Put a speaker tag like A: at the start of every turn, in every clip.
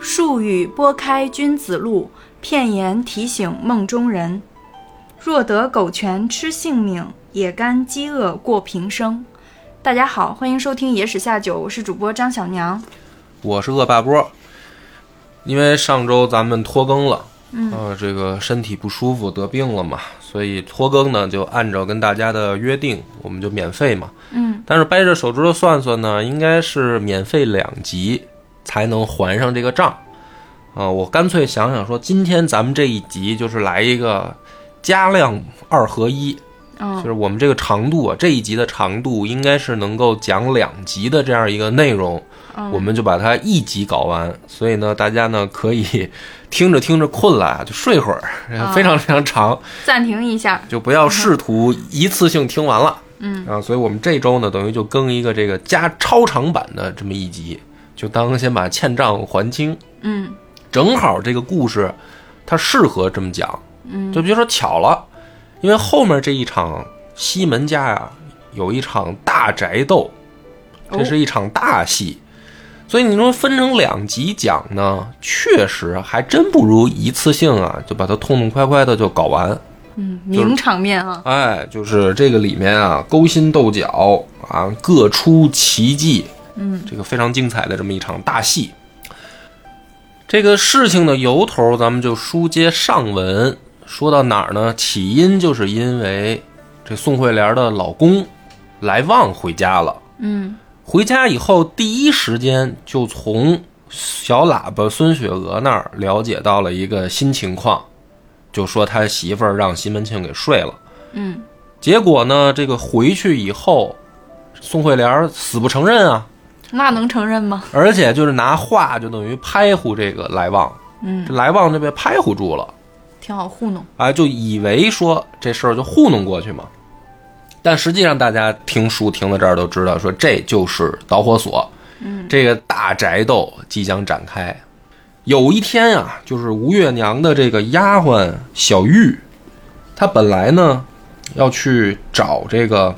A: 数语拨开君子路，片言提醒梦中人。若得苟全吃性命，也甘饥饿过平生。大家好，欢迎收听《野史下酒》，我是主播张小娘。
B: 我是恶霸波。因为上周咱们拖更了，嗯、呃，这个身体不舒服得病了嘛，所以拖更呢就按照跟大家的约定，我们就免费嘛。
A: 嗯，
B: 但是掰着手指头算算呢，应该是免费两集才能还上这个账。啊、我干脆想想说，今天咱们这一集就是来一个加量二合一，就
A: 嗯，
B: 是我们这个长度啊，这一集的长度应该是能够讲两集的这样一个内容，我们就把它一集搞完。所以呢，大家呢可以听着听着困了啊，就睡会儿，非常非常长，
A: 暂停一下。
B: 就不要试图一次性听完了。
A: 嗯
B: 啊，所以我们这周呢，等于就更一个这个加超长版的这么一集，就当先把欠账还清。
A: 嗯
B: 正好这个故事它适合这么讲，
A: 嗯
B: 就比如说巧了，因为后面这一场西门家呀、有一场大宅斗，
A: 哦
B: 这是一场大戏，所以你说分成两集讲呢，确实还真不如一次性啊就把它痛痛快快的就搞完。
A: 嗯，名场面啊。
B: 哎，就是这个里面啊，勾心斗角啊，各出奇迹，
A: 嗯，
B: 这个非常精彩的这么一场大戏。这个事情的由头，咱们就书接上文，说到哪儿呢？起因就是因为这宋惠莲的老公来旺回家了，
A: 嗯
B: 回家以后第一时间就从小喇叭孙雪娥那儿了解到了一个新情况，就说他媳妇儿让西门庆给睡了。
A: 嗯
B: 结果呢，这个回去以后，宋惠莲儿死不承认啊，
A: 那能承认吗？
B: 而且就是拿话就等于拍唬这个来旺，
A: 嗯，
B: 这来旺就被拍唬住了，
A: 挺好糊弄。
B: 啊，就以为说这事儿就糊弄过去嘛。但实际上，大家听书听到这儿都知道，说这就是导火索，
A: 嗯
B: 这个大宅斗即将展开。有一天啊，就是吴月娘的这个丫鬟小玉，她本来呢要去找这个，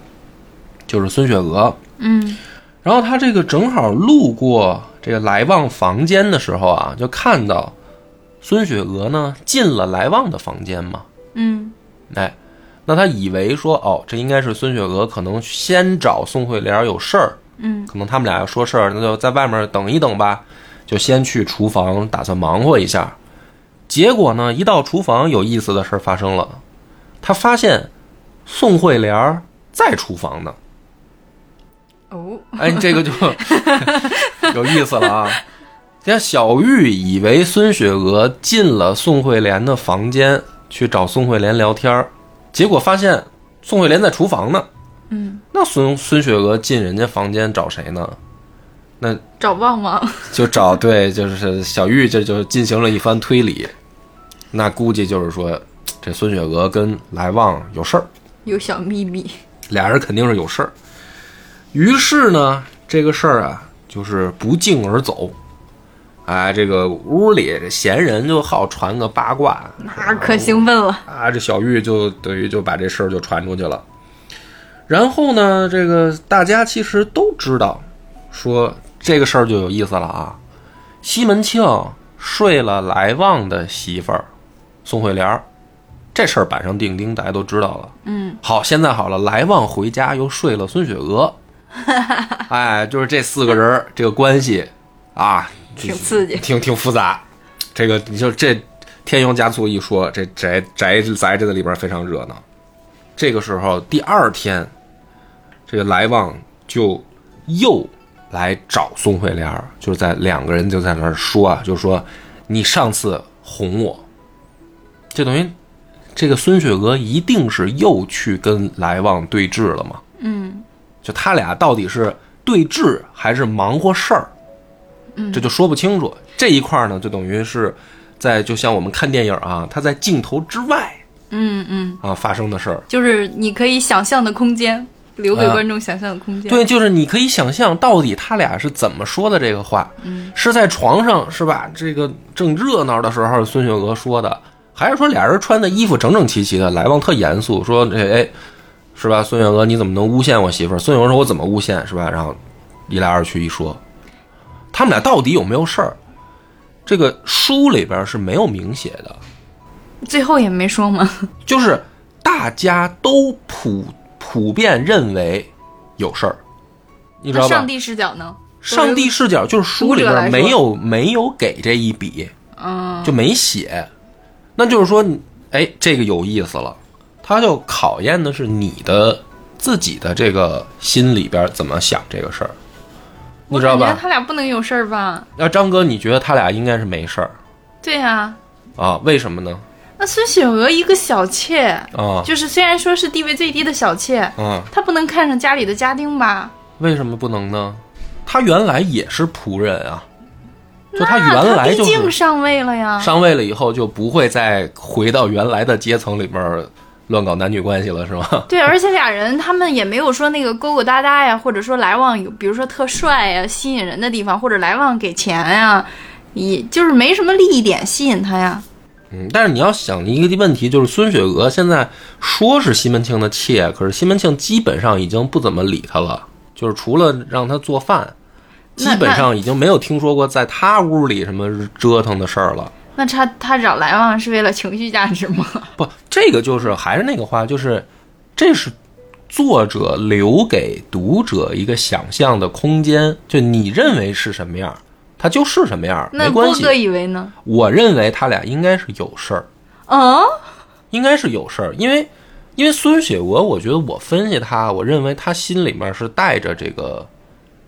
B: 就是孙雪娥
A: 嗯
B: 然后他这个正好路过这个来旺房间的时候啊，就看到孙雪娥呢进了来旺的房间嘛，
A: 嗯
B: 哎，那他以为说哦，这应该是孙雪娥可能先找宋慧莲有事儿，
A: 嗯
B: 可能他们俩要说事儿，那就在外面等一等吧，就先去厨房打算忙活一下。结果呢，一到厨房，有意思的事儿发生了，他发现宋慧莲在厨房呢。
A: 哦
B: 哎，这个就 有意思了啊！人家小玉以为孙雪娥进了宋慧莲的房间去找宋慧莲聊天儿，结果发现宋慧莲在厨房呢。
A: 嗯，
B: 那孙孙雪娥进人家房间找谁呢？
A: 找旺旺。
B: 就找对，就是小玉这就进行了一番推理，那估计就是说，这孙雪娥跟来旺有事儿。
A: 有小秘密。
B: 俩人肯定是有事儿。于是呢，这个事儿啊，就是不胫而走。哎，这个屋里这闲人就好传个八卦，
A: 那可兴奋了。
B: 啊，这小玉就等于就把这事儿就传出去了。然后呢，这个大家其实都知道，说这个事儿就有意思了啊。西门庆睡了来旺的媳妇儿宋惠莲儿，这事儿板上钉钉，大家都知道了。
A: 嗯，
B: 好，现在好了，来旺回家又睡了孙雪娥， 哎，就是这四个人儿这个关系啊，
A: 挺刺激
B: 挺挺复杂。这个你就这添油加醋一说，这宅宅宅这个里边非常热闹。这个时候第二天，这个来旺就又来找宋慧莲儿，就是在两个人就在那儿说啊，就说你上次哄我，这等于这个孙雪娥一定是又去跟来旺对峙了嘛？
A: 嗯，
B: 就他俩到底是对峙还是忙活事儿，
A: 嗯
B: 这就说不清楚。这一块儿呢，就等于是在就像我们看电影啊，它在镜头之外
A: 嗯嗯，
B: 啊发生的事儿。
A: 就是你可以想象的空间，留给
B: 啊
A: 观众想象的空间。
B: 对，就是你可以想象到底他俩是怎么说的这个话，
A: 嗯
B: 是在床上是吧？这个正热闹的时候，孙雪娥说的，还是说俩人穿的衣服整整齐齐的？来旺特严肃说：“哎哎，是吧？孙雪娥，你怎么能诬陷我媳妇儿？”孙雪娥说：“我怎么诬陷？是吧？”然后一来二去一说，他们俩到底有没有事儿？这个书里边是没有明写的，
A: 最后也没说吗？
B: 就是大家都普普遍认为有事儿，你知道吧
A: 上？帝视角呢？
B: 上帝视角就是书里
A: 读者来
B: 边
A: 说
B: 没有没有给这一笔，
A: 嗯，
B: 就没写，那就是说，哎，这个有意思了，他就考验的是你的自己的这个心里边怎么想这个事儿，你知道
A: 我感觉
B: 吧？
A: 他俩不能有事儿吧？
B: 那张哥，你觉得他俩应该是没事儿
A: 对呀、
B: 啊？为什么呢？
A: 那孙雪娥一个小妾，
B: 啊
A: 就是虽然说是地位最低的小妾，
B: 啊，
A: 她不能看上家里的家丁吧？
B: 为什么不能呢？他原来也是仆人啊，就他
A: 那
B: 原来就
A: 她毕竟
B: 是
A: 上位了呀。
B: 上位了以后就不会再回到原来的阶层里面乱搞男女关系了，是吗？
A: 对，而且俩人他们也没有说那个勾勾搭搭呀，或者说来往有，比如说特帅呀、吸引人的地方，或者来往给钱呀，也就是没什么利益点吸引他呀。
B: 嗯，但是你要想一个问题，就是孙雪娥现在说是西门庆的妾，可是西门庆基本上已经不怎么理她了，就是除了让她做饭，基
A: 那
B: 本上已经没有听说过在她屋里什么折腾的事儿了。
A: 那他他找来往是为了情绪价值吗？
B: 不，这个就是还是那个话，就是这是作者留给读者一个想象的空间，就你认为是什么样儿，它就是什么样儿，没
A: 那
B: 关
A: 波
B: 系
A: 哥。以为呢？
B: 我认为他俩应该是有事儿，
A: 嗯，
B: 应该是有事儿，因为因为孙雪娥，我觉得我分析她，我认为她心里面是带着这个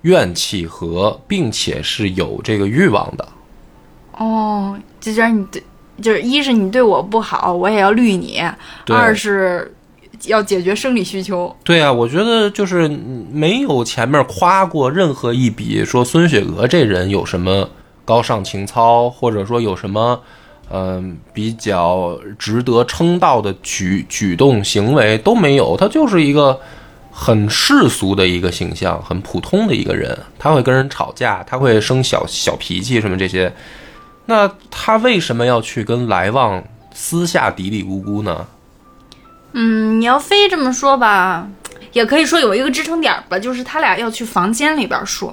B: 怨气和，并且是有这个欲望的。
A: 哦，就觉得你对，就是一是你对我不好，我也要绿你；
B: 对
A: 二是要解决生理需求。
B: 对啊，我觉得就是没有前面夸过任何一笔，说孙雪娥这人有什么高尚情操，或者说有什么嗯、比较值得称道的举举动行为都没有，她就是一个很世俗的一个形象，很普通的一个人。她会跟人吵架，她会生小小脾气什么这些。那她为什么要去跟来旺私下嘀嘀咕咕呢？
A: 嗯，你要非这么说吧，也可以说有一个支撑点儿吧，就是他俩要去房间里边儿说。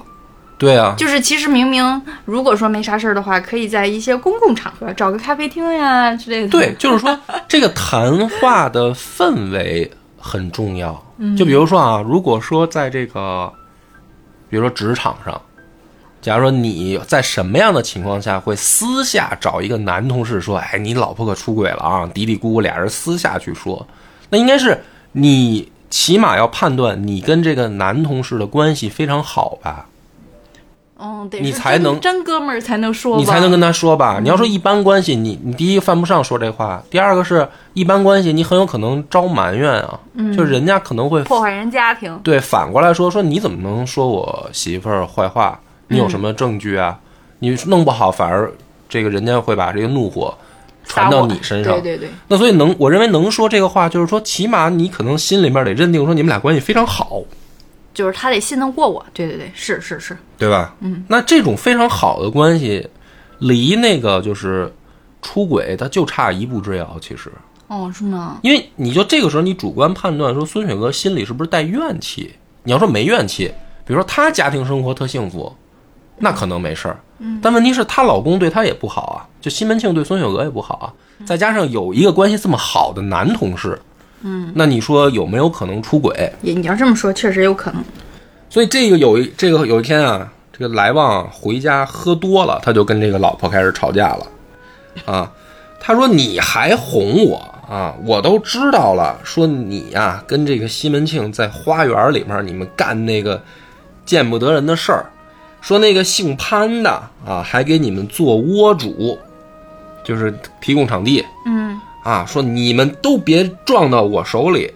B: 对啊，
A: 就是其实明明如果说没啥事儿的话，可以在一些公共场合找个咖啡厅呀之类的。
B: 对，，就是说这个谈话的氛围很重要。就比如说啊，如果说在这个，比如说职场上，假如说你在什么样的情况下会私下找一个男同事说：“哎，你老婆可出轨了啊！”嘀嘀咕咕，俩人私下去说，那应该是你起码要判断你跟这个男同事的关系非常好吧？
A: 嗯，得
B: 你
A: 是
B: 才
A: 真
B: 能
A: 真哥们儿才能说吧，嗯
B: 你才能跟他说吧。你要说一般关系，你你第一犯不上说这话，第二个是一般关系，你很有可能招埋怨啊，
A: 嗯
B: 就是人家可能会
A: 破坏人家庭。
B: 对反过来说说你怎么能说我媳妇儿坏话？你有什么证据啊？
A: 嗯
B: 你弄不好反而这个人家会把这个怒火传
A: 撒
B: 到
A: 我
B: 你身上
A: 对。对对，
B: 那所以能，我认为能说这个话，就是说起码你可能心里面得认定说你们俩关系非常好，
A: 就是他得信得过我。对对对，是是是，
B: 对吧？嗯，那这种非常好的关系，离那个就是出轨，它就差一步之遥。其实，
A: 哦，是吗？
B: 因为你就这个时候，你主观判断说孙雪娥心里是不是带怨气？你要说没怨气，比如说她家庭生活特幸福，那可能没事儿。但问题是她老公对她也不好啊，就西门庆对孙雪娥也不好啊，再加上有一个关系这么好的男同事，嗯，那你说有没有可能出轨？
A: 也你要这么说，确实有可能。
B: 所以这个有一这个有一天啊，这个来旺回家喝多了，他就跟这个老婆开始吵架了，啊，他说你还哄我啊，我都知道了，说你呀、跟这个西门庆在花园里面你们干那个见不得人的事儿，说那个姓潘的啊还给你们做窝主，就是提供场地，
A: 嗯，
B: 啊，说你们都别撞到我手里，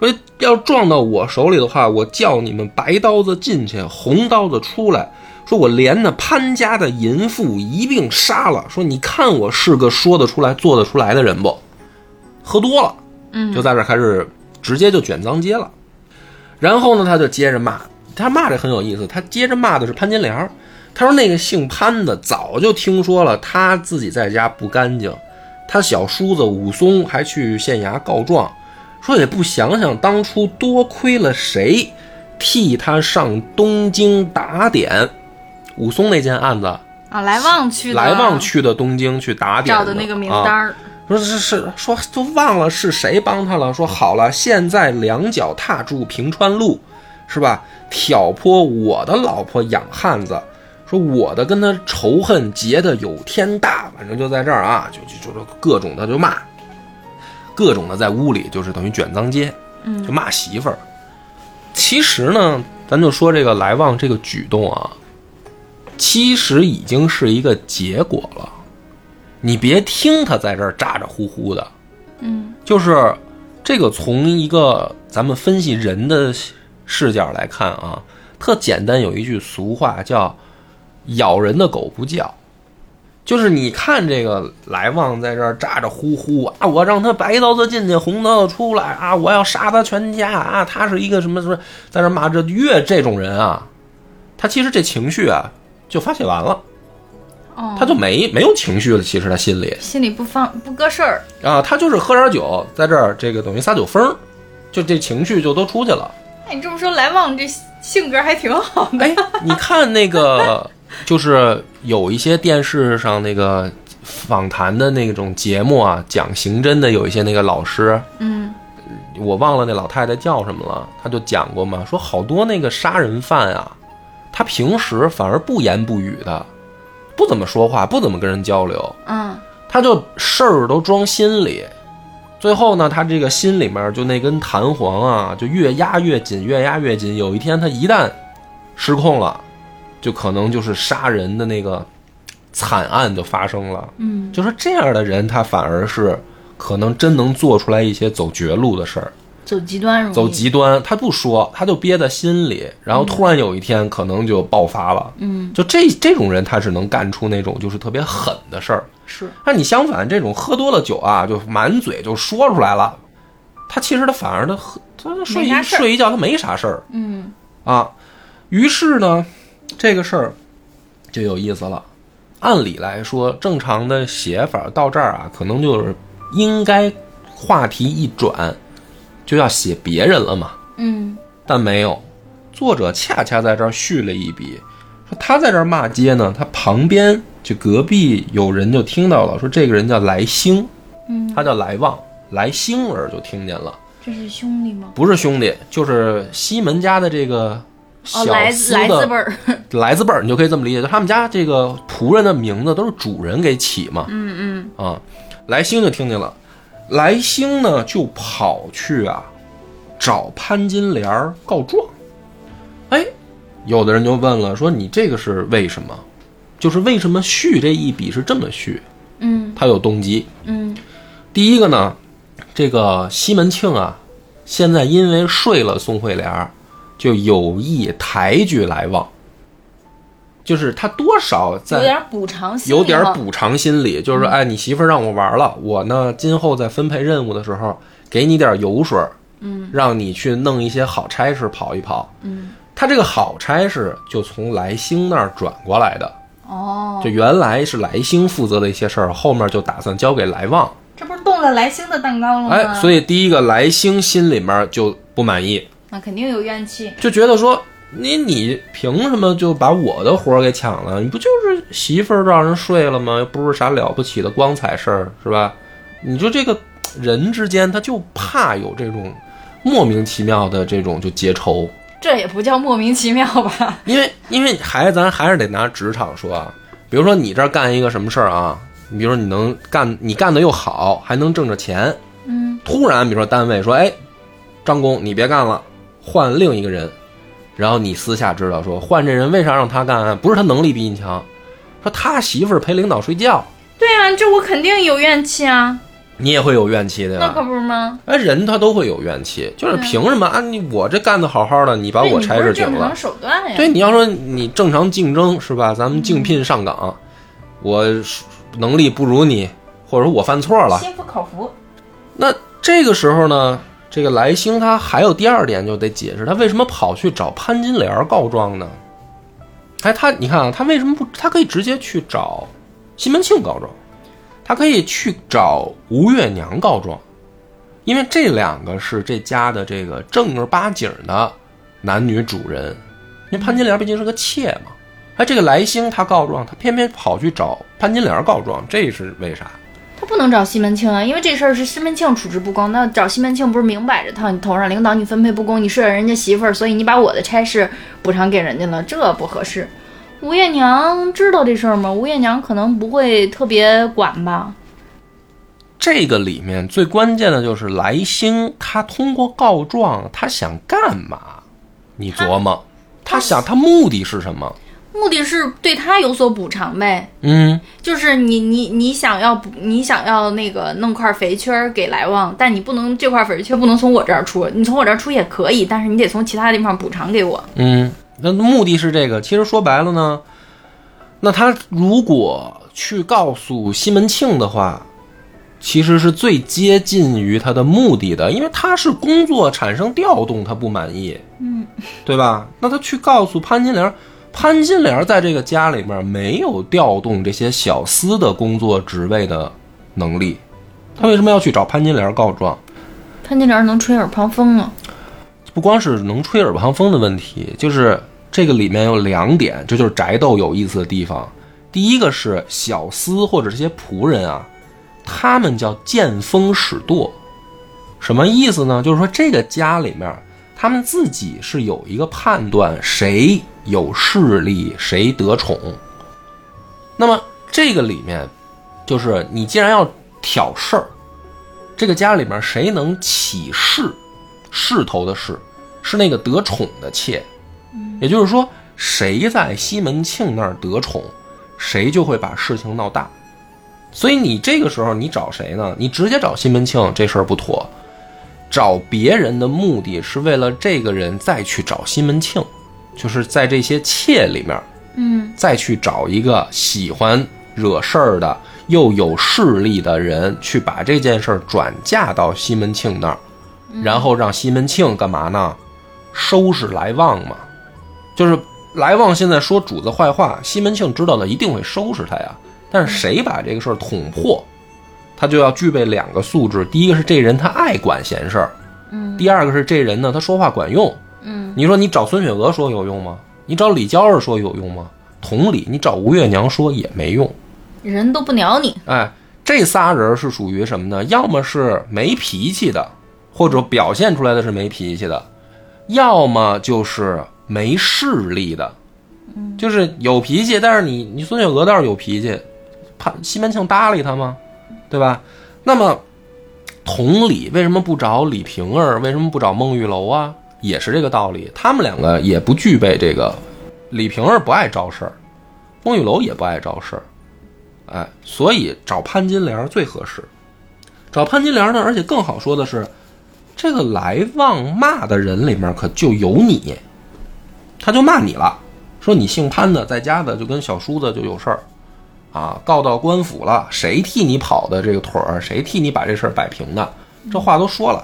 B: 说要撞到我手里的话，我叫你们白刀子进去，红刀子出来。说我连那潘家的淫妇一并杀了。说你看我是个说得出来、做得出来的人不？喝多了，
A: 嗯
B: 就在这儿开始直接就卷脏街了。然后呢，他就接着骂，他骂这很有意思，他接着骂的是潘金莲儿。他说那个姓潘的早就听说了，他自己在家不干净，他小叔子武松还去县衙告状，说也不想想当初多亏了谁，替他上东京打点。武松那件案子
A: 啊，来旺去的
B: 来旺去的东京去打点
A: 照的那个名单
B: 啊
A: 儿，
B: 不是是是说都忘了是谁帮他了。说好了，现在两脚踏住平川路，是吧？挑拨我的老婆养汉子，说我的跟他仇恨结的有天大，反正就在这儿啊，就就就各种的就骂，各种的在屋里就是等于卷脏街，
A: 嗯
B: 就骂媳妇儿。其实呢，咱就说这个来旺这个举动啊，其实已经是一个结果了。你别听他在这儿咋咋呼呼的，
A: 嗯
B: 就是这个从一个咱们分析人的视角来看啊，特简单，有一句俗话叫“咬人的狗不叫”，就是你看这个来旺在这儿咋咋呼呼啊，我让他白刀子进去，红刀子出来啊，我要杀他全家啊，他是一个什么什么，在这儿骂这越这种人啊，他其实这情绪啊就发泄完了，
A: 哦，
B: 他就没没有情绪了，其实他心里。
A: 心里不放不搁事儿，
B: 啊，他就是喝点酒，在这儿这个等于撒酒疯儿，就这情绪就都出去了。
A: 哎，你这么说，来旺这性格还挺好的，
B: 哎，你看那个，就是有一些电视上那个访谈的那种节目啊，讲刑侦的有一些那个老师，
A: 嗯
B: 我忘了那老太太叫什么了，她就讲过嘛，说好多那个杀人犯啊，他平时反而不言不语的，不怎么说话，不怎么跟人交流，
A: 嗯
B: 他就事儿都装心里，最后呢，他这个心里面就那根弹簧啊，就越压越紧，越压越紧。有一天他一旦失控了，就可能就是杀人的那个惨案就发生了。
A: 嗯，
B: 就说这样的人，他反而是可能真能做出来一些走绝路的事儿。
A: 走极端容易，
B: 走极端，他不说，他就憋在心里，然后突然有一天可能就爆发了。
A: 嗯，
B: 就这这种人，他只能干出那种就是特别狠的事儿。
A: 是，
B: 那你相反，这种喝多了酒啊，就满嘴就说出来了，他其实他反而他喝，他睡
A: 没
B: 一
A: 啥事儿
B: 睡一觉他没啥事儿
A: 嗯
B: 啊。于是呢，这个事儿就有意思了。按理来说，正常的写法到这儿啊，可能就是应该话题一转，就要写别人了嘛。
A: 嗯
B: 但没有。作者恰恰在这儿续了一笔，说他在这儿骂街呢，他旁边就隔壁有人就听到了，说这个人叫来兴，
A: 嗯，
B: 他叫来旺，来兴儿就听见了，
A: 这是兄弟吗？
B: 不是兄弟，就是西门家的这个
A: 哦，
B: 小
A: 来
B: 厮
A: 来
B: 的
A: 自辈 儿，
B: 来自辈儿，你就可以这么理解，就他们家这个仆人的名字都是主人给起嘛，
A: 嗯嗯，
B: 啊，来兴就听见了，来兴呢就跑去啊找潘金莲儿告状。哎，有的人就问了，说你这个是为什么？就是为什么续这一笔是这么续？
A: 嗯
B: 他有动机。
A: 嗯
B: 第一个呢，这个西门庆啊，现在因为睡了宋惠莲儿，就有意抬举来旺，就是他多少在
A: 有点补偿心理嗯
B: 有点
A: 了
B: 补偿心理，就是说哎，你媳妇儿让我玩了，我呢今后在分配任务的时候给你点油水，
A: 嗯，
B: 让你去弄一些好差事跑一跑。
A: 嗯
B: 他这个好差事就从来兴那儿转过来的，
A: 哦
B: 就，原来是来兴负责的一些事儿，后面就打算交给来旺。
A: 这不是动了来兴的蛋糕了吗？
B: 哎，所以第一个来兴心里面就不满意，
A: 那肯定有怨气，
B: 就觉得说你你凭什么就把我的活儿给抢了？你不就是媳妇儿让人睡了吗？又不是啥了不起的光彩事儿，是吧？你就这个人之间，他就怕有这种莫名其妙的这种就结仇，
A: 这也不叫莫名其妙吧？
B: 因为因为还咱还是得拿职场说啊，比如说你这儿干一个什么事儿啊，你比如说你能干你干的又好，还能挣着钱，
A: 嗯
B: 突然，比如说单位说，哎，张工你别干了，换另一个人，然后你私下知道说，换这人为啥让他干啊？不是他能力比你强，说他媳妇儿陪领导睡觉，
A: 对啊，这我肯定有怨气啊，
B: 你也会有怨气的
A: 那可
B: 呀。
A: 不是吗？
B: 哎，人他都会有怨气，就是
A: 嗯
B: 凭什么啊？你我这干的好好的，你把我差
A: 这
B: 事
A: 是
B: 请
A: 正
B: 了
A: 常？手段呀。
B: 对，你要说你正常竞争是吧？咱们
A: 嗯
B: 竞聘上岗，我能力不如你，或者说我犯错了，
A: 心服口服。
B: 那这个时候呢，这个来兴他还有第二点就得解释，他为什么跑去找潘金莲儿告状呢？哎，他你看啊，他为什么不？他可以直接去找西门庆告状，他可以去找吴月娘告状，因为这两个是这家的这个正儿八经儿的男女主人。因为潘金莲毕竟是个妾嘛，哎，哎，这个来兴他告状，他偏偏跑去找潘金莲告状，这是为啥？
A: 他不能找西门庆啊，因为这事儿是西门庆处置不公。那找西门庆不是明摆着套你头上？领导你分配不公，你睡了人家媳妇儿，所以你把我的差事补偿给人家了，这不合适。吴月娘知道这事儿吗？吴月娘可能不会特别管吧。
B: 这个里面最关键的就是来兴，他通过告状，他想干嘛？你琢磨，他想他目的是什么？
A: 目的是对他有所补偿呗，
B: 嗯，
A: 就是你你你想要补，你想要那个弄块肥缺儿给来旺，但你不能这块肥缺不能从我这儿出，你从我这儿出也可以，但是你得从其他地方补偿给我。
B: 嗯，那目的是这个。其实说白了呢，那他如果去告诉西门庆的话，其实是最接近于他的目的的，因为他是工作产生调动，他不满意，嗯，对吧？那他去告诉潘金莲，潘金莲在这个家里面没有调动这些小厮的工作职位的能力，他为什么要去找潘金莲告状？
A: 潘金莲能吹耳旁风了，
B: 不光是能吹耳旁风的问题，就是这个里面有两点，这就是宅斗有意思的地方。第一个是小厮或者这些仆人啊，他们叫见风使舵，什么意思呢？就是说这个家里面，他们自己是有一个判断，谁有势力，谁得宠。那么这个里面，就是你既然要挑事儿，这个家里面谁能起势，势头的势，是那个得宠的妾。也就是说，谁在西门庆那儿得宠，谁就会把事情闹大。所以你这个时候你找谁呢？你直接找西门庆这事儿不妥，找别人的目的是为了这个人再去找西门庆，就是在这些妾里面
A: 嗯，
B: 再去找一个喜欢惹事儿的又有势力的人，去把这件事儿转嫁到西门庆那儿，
A: 嗯
B: 然后让西门庆干嘛呢？收拾来旺嘛，就是来旺现在说主子坏话，西门庆知道了一定会收拾他呀。但是谁把这个事儿捅破，他就要具备两个素质：第一个是这人他爱管闲事儿，
A: 嗯，
B: 第二个是这人呢他说话管用，
A: 嗯，
B: 你说你找孙雪娥说有用吗？你找李娇儿说有用吗？同理，你找吴月娘说也没用。
A: 人都不鸟你，
B: 哎，这仨人是属于什么呢？要么是没脾气的，或者表现出来的是没脾气的，要么就是没势力的，就是有脾气，但是你你孙雪娥倒是有脾气，怕西门庆搭理他吗？对吧？那么同理，为什么不找李瓶儿？为什么不找孟玉楼啊？也是这个道理，他们两个也不具备这个。李瓶儿不爱招事儿，孟玉楼也不爱招事儿，哎，所以找潘金莲最合适。找潘金莲呢，而且更好说的是，这个来旺骂的人里面可就有你，他就骂你了，说你姓潘的，在家的就跟小叔子就有事儿，啊，告到官府了，谁替你跑的这个腿儿，谁替你把这事儿摆平的，这话都说了。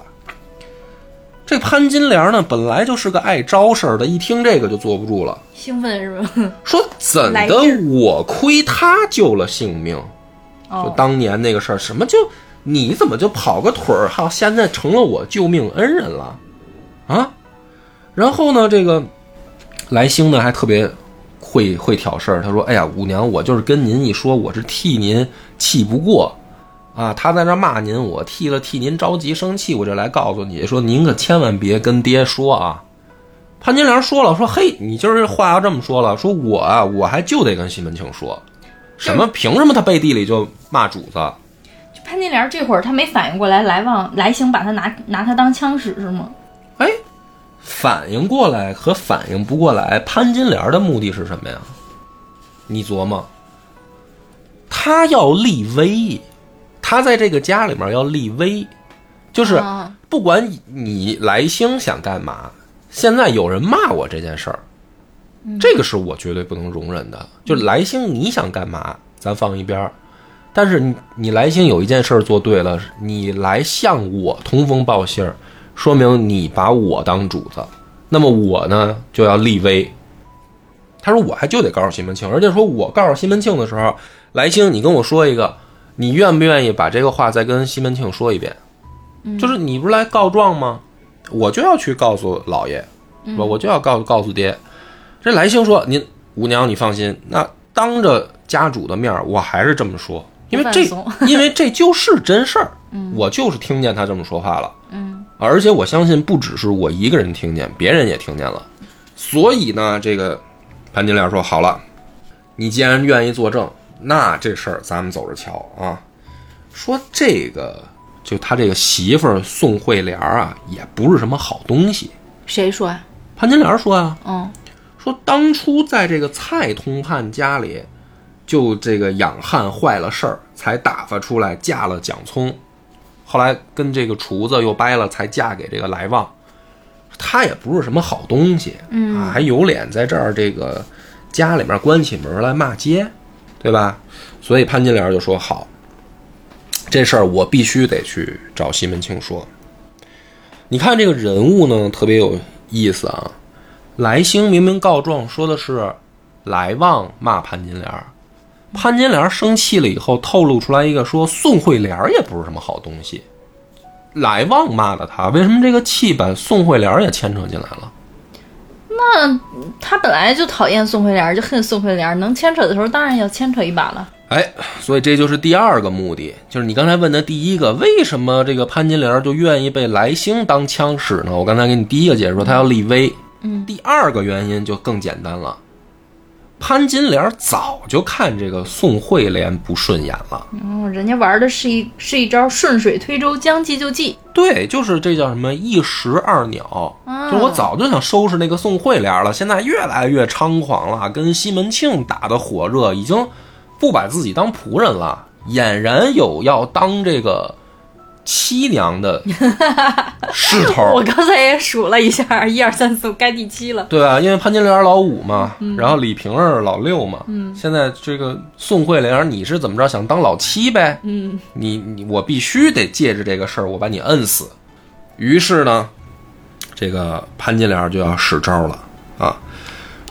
B: 这潘金莲呢，本来就是个爱招事儿的，一听这个就坐不住了。
A: 兴奋是吧？
B: 说怎
A: 来
B: 的我亏他救了性命？就
A: 哦，
B: 当年那个事儿，什么就你怎么就跑个腿儿，好，现在成了我救命恩人了啊？然后呢，这个来兴呢还特别会会挑事儿，他说：“哎呀，五娘，我就是跟您一说，我是替您气不过啊，他在那骂您，我替了替您着急生气，我就来告诉你说，您可千万别跟爹说啊。”潘金莲说了：“说嘿，你今儿话要这么说了，说我啊，我还就得跟西门庆说，什么凭什么他背地里就骂主子？
A: 就潘金莲这会儿她没反应过来，来旺来兴把她拿拿她当枪使是吗？
B: 哎，反应过来和反应不过来，潘金莲的目的是什么呀？你琢磨，他要立威，他在这个家里面要立威，就是
A: 啊
B: 不管你来兴想干嘛，现在有人骂我这件事儿，这个是我绝对不能容忍的。就来兴你想干嘛，咱放一边儿。但是你你来兴有一件事儿做对了，你来向我通风报信儿，说明你把我当主子，那么我呢就要立威。他说我还就得告诉西门庆，而且说我告诉西门庆的时候，来兴你跟我说一个，你愿不愿意把这个话再跟西门庆说一遍？就是你不是来告状吗？我就要去告诉老爷，是吧？我就要告告诉爹。这来兴说您舞娘你放心，那当着家主的面儿我还是这么说，因为这
A: 不放
B: 因为这就是真事儿，我就是听见他这么说话了，嗯，而且我相信不只是我一个人听见，别人也听见了，所以呢，这个潘金莲说好了，你既然愿意作证，那这事儿咱们走着瞧啊。说这个，就他这个媳妇儿宋慧莲儿啊，也不是什么好东西。
A: 谁说啊？
B: 潘金莲说啊，
A: 嗯
B: 说当初在这个蔡通判家里，就这个养汉坏了事儿，才打发出来嫁了蒋聪，后来跟这个厨子又掰了，才嫁给这个来旺。他也不是什么好东西，嗯啊，还有脸在这儿这个家里面关起门来骂街，对吧？所以潘金莲就说好，这事儿我必须得去找西门庆说。你看这个人物呢，特别有意思啊。来兴明明告状说的是来旺骂潘金莲儿，潘金莲儿生气了以后，透露出来一个说宋慧莲儿也不是什么好东西。来旺骂了他，为什么这个气把宋慧莲儿也牵扯进来了？
A: 他本来就讨厌宋慧莲，就恨宋慧莲，能牵扯的时候当然要牵扯一把了。
B: 哎，所以这就是第二个目的，就是你刚才问的第一个，为什么这个潘金莲就愿意被来兴当枪使呢？我刚才给你第一个解释说，他要立威。嗯，第二个原因就更简单了，潘金莲早就看这个宋慧莲不顺眼了。
A: 嗯，人家玩的是一是一招顺水推舟，将计就计。
B: 对，就是这叫什么一石二鸟，就是我早就想收拾那个宋慧莲了，现在越来越猖狂了，跟西门庆打得火热，已经不把自己当仆人了，俨然有要当这个七娘的势 头
A: 我，刚才也数了一下，一二三四，该第七了。嗯
B: 对啊吧？因为潘金莲老五嘛，然后李瓶儿老六嘛，现在这个宋慧莲，你是怎么着想当老七呗？
A: 嗯，
B: 你你我必须得借着这个事儿，我把你摁死。于是呢，这个潘金莲就要使招了啊，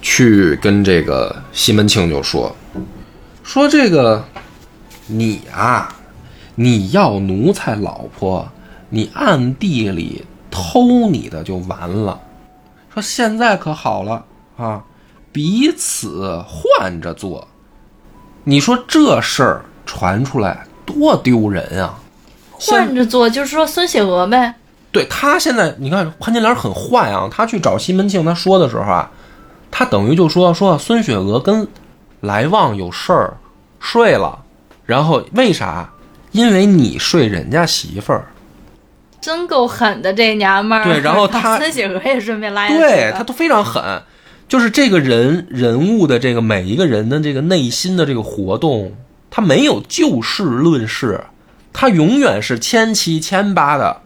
B: 去跟这个西门庆就说说这个你啊，你要奴才老婆，你暗地里偷你的就完了。说现在可好了啊，彼此换着做。你说这事儿传出来多丢人啊！
A: 换着做就是说孙雪娥呗。
B: 对他现在，你看潘金莲很坏啊，他去找西门庆，他说的时候啊，他等于就说说孙雪娥跟来旺有事儿睡了，然后为啥？因为你睡人家媳妇儿，
A: 真够狠的这娘们儿。
B: 对然后她
A: 孙雪娥也顺便拉下去了。
B: 对他都非常狠。就是这个人人物的这个每一个人的这个内心的这个活动，他没有就事论事，他永远是千七千八的，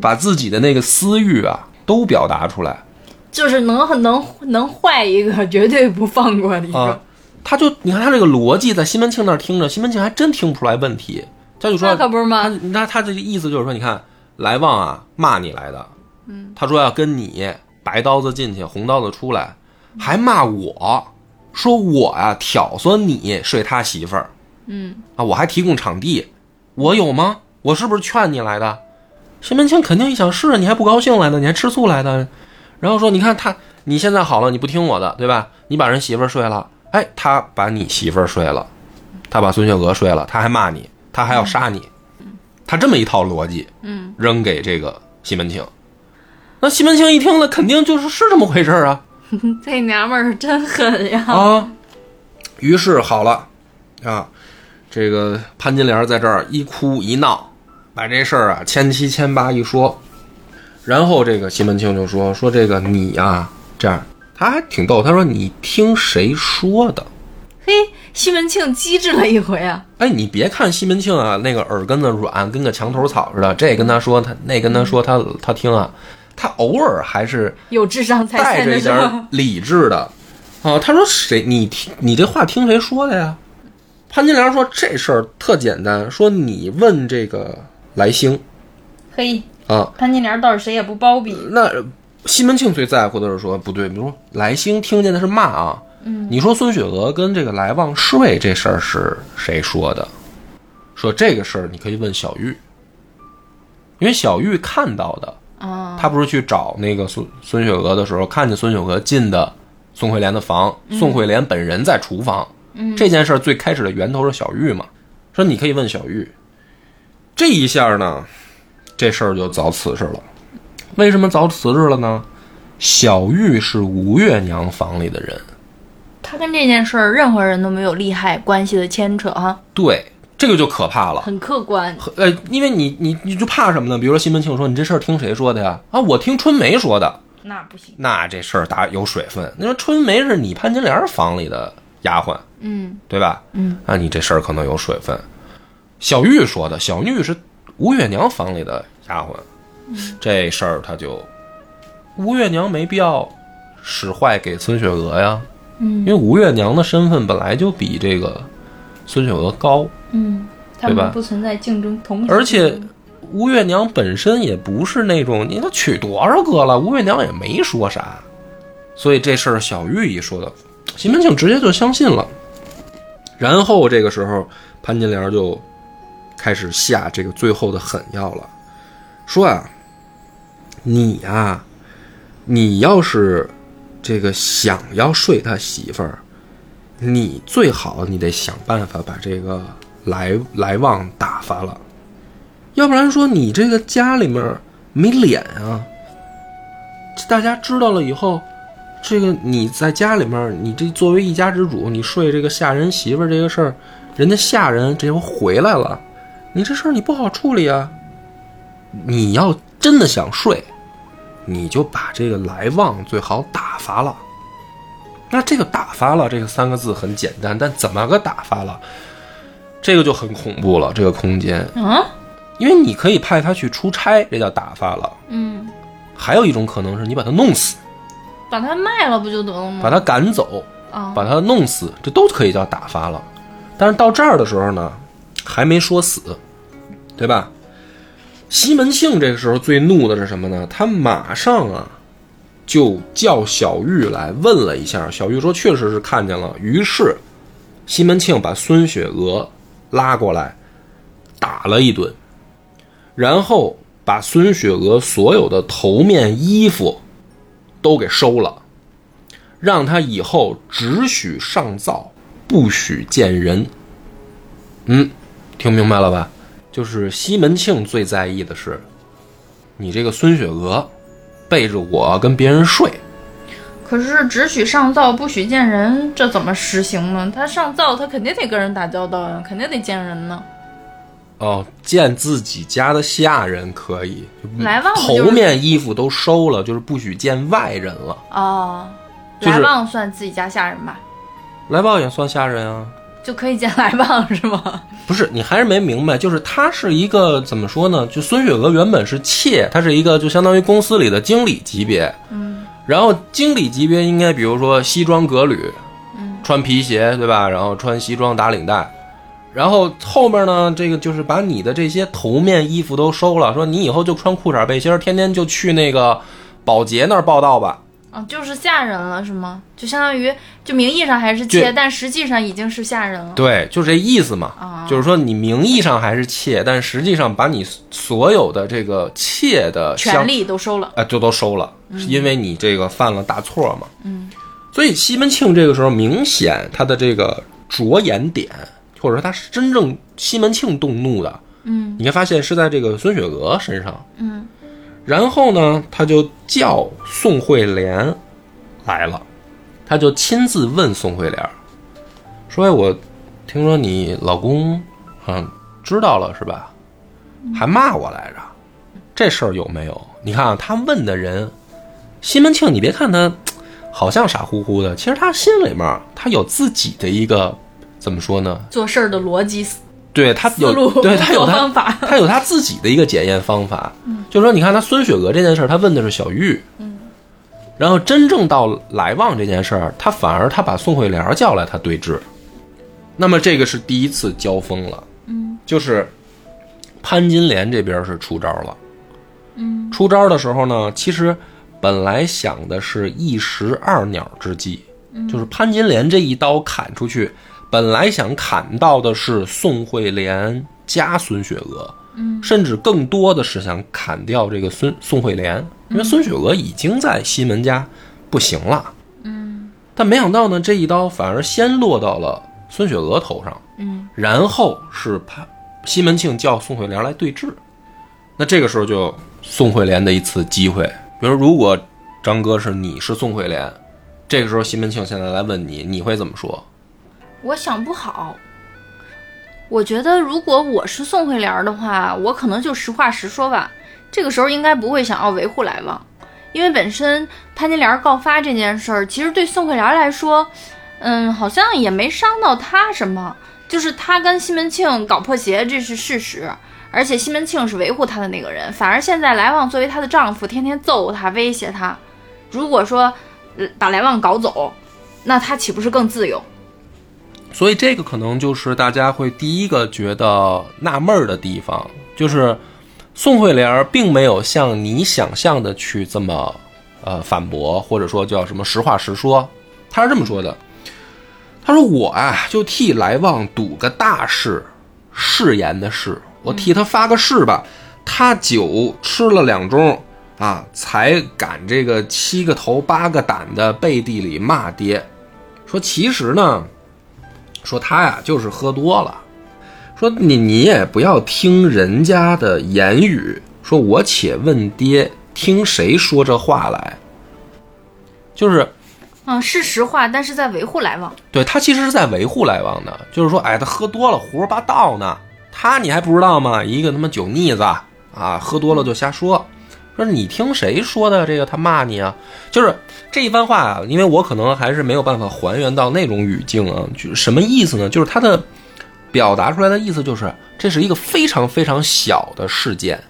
B: 把自己的那个私欲啊都表达出来。
A: 就是能能能坏一个，绝对不放过的一个。
B: 啊，他就你看他这个逻辑，在西门庆那儿听着，西门庆还真听不出来问题。他就说
A: 那，可不是
B: 他
A: 吗？
B: 那他这个意思就是说，你看来旺啊骂你来的，嗯，他说要跟你白刀子进去，红刀子出来，还骂我，说我啊挑唆你睡他媳妇儿，
A: 嗯，
B: 啊，我还提供场地，我有吗？我是不是劝你来的？西门庆肯定一想，是啊你还不高兴来的，你还吃醋来的，然后说，你看他，你现在好了，你不听我的，对吧？你把人媳妇儿睡了，哎，他把你媳妇儿睡了，他把孙雪娥睡了，他还骂你，他还要杀你，他这么一套逻辑，
A: 嗯，
B: 扔给这个西门庆。那西门庆一听了，肯定就是是这么回事儿啊，
A: 这娘们儿真狠呀！
B: 啊，于是好了，啊，这个潘金莲在这儿一哭一闹，把这事儿啊千七千八一说，然后这个西门庆就说说这个你啊，这样他还挺逗，他说你听谁说的？
A: 嘿，西门庆机智了一回啊！
B: 哎，你别看西门庆啊，那个耳根子软，跟个墙头草似的，这跟他说他，那跟他说他，他听啊，他偶尔还是
A: 有智商才
B: 带
A: 干
B: 着
A: 得
B: 一点
A: 上。
B: 儿理智的。啊，他说谁？你听，你这话听谁说的呀？潘金莲说这事儿特简单，说你问这个来兴
A: 嘿，
B: 啊。
A: 潘金莲倒是谁也不包庇。
B: 那西门庆最在乎的是说不对，比如说来兴听见的是骂啊。嗯，你说孙雪娥跟这个来旺侍卫这事儿是谁说的？说这个事儿你可以问小玉，因为小玉看到的
A: 啊，
B: 他不是去找那个孙孙雪娥的时候，看见孙雪娥进的宋惠莲的房，宋惠莲本人在厨房。嗯、这件事儿最开始的源头是小玉嘛，说你可以问小玉。这一下呢，这事儿就遭辞职了。为什么遭辞职了呢？小玉是吴月娘房里的人，
A: 他跟这件事儿任何人都没有利害关系的牵扯哈，
B: 对，这个就可怕了。
A: 很客观。
B: 呃，因为你你你就怕什么呢？比如说西门庆说你这事儿听谁说的呀？啊，我听春梅说的。
A: 那不行，
B: 那这事儿打有水分。那说春梅是你潘金莲房里的丫鬟，
A: 嗯
B: 对吧？
A: 嗯，
B: 那你这事儿可能有水分。小玉说的，小玉是吴月娘房里的丫鬟，
A: 嗯
B: 这事儿他就吴月娘没必要使坏给孙雪娥呀，
A: 嗯
B: 因为吴月娘的身份本来就比这个孙雪娥高，
A: 嗯，他
B: 对吧
A: 们不存在竞争，同时
B: 而且
A: 竞争
B: 吴月娘本身也不是那种你都娶多少个了，吴月娘也没说啥，所以这事儿小玉一说的，西门庆直接就相信了。然后这个时候，潘金莲就开始下这个最后的狠药了，说啊，你呀、你要是这个想要睡他媳妇儿，你最好你得想办法把这个来来旺打发了。要不然说你这个家里面没脸啊，这大家知道了以后，这个你在家里面，你这作为一家之主，你睡这个下人媳妇儿这个事儿，人家下人这回回来了，你这事儿你不好处理啊。你要真的想睡，你就把这个来旺最好打发了。那这个打发了这个三个字很简单，但怎么个打发了？这个就很恐怖了，这个空间。
A: 啊，
B: 因为你可以派他去出差，这叫打发了。
A: 嗯，
B: 还有一种可能是你把他弄死，
A: 把它卖了不就得了吗？
B: 把他赶走，
A: 啊，
B: 把他弄死，这都可以叫打发了。但是到这儿的时候呢，还没说死，对吧？西门庆这个时候最怒的是什么呢？他马上啊，就叫小玉来问了一下。小玉说确实是看见了，于是西门庆把孙雪娥拉过来打了一顿，然后把孙雪娥所有的头面衣服都给收了。让他以后只许上灶，不许见人。嗯，听明白了吧？就是西门庆最在意的是，你这个孙雪娥背着我跟别人睡，
A: 可是只许上灶不许见人，这怎么实行呢？他上灶，他肯定得跟人打交道呀，肯定得见人呢。
B: 哦，见自己家的下人可以，
A: 来旺不就是
B: 嗯头面衣服都收了，就是不许见外人了。
A: 哦，
B: 就是
A: 来旺算自己家下人吧，
B: 来旺也算下人啊。
A: 就可以见来旺是吗？
B: 不是，你还是没明白，就是她是一个怎么说呢？就孙雪娥原本是妾，她是一个就相当于公司里的经理级别，
A: 嗯，
B: 然后经理级别应该比如说西装革履，
A: 嗯，
B: 穿皮鞋对吧？然后穿西装打领带，然后后面呢，这个就是把你的这些头面衣服都收了，说你以后就穿裤衩背心儿，天天就去那个保洁那儿报道吧。
A: 啊，就是下人了是吗？就相当于就名义上还是妾，
B: 对
A: 但实际上已经是下人了。
B: 对，就这意思嘛。
A: 啊，
B: 就是说你名义上还是妾，但实际上把你所有的这个妾的相
A: 权利都收了。
B: 啊，就都收了，是因为你这个犯了大错嘛。
A: 嗯，
B: 所以西门庆这个时候明显他的这个着眼点，或者说他是真正西门庆动怒的，
A: 嗯
B: 你会发现是在这个孙雪娥身上。
A: 嗯
B: 然后呢，他就叫宋惠莲来了，他就亲自问宋惠莲，说：“哎，我听说你老公好像知道了是吧？还骂我来着，这事儿有没有？你看啊，他问的人，西门庆，你别看他好像傻乎乎的，其实他心里面儿他有自己的一个怎么说呢？
A: 做事儿的逻辑思
B: 对他有
A: 路，
B: 对他有
A: 做
B: 他
A: 方法。 嗯
B: 他有他自己的一个检验方法，就是说，你看他孙雪娥这件事儿，他问的是小玉，然后真正到来旺这件事儿，他反而他把宋慧莲叫来，他对峙，那么这个是第一次交锋了，
A: 嗯，
B: 就是潘金莲这边是出招了，
A: 嗯，
B: 出招的时候呢，其实本来想的是一石二鸟之计，就是潘金莲这一刀砍出去，本来想砍到的是宋惠莲加孙雪娥，嗯，甚至更多的是想砍掉这个孙宋惠莲，因为孙雪娥已经在西门家不行了，嗯，但没想到呢，这一刀反而先落到了孙雪娥头上，
A: 嗯
B: 然后是潘西门庆叫宋惠莲来对峙。那这个时候就宋惠莲的一次机会，比如如果张哥是你是宋惠莲，这个时候西门庆现在来问你，你会怎么说？
A: 我想不好。我觉得如果我是宋慧莲儿的话，我可能就实话实说吧。这个时候应该不会想要维护来往，因为本身潘金莲儿告发这件事儿，其实对宋慧莲儿来说，嗯，好像也没伤到她什么。就是她跟西门庆搞破鞋，这是事实。而且西门庆是维护她的那个人，反而现在来旺作为她的丈夫，天天揍她、威胁她。如果说呃把来旺搞走，那她岂不是更自由？
B: 所以这个可能就是大家会第一个觉得纳闷儿的地方，就是宋惠莲儿并没有像你想象的去这么呃反驳，或者说叫什么实话实说，她是这么说的：“她说我啊，就替来旺赌个大事，誓言的誓，我替他发个誓吧。他酒吃了两盅啊，才敢这个七个头八个胆的背地里骂爹，说其实呢。”说他呀就是喝多了，说你你也不要听人家的言语，说我且问爹听谁说这话来，就是
A: 嗯，是实话，但是在维护来往。
B: 对他其实是在维护来往的，就是说，哎，他喝多了胡说八道呢，他你还不知道吗？一个他妈酒腻子啊，喝多了就瞎说。说你听谁说的？这个他骂你啊，就是这一番话啊，因为我可能还是没有办法还原到那种语境啊，就是什么意思呢？就是他的表达出来的意思就是，这是一个非常非常小的事件，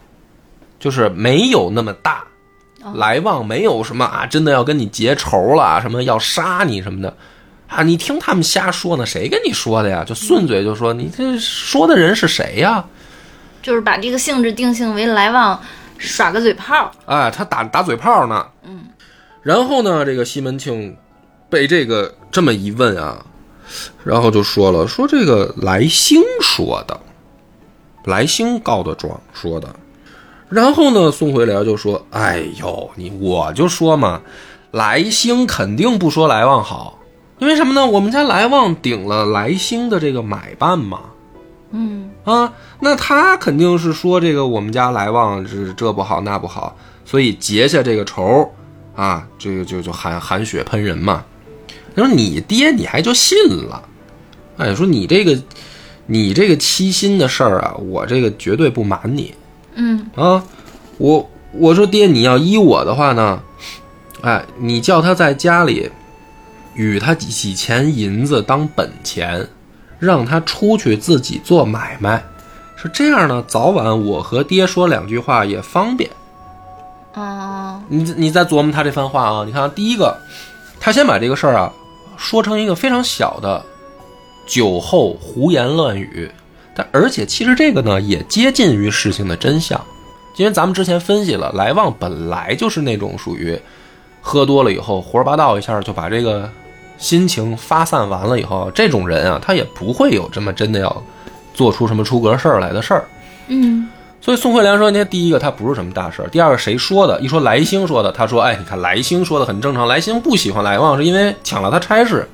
B: 就是没有那么大，来旺没有什么啊，真的要跟你结仇了啊，什么要杀你什么的，啊，你听他们瞎说呢，谁跟你说的呀？就顺嘴就说，你这说的人是谁呀？
A: 就是把这个性质定性为来往耍个嘴炮。
B: 哎，他打打嘴炮呢。嗯。然后呢，这个西门庆被这个这么一问啊，然后就说了，说这个来兴说的，来兴告的状说的。然后呢，宋回莲就说：“哎呦，你我就说嘛，来兴肯定不说来旺好，因为什么呢？我们家来旺顶了来兴的这个买办嘛。”
A: 嗯，
B: 啊，那他肯定是说这个我们家来旺是这不好那不好，所以结下这个仇啊，这个就就含含血喷人嘛。他说你爹你还就信了，哎，说你这个你这个欺心的事儿啊，我这个绝对不瞒你
A: 嗯，
B: 啊。我我说爹你要依我的话呢，哎，你叫他在家里与他几钱银子当本钱，让他出去自己做买卖。是这样呢，早晚我和爹说两句话也方便。
A: 哦，
B: 你你再琢磨他这番话啊，你看啊第一个，他先把这个事儿啊说成一个非常小的酒后胡言乱语，但而且其实这个呢也接近于事情的真相，因为咱们之前分析了，来旺本来就是那种属于喝多了以后胡说八道一下就把这个心情发散完了以后，这种人啊他也不会有这么真的要做出什么出格事儿来的事儿。
A: 嗯，
B: 所以宋惠良说，那第一个他不是什么大事儿，第二个谁说的？一说来兴说的，他说，哎，你看来兴说的很正常，来兴不喜欢来旺是因为抢了他差事，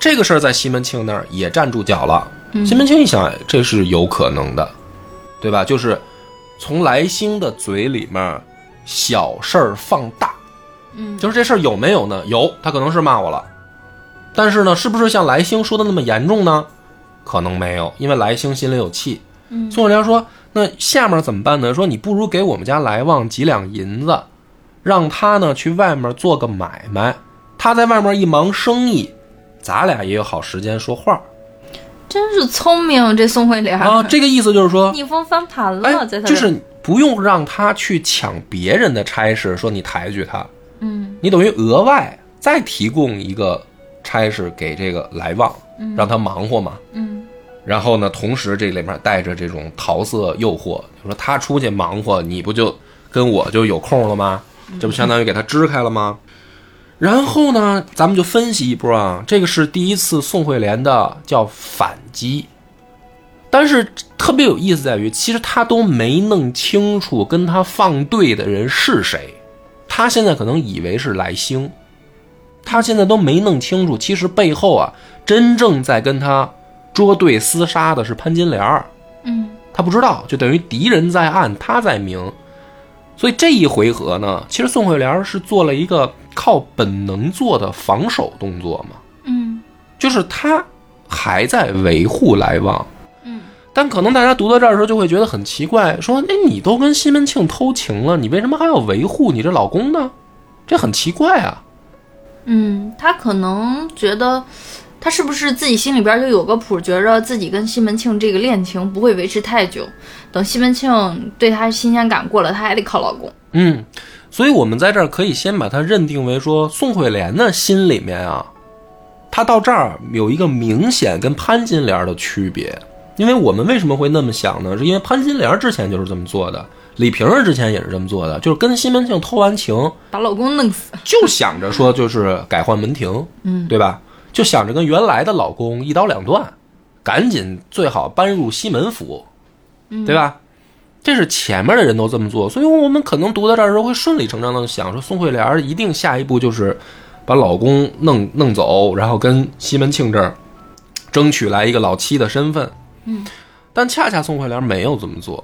B: 这个事儿在西门庆那儿也站住脚了。西门庆一想，哎这是有可能的，对吧？就是从来兴的嘴里面小事儿放大，
A: 嗯
B: 就是这事儿有没有呢？有，他可能是骂我了，但是呢，是不是像来兴说的那么严重呢？可能没有，因为来兴心里有气。
A: 嗯
B: 宋良说：“那下面怎么办呢？说你不如给我们家来旺几两银子，让他呢去外面做个买卖。他在外面一忙生意，咱俩也有好时间说话
A: 真是聪明，这宋慧莲
B: 啊。这个意思就是说，
A: 逆风翻盘了，
B: 哎
A: 在，他这
B: 就
A: 儿
B: 是不用让他去抢别人的差事，说你抬举他，
A: 嗯
B: 你等于额外再提供一个差事给这个来旺，让他忙活嘛。
A: 嗯
B: 然后呢，同时这里面带着这种桃色诱惑，就说他出去忙活，你不就跟我就有空了吗？
A: 嗯
B: 这不相当于给他支开了吗？然后呢，咱们就分析一波啊，这个是第一次宋惠莲的叫反击，但是特别有意思在于，其实他都没弄清楚跟他放对的人是谁，他现在可能以为是来兴，他现在都没弄清楚，其实背后啊，真正在跟他捉对厮杀的是潘金莲儿，
A: 嗯
B: 他不知道，就等于敌人在暗，他在明。所以这一回合呢，其实宋惠莲儿是做了一个靠本能做的防守动作嘛，
A: 嗯
B: 就是他还在维护来旺，
A: 嗯
B: 但可能大家读到这儿的时候就会觉得很奇怪，说：“哎，你都跟西门庆偷情了，你为什么还要维护你这老公呢？这很奇怪啊。
A: 嗯，他可能觉得，他是不是自己心里边就有个谱，觉着自己跟西门庆这个恋情不会维持太久，等西门庆对他新鲜感过了，他还得靠老公。”
B: 嗯，所以我们在这儿可以先把它认定为说，宋惠莲的心里面啊，她到这儿有一个明显跟潘金莲的区别。因为我们为什么会那么想呢？是因为潘金莲之前就是这么做的，李瓶儿之前也是这么做的，就是跟西门庆偷完情，
A: 把老公弄死。
B: 就想着说就是改换门庭，
A: 嗯，
B: 对吧？就想着跟原来的老公一刀两断，赶紧最好搬入西门府，对吧？这是前面的人都这么做，所以我们可能读到这儿的时候会顺理成章的想说，宋惠莲儿一定下一步就是把老公弄弄走，然后跟西门庆这儿争取来一个老七的身份。嗯，但恰恰宋惠莲没有这么做，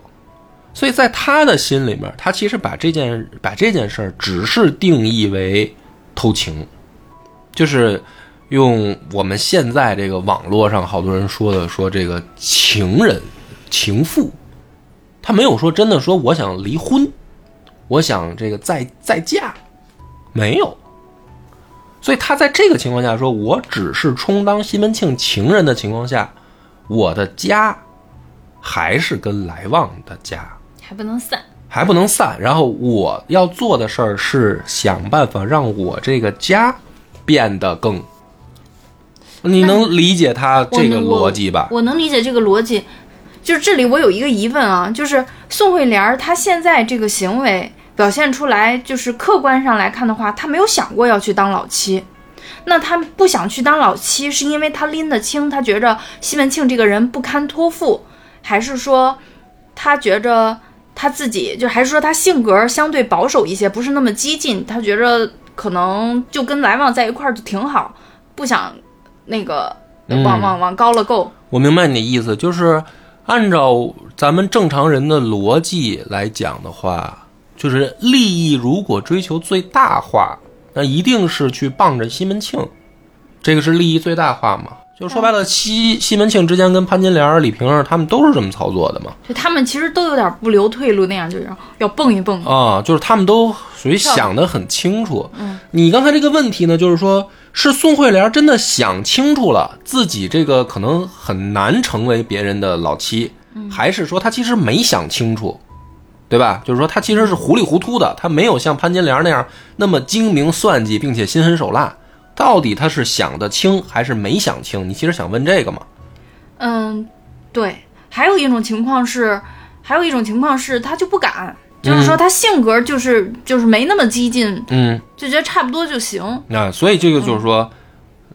B: 所以在他的心里面，他其实把这件把这件事儿只是定义为偷情，就是用我们现在这个网络上好多人说的说这个情人情妇，他没有说真的说我想离婚，我想这个再再嫁，没有。所以他在这个情况下说，我只是充当西门庆情人的情况下，我的家还是跟来旺的家。
A: 还不能散。
B: 还不能散。然后我要做的事儿是想办法让我这个家变得更。你能理解他这个逻辑吧？
A: 我能理解这个逻辑，就是这里我有一个疑问啊，就是宋慧莲儿她现在这个行为表现出来，就是客观上来看的话，她没有想过要去当老七。那她不想去当老七，是因为她拎得清，她觉着西门庆这个人不堪托付，还是说她觉着她自己就还是说她性格相对保守一些，不是那么激进，她觉着可能就跟来旺在一块儿就挺好，不想那个
B: 嗯
A: 往往往高了够。
B: 我明白你的意思，就是按照咱们正常人的逻辑来讲的话，就是利益如果追求最大化，那一定是去傍着西门庆，这个是利益最大化嘛？就说白
A: 嗯
B: 了，西西门庆之间跟潘金莲、李瓶儿他们都是这么操作的嘛。
A: 就他们其实都有点不留退路那样，就是要蹦一蹦。
B: 啊，就是他们都属于想得很清楚。嗯，你刚才这个问题呢，就是说是宋慧莲真的想清楚了自己这个可能很难成为别人的老七，还是说她其实没想清楚，对吧？就是说她其实是糊里糊涂的，她没有像潘金莲那样那么精明算计，并且心狠手辣。到底她是想得清还是没想清？你其实想问这个嘛？
A: 嗯，对。还有一种情况是，还有一种情况是他就不敢，就是说他性格就是、就是没那么激进，
B: 嗯，
A: 就觉得差不多就行。
B: 那所以这个就是说，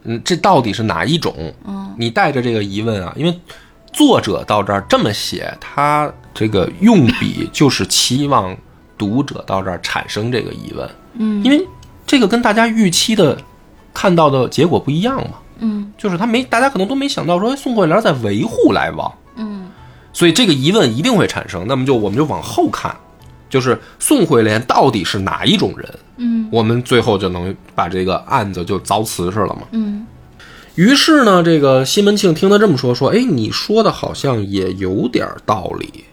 B: 嗯，这到底是哪一种？嗯，你带着这个疑问啊，因为作者到这儿这么写，他这个用笔就是期望读者到这儿产生这个疑问。嗯，因为这个跟大家预期的看到的结果不一样嘛。
A: 嗯，
B: 就是他没，大家可能都没想到说哎宋慧莲在维护来往。嗯，所以这个疑问一定会产生。那么就我们就往后看，就是宋慧莲到底是哪一种人？
A: 嗯
B: 我们最后就能把这个案子就凿瓷实了嘛。
A: 嗯
B: 于是呢，这个西门庆听他这么说，说：“哎，你说的好像也有点道理。”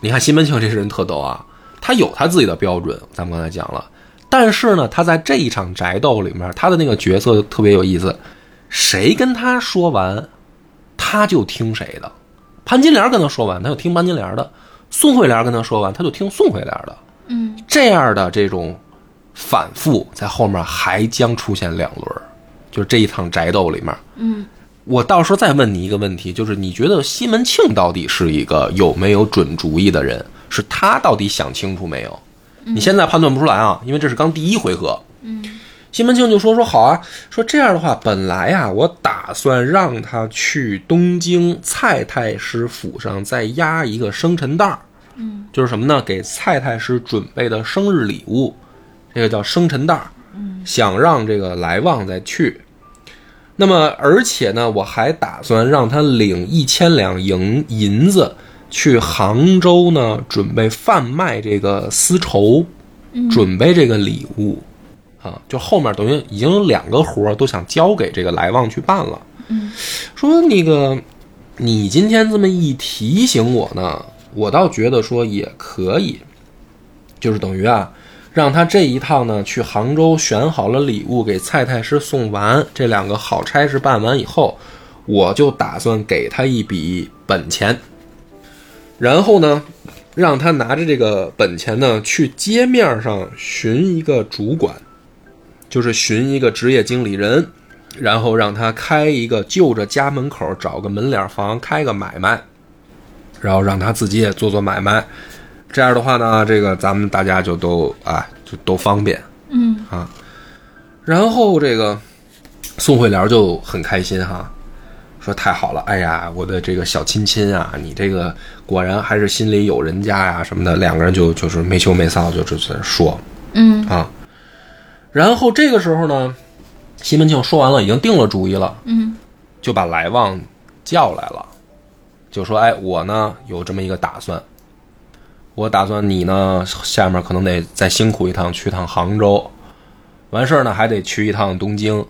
B: 你看西门庆这人特逗啊，他有他自己的标准，咱们刚才讲了。但是呢，他在这一场宅斗里面，他的那个角色特别有意思，谁跟他说完，他就听谁的。潘金莲跟他说完，他就听潘金莲的；宋惠莲跟他说完，他就听宋惠莲的。
A: 嗯，
B: 这样的这种反复，在后面还将出现两轮儿，就是这一场宅斗里面。
A: 嗯，
B: 我到时候再问你一个问题，就是你觉得西门庆到底是一个有没有准主意的人？是他到底想清楚没有？你现在判断不出来啊，因为这是刚第一回合。嗯，西门庆就说说好啊，说这样的话，本来啊，我打算让他去东京蔡太师府上再压一个生辰蛋儿。就是什么呢？给蔡太师准备的生日礼物，这个叫生辰蛋儿。嗯，想让这个来旺再去。那么，而且呢，我还打算让他领一千两银银子去杭州呢，准备贩卖这个丝绸，准备这个礼物。啊，就后面等于已经有两个活儿都想交给这个来旺去办了。
A: 嗯，
B: 说那个，你今天这么一提醒我呢，我倒觉得说也可以，就是等于啊，让他这一趟呢去杭州选好了礼物给蔡太师送完，这两个好差事办完以后，我就打算给他一笔本钱，然后呢。让他拿着这个本钱呢，去街面上寻一个主管，就是寻一个职业经理人，然后让他开一个，就着家门口找个门脸房开个买卖，然后让他自己也做做买卖。这样的话呢，这个咱们大家就都啊，就都方便。啊
A: 嗯
B: 然后这个宋慧莲就很开心哈，说太好了，哎呀，我的这个小亲亲啊，你这个果然还是心里有人家呀、什么的。两个人就就是没羞没臊，就就在那说。
A: 嗯
B: 啊。然后这个时候呢，西门庆说完了，已经定了主意了，
A: 嗯
B: 就把来旺叫来了，就说：“哎，我呢有这么一个打算，我打算你呢下面可能得再辛苦一趟，去趟杭州，完事儿呢还得去一趟东京，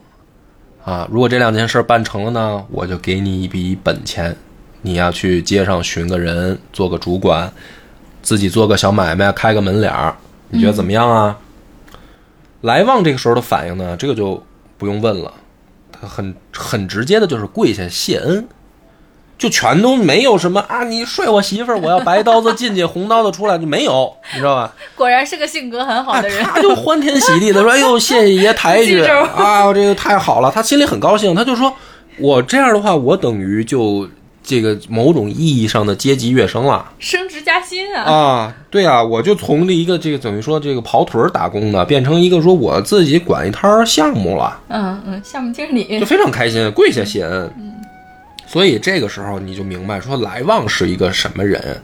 B: 啊，如果这两件事儿办成了呢，我就给你一笔本钱，你要去街上寻个人，做个主管，自己做个小买卖，开个门脸儿，你觉
A: 嗯
B: 得怎么样啊？”来旺这个时候的反应呢，这个就不用问了。他很很直接的就是跪下谢恩，就全都没有什么啊，你睡我媳妇儿，我要白刀子进去，红刀子出来就没有，你知道吧？啊
A: 果然是个性格很 好的人。
B: 他就欢天喜地 的说：“哎呦，谢谢爷抬举
A: 记住
B: 啊，我这个太好了。”他心里很高兴，他就说：“我这样的话，我等于就这个某种意义上的阶级跃升了。”
A: 升职加薪啊！
B: 啊，对啊，我就从这一个这个等于说这个跑腿儿打工的，变成一个说我自己管一摊儿项目了，
A: 嗯嗯，项目经
B: 就
A: 理，
B: 非常开心，跪下谢恩。所以这个时候你就明白说来旺是一个什么人，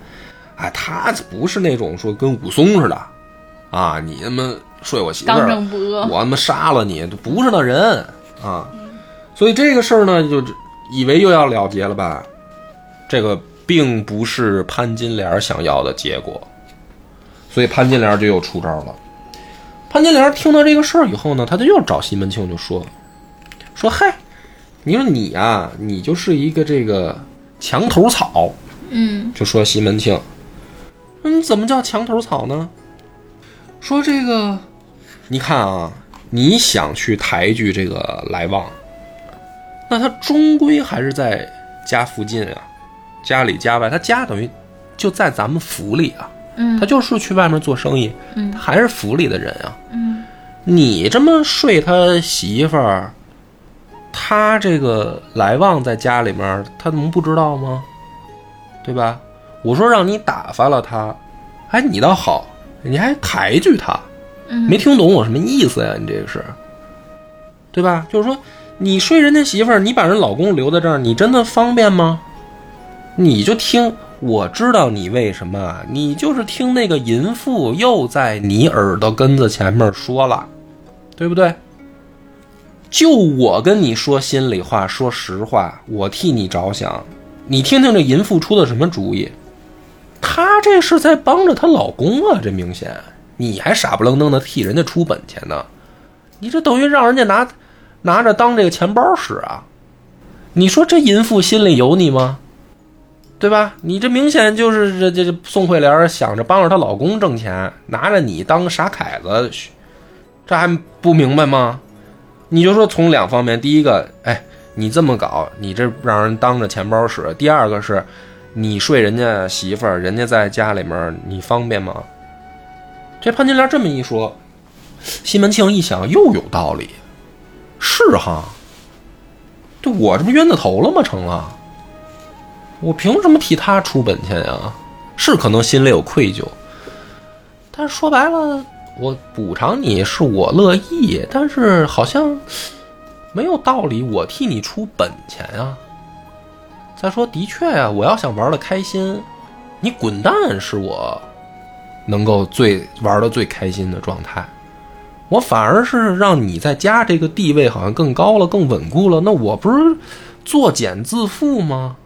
B: 哎，他不是那种说跟武松似的，啊，你他妈睡我媳妇
A: 刚
B: 儿，
A: 正不阿。
B: 我他妈杀了你，都不是那人啊！所以这个事儿呢，就以为又要了结了吧？这个并不是潘金莲想要的结果，所以潘金莲就又出招了。潘金莲听到这个事儿以后呢，她就又找西门庆就说：“说嗨，你说你啊，你就是一个这个墙头草，
A: 嗯
B: 就说西门庆，嗯，怎么叫墙头草呢？说这个，你看啊，你想去抬举这个来旺，那他终归还是在家附近啊，家里家外，他家等于就在咱们府里啊，
A: 嗯
B: 他就是去外面做生意，
A: 嗯
B: 他还是府里的人啊。
A: 嗯
B: 你这么睡他媳妇儿，他这个来旺在家里面，他能不知道吗？对吧？我说让你打发了他，哎，你倒好，你还抬举他，
A: 嗯
B: 没听懂我什么意思呀？你这个是，对吧？就是说，你睡人家媳妇儿，你把人老公留在这儿，你真的方便吗？你就听，我知道你为什么啊，你就是听那个淫妇又在你耳朵根子前面说了，对不对？就我跟你说心里话，说实话，我替你着想，你听听这淫妇出的什么主意？她这是在帮着她老公啊，这明显。你还傻不愣登的替人家出本钱呢？你这等于让人家拿拿着当这个钱包使啊！你说这淫妇心里有你吗？对吧？你这明显就是这这这宋慧莲想着帮着她老公挣钱，拿着你当傻凯子，这还不明白吗？你就说从两方面，第一个，哎，你这么搞，你这让人当着钱包使；第二个是，你睡人家媳妇儿，人家在家里面，你方便吗？这潘金莲这么一说，西门庆一想又有道理，是哈，对我这不冤大头了吗？成了，我凭什么替他出本钱呀？是可能心里有愧疚，但是说白了，我补偿你是我乐意，但是好像没有道理我替你出本钱啊。再说，的确呀、我要想玩的开心，你滚蛋是我能够最玩的最开心的状态。我反而是让你在家这个地位好像更高了、更稳固了，那我不是作茧自缚吗？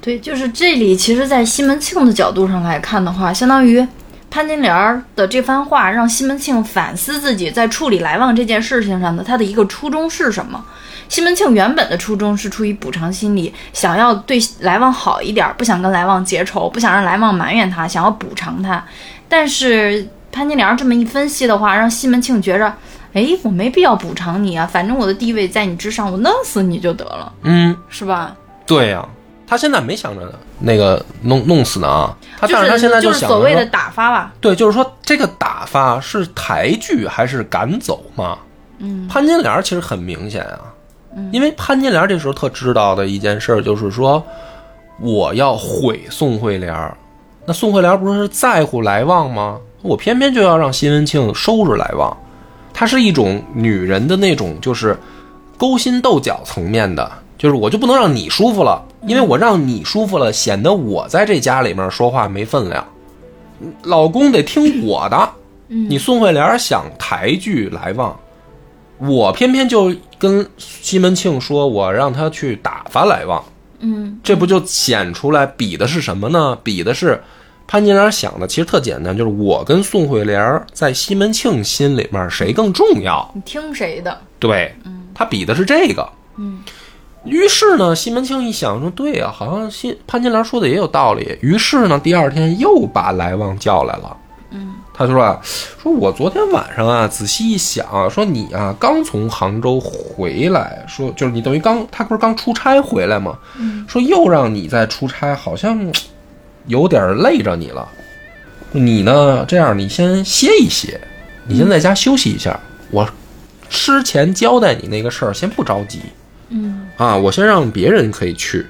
A: 对，就是这里，其实，在西门庆的角度上来看的话，相当于潘金莲儿的这番话让西门庆反思自己在处理来旺这件事情上的他的一个初衷是什么。西门庆原本的初衷是出于补偿心理，想要对来旺好一点，不想跟来旺结仇，不想让来旺埋怨他，想要补偿他。但是潘金莲儿这么一分析的话，让西门庆觉着，哎，我没必要补偿你啊，反正我的地位在你之上，我弄死你就得了，
B: 嗯，
A: 是吧？
B: 对
A: 啊
B: 呀、他现在没想着那个弄弄死呢啊，他但
A: 是
B: 他现在
A: 就
B: 想着
A: 所谓
B: 说
A: 的打发吧，
B: 对，就是说这个打发是抬举还是赶走嘛？嗯，潘金莲儿其实很明显啊，因为潘金莲儿这时候特知道的一件事儿就是说，我要毁宋惠莲儿，那宋惠莲儿不是在乎来旺吗？我偏偏就要让西门庆收拾来旺，它是一种女人的那种就是勾心斗角层面的，就是我就不能让你舒服了，因为我让你舒服了，显得我在这家里面说话没分量。老公得听我的。你宋惠莲想抬举来旺，我偏偏就跟西门庆说，我让他去打发来旺，
A: 嗯，
B: 这不就显出来比的是什么呢？比的是潘金莲想的其实特简单，就是我跟宋惠莲在西门庆心里面谁更重要。
A: 你听谁的？
B: 对，他比的是这个。嗯，于是呢，西门庆一想说，对啊，好像西潘金莲说的也有道理。于是呢，第二天又把来旺叫来了。嗯，他说啊，说我昨天晚上啊，仔细一想，说你啊刚从杭州回来，说就是你等于刚他不是刚出差回来吗？说又让你在出差，好像嘖有点累着你了。你呢，这样你先歇一歇，你先在家休息一下。我之前交代你那个事儿，先不着急。嗯，啊，我先让别人可以去，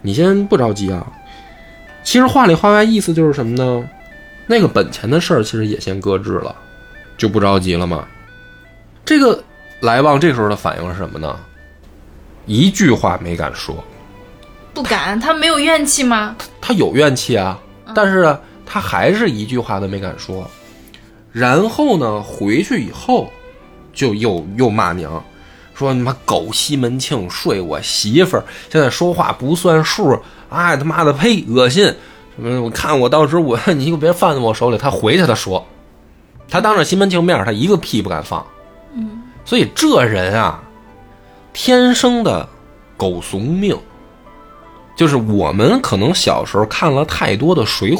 B: 你先不着急啊。其实话里话外意思就是什么呢？那个本钱的事儿其实也先搁置了，就不着急了嘛。这个来旺这时候的反应是什么呢？一句话没敢说，
A: 不敢，他没有怨气吗？
B: 他有怨气啊，但是呢，他还是一句话都没敢说。然后呢，回去以后就又又骂娘，说你妈狗西门庆睡我媳妇儿，现在说话不算数，哎他妈的呸，恶心！什么？我看我到时候我你就别放在我手里。他回去他说，他当着西门庆面儿他一个屁不敢放。嗯，所以这人啊，天生的狗怂命。就是我们可能小时候看了太多的《水浒》，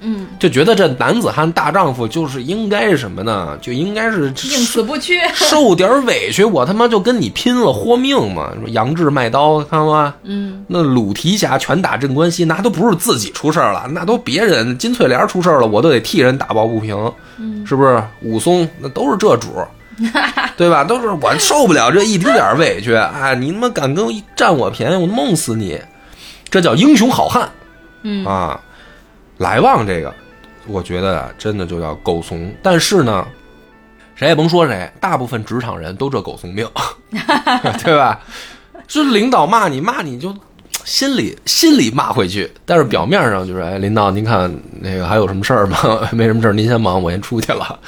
A: 嗯，
B: 就觉得这男子汉大丈夫就是应该是什么呢？就应该是
A: 宁死不屈。
B: 受点委屈，我他妈就跟你拼了，豁命嘛！说杨志卖刀，看到吗？
A: 嗯，
B: 那鲁提辖拳打镇关西，那都不是自己出事儿了，那都别人金翠莲出事儿了，我都得替人打抱不平，是不是？武松那都是这主儿，对吧？都是我受不了这一丁点儿委屈啊！你他妈敢跟我一占我便宜，我弄死你！这叫英雄好汉，
A: 嗯
B: 啊，来旺这个，我觉得啊，真的就叫狗怂。但是呢，谁也甭说谁，大部分职场人都这狗怂病， 对吧？这领导骂你骂你就心里心里骂回去，但是表面上就是哎，领导您看那个还有什么事儿吗？ 没什么事儿，您先忙，我先出去 了。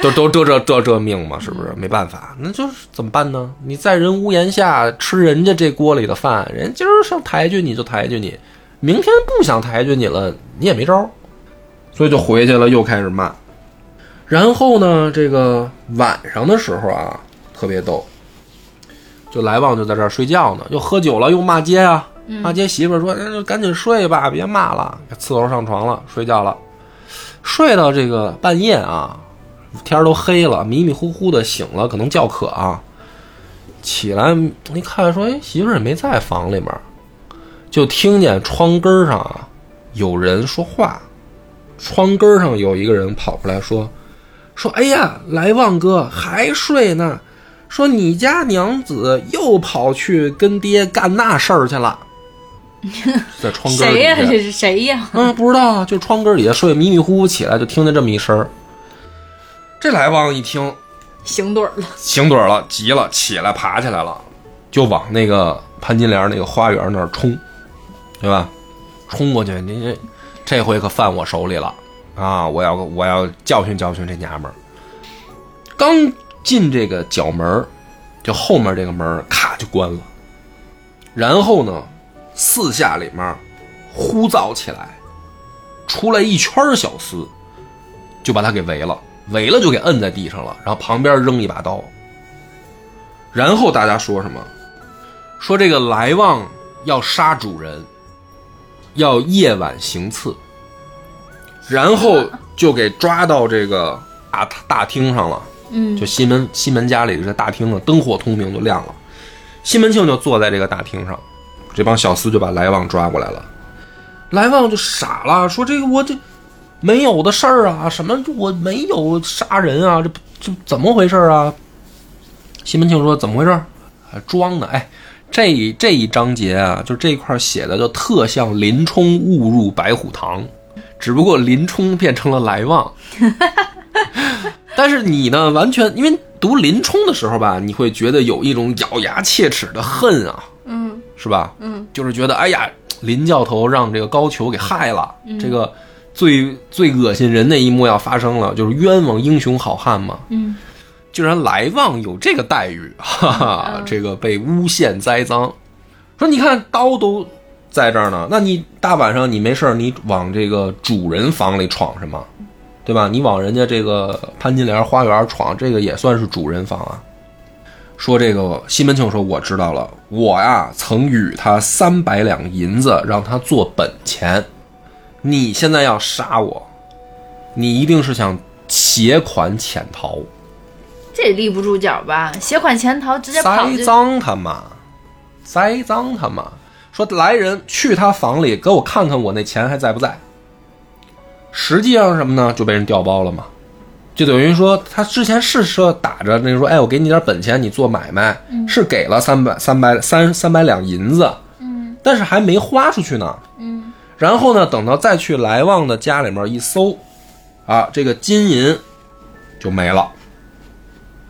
B: 都都都这这这命嘛，是不是？没办法，那就是怎么办呢？你在人屋檐下吃人家这锅里的饭，人今儿想抬举你就抬举你，明天不想抬举你了，你也没招儿，所以就回去了，又开始骂。然后呢，这个晚上的时候啊，特别逗，就来旺就在这儿睡觉呢，又喝酒了，又骂街啊，骂街媳妇儿说：“那就赶紧睡吧，别骂了，伺候上床了，睡觉了。”睡到这个半夜啊，天儿都黑了，迷迷糊糊的醒了，可能叫渴啊。起来一看说，哎，媳妇儿也没在房里面儿，就听见窗根儿上啊有人说话，窗根儿上有一个人跑过来说，说，哎呀，来旺哥还睡呢，说你家娘子又跑去跟爹干那事儿去了， 在窗根儿底
A: 谁呀、
B: 下
A: 这是 谁 呀、
B: 嗯，不知道啊，就窗根儿底下睡迷迷糊糊起来，就听见这么一声儿。这来旺一听，
A: 行盹儿了。
B: 醒盹儿了，急了，起来爬起来了，就往那个潘金莲那个花园那儿冲，对吧？冲过去，您这这回可犯我手里了啊！我要我要教训教训这娘们儿。刚进这个角门儿，就后面这个门儿咔就关了。然后呢，四下里面呼噪起来，出来一圈儿小厮，就把他给围了，围了就给摁在地上了，然后旁边扔一把刀。然后大家说什么？说这个来旺要杀主人，要夜晚行刺，然后就给抓到这个大大厅上了。
A: 嗯
B: 就西门西门家里这大厅啊，灯火通明就亮了。西门庆就坐在这个大厅上，这帮小厮就把来旺抓过来了。来旺就傻了，说这个我这没有的事儿啊，什么我没有杀人啊，这这怎么回事啊？西门庆说怎么回事儿？还装的，哎。这一这一章节啊，就这一块儿写的就特像林冲误入白虎堂，只不过林冲变成了来旺， 但是你呢，完全因为读林冲的时候吧，你会觉得有一种咬牙切齿的恨啊，
A: 嗯
B: 是吧？
A: 嗯，
B: 就是觉得哎呀，林教头让这个高俅给害了，
A: 嗯
B: 这个最最恶心人的一幕要发生了，就是冤枉英雄好汉嘛。
A: 嗯，
B: 居然来旺有这个待遇，哈哈，这个被诬陷栽赃，说你看刀都在这儿呢，那你大晚上你没事儿，你往这个主人房里闯什么？对吧？你往人家这个潘金莲花园闯，这个也算是主人房啊。说这个西门庆说：“我知道了，我呀曾与他三百两银子，让他做本钱。你现在要杀我，你一定是想携款潜逃，
A: 这也立不住脚吧？携款潜逃，直接跑
B: 栽
A: 就
B: 赃他妈，栽赃他妈！说来人去他房里给我看看我那钱还在不在。实际上是什么呢？就被人调包了嘛，就等于说他之前是说打着那个说，哎，我给你点本钱，你做买卖，是给了三百三百三三百两银子，
A: 嗯
B: 但是还没花出去呢。
A: 嗯
B: 然后呢，等到再去来旺的家里面一搜，啊，这个金银就没了，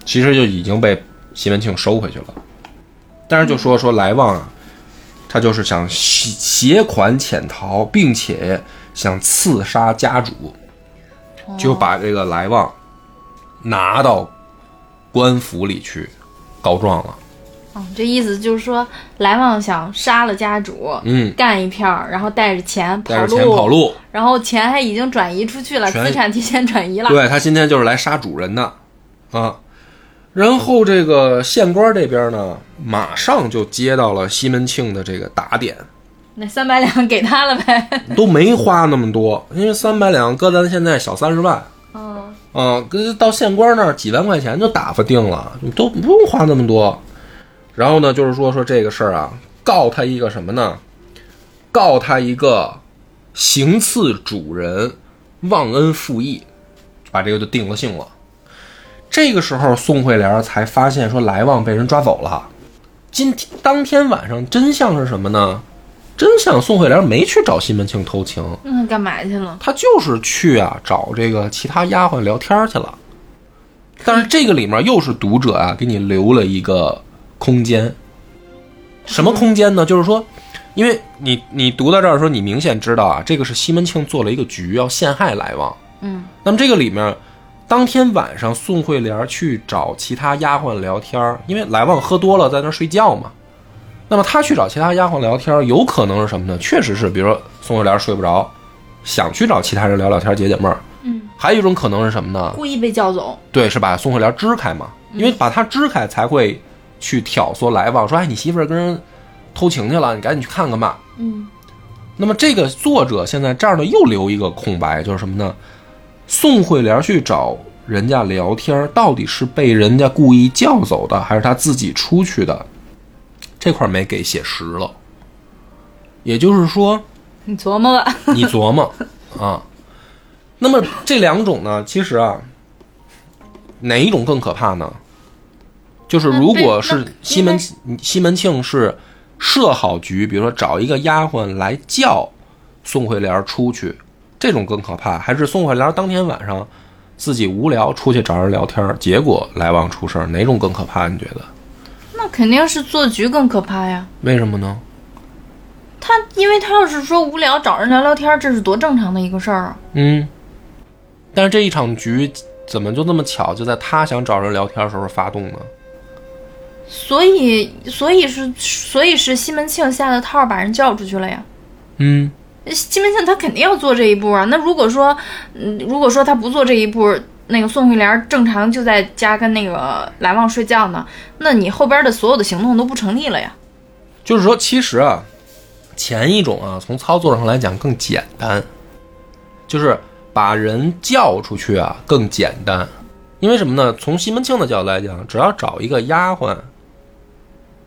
B: 其实就已经被西门庆收回去了。但是就说说来旺啊，他就是想携携款潜逃，并且想刺杀家主，就把这个来旺拿到官府里去告状了。
A: 哦，这意思就是说，来旺想杀了家主，
B: 嗯，
A: 干一票，然后带着钱
B: 带着钱跑路，
A: 然后钱还已经转移出去了，
B: 全
A: 资产提前转移了。
B: 对他今天就是来杀主人的，啊，然后这个县官这边呢，马上就接到了西门庆的这个打点，
A: 那三百两给他了呗。
B: 都没花那么多，因为三百两搁咱现在小三十万，
A: 嗯
B: 啊，跟到县官那儿几万块钱就打发定了，你都不用花那么多。然后呢，就是说说这个事儿啊，告他一个什么呢？告他一个行刺主人，忘恩负义，把这个就定了性了。这个时候，宋惠莲才发现说来旺被人抓走了。今天当天晚上真相是什么呢？真相宋惠莲没去找西门庆偷情，
A: 那干嘛去了？
B: 他就是去啊找这个其他丫鬟聊天去了。但是这个里面又是读者啊，给你留了一个空间，什么空间呢？就是说，因为你你读到这儿的时候，你明显知道啊，这个是西门庆做了一个局，要陷害来旺。
A: 嗯，
B: 那么这个里面，当天晚上宋惠莲去找其他丫鬟聊天儿，因为来旺喝多了在那儿睡觉嘛。那么他去找其他丫鬟聊天儿，有可能是什么呢？确实是，比如说宋惠莲睡不着，想去找其他人聊聊天儿解解闷儿。
A: 嗯，
B: 还有一种可能是什么呢？
A: 故意被叫走。
B: 对，是把宋惠莲支开嘛，因为把她支开才会去挑唆来旺，说哎，你媳妇儿跟人偷情去了，你赶紧去看看吧。
A: 嗯
B: 那么这个作者现在这儿呢又留一个空白，就是什么呢？宋惠莲去找人家聊天，到底是被人家故意叫走的，还是他自己出去的？这块儿没给写实了。也就是说，
A: 你琢磨吧。
B: 你琢磨啊。那么这两种呢，其实啊，哪一种更可怕呢？就是如果
A: 那
B: 是
A: 对那
B: 西门
A: 应该是
B: 西门庆是设好局，比如说找一个丫鬟来叫宋惠莲出去，这种更可怕，还是宋惠莲当天晚上自己无聊出去找人聊天，结果来旺出事儿，哪种更可怕？你觉得？
A: 那肯定是做局更可怕呀。
B: 为什么呢？
A: 他，因为他要是说无聊找人聊聊天，这是多正常的一个事儿啊。
B: 嗯，但是这一场局怎么就那么巧，就在他想找人聊天的时候发动呢？
A: 所以，所以是，所以是西门庆下的套，把人叫出去了呀。
B: 嗯，
A: 西门庆他肯定要做这一步啊。那如果说，嗯，如果说他不做这一步，那个宋玉莲正常就在家跟那个来旺睡觉呢，那你后边的所有的行动都不成立了呀。
B: 就是说，其实啊，前一种啊，从操作上来讲更简单，就是把人叫出去啊更简单，因为什么呢？从西门庆的角度来讲，只要找一个丫鬟，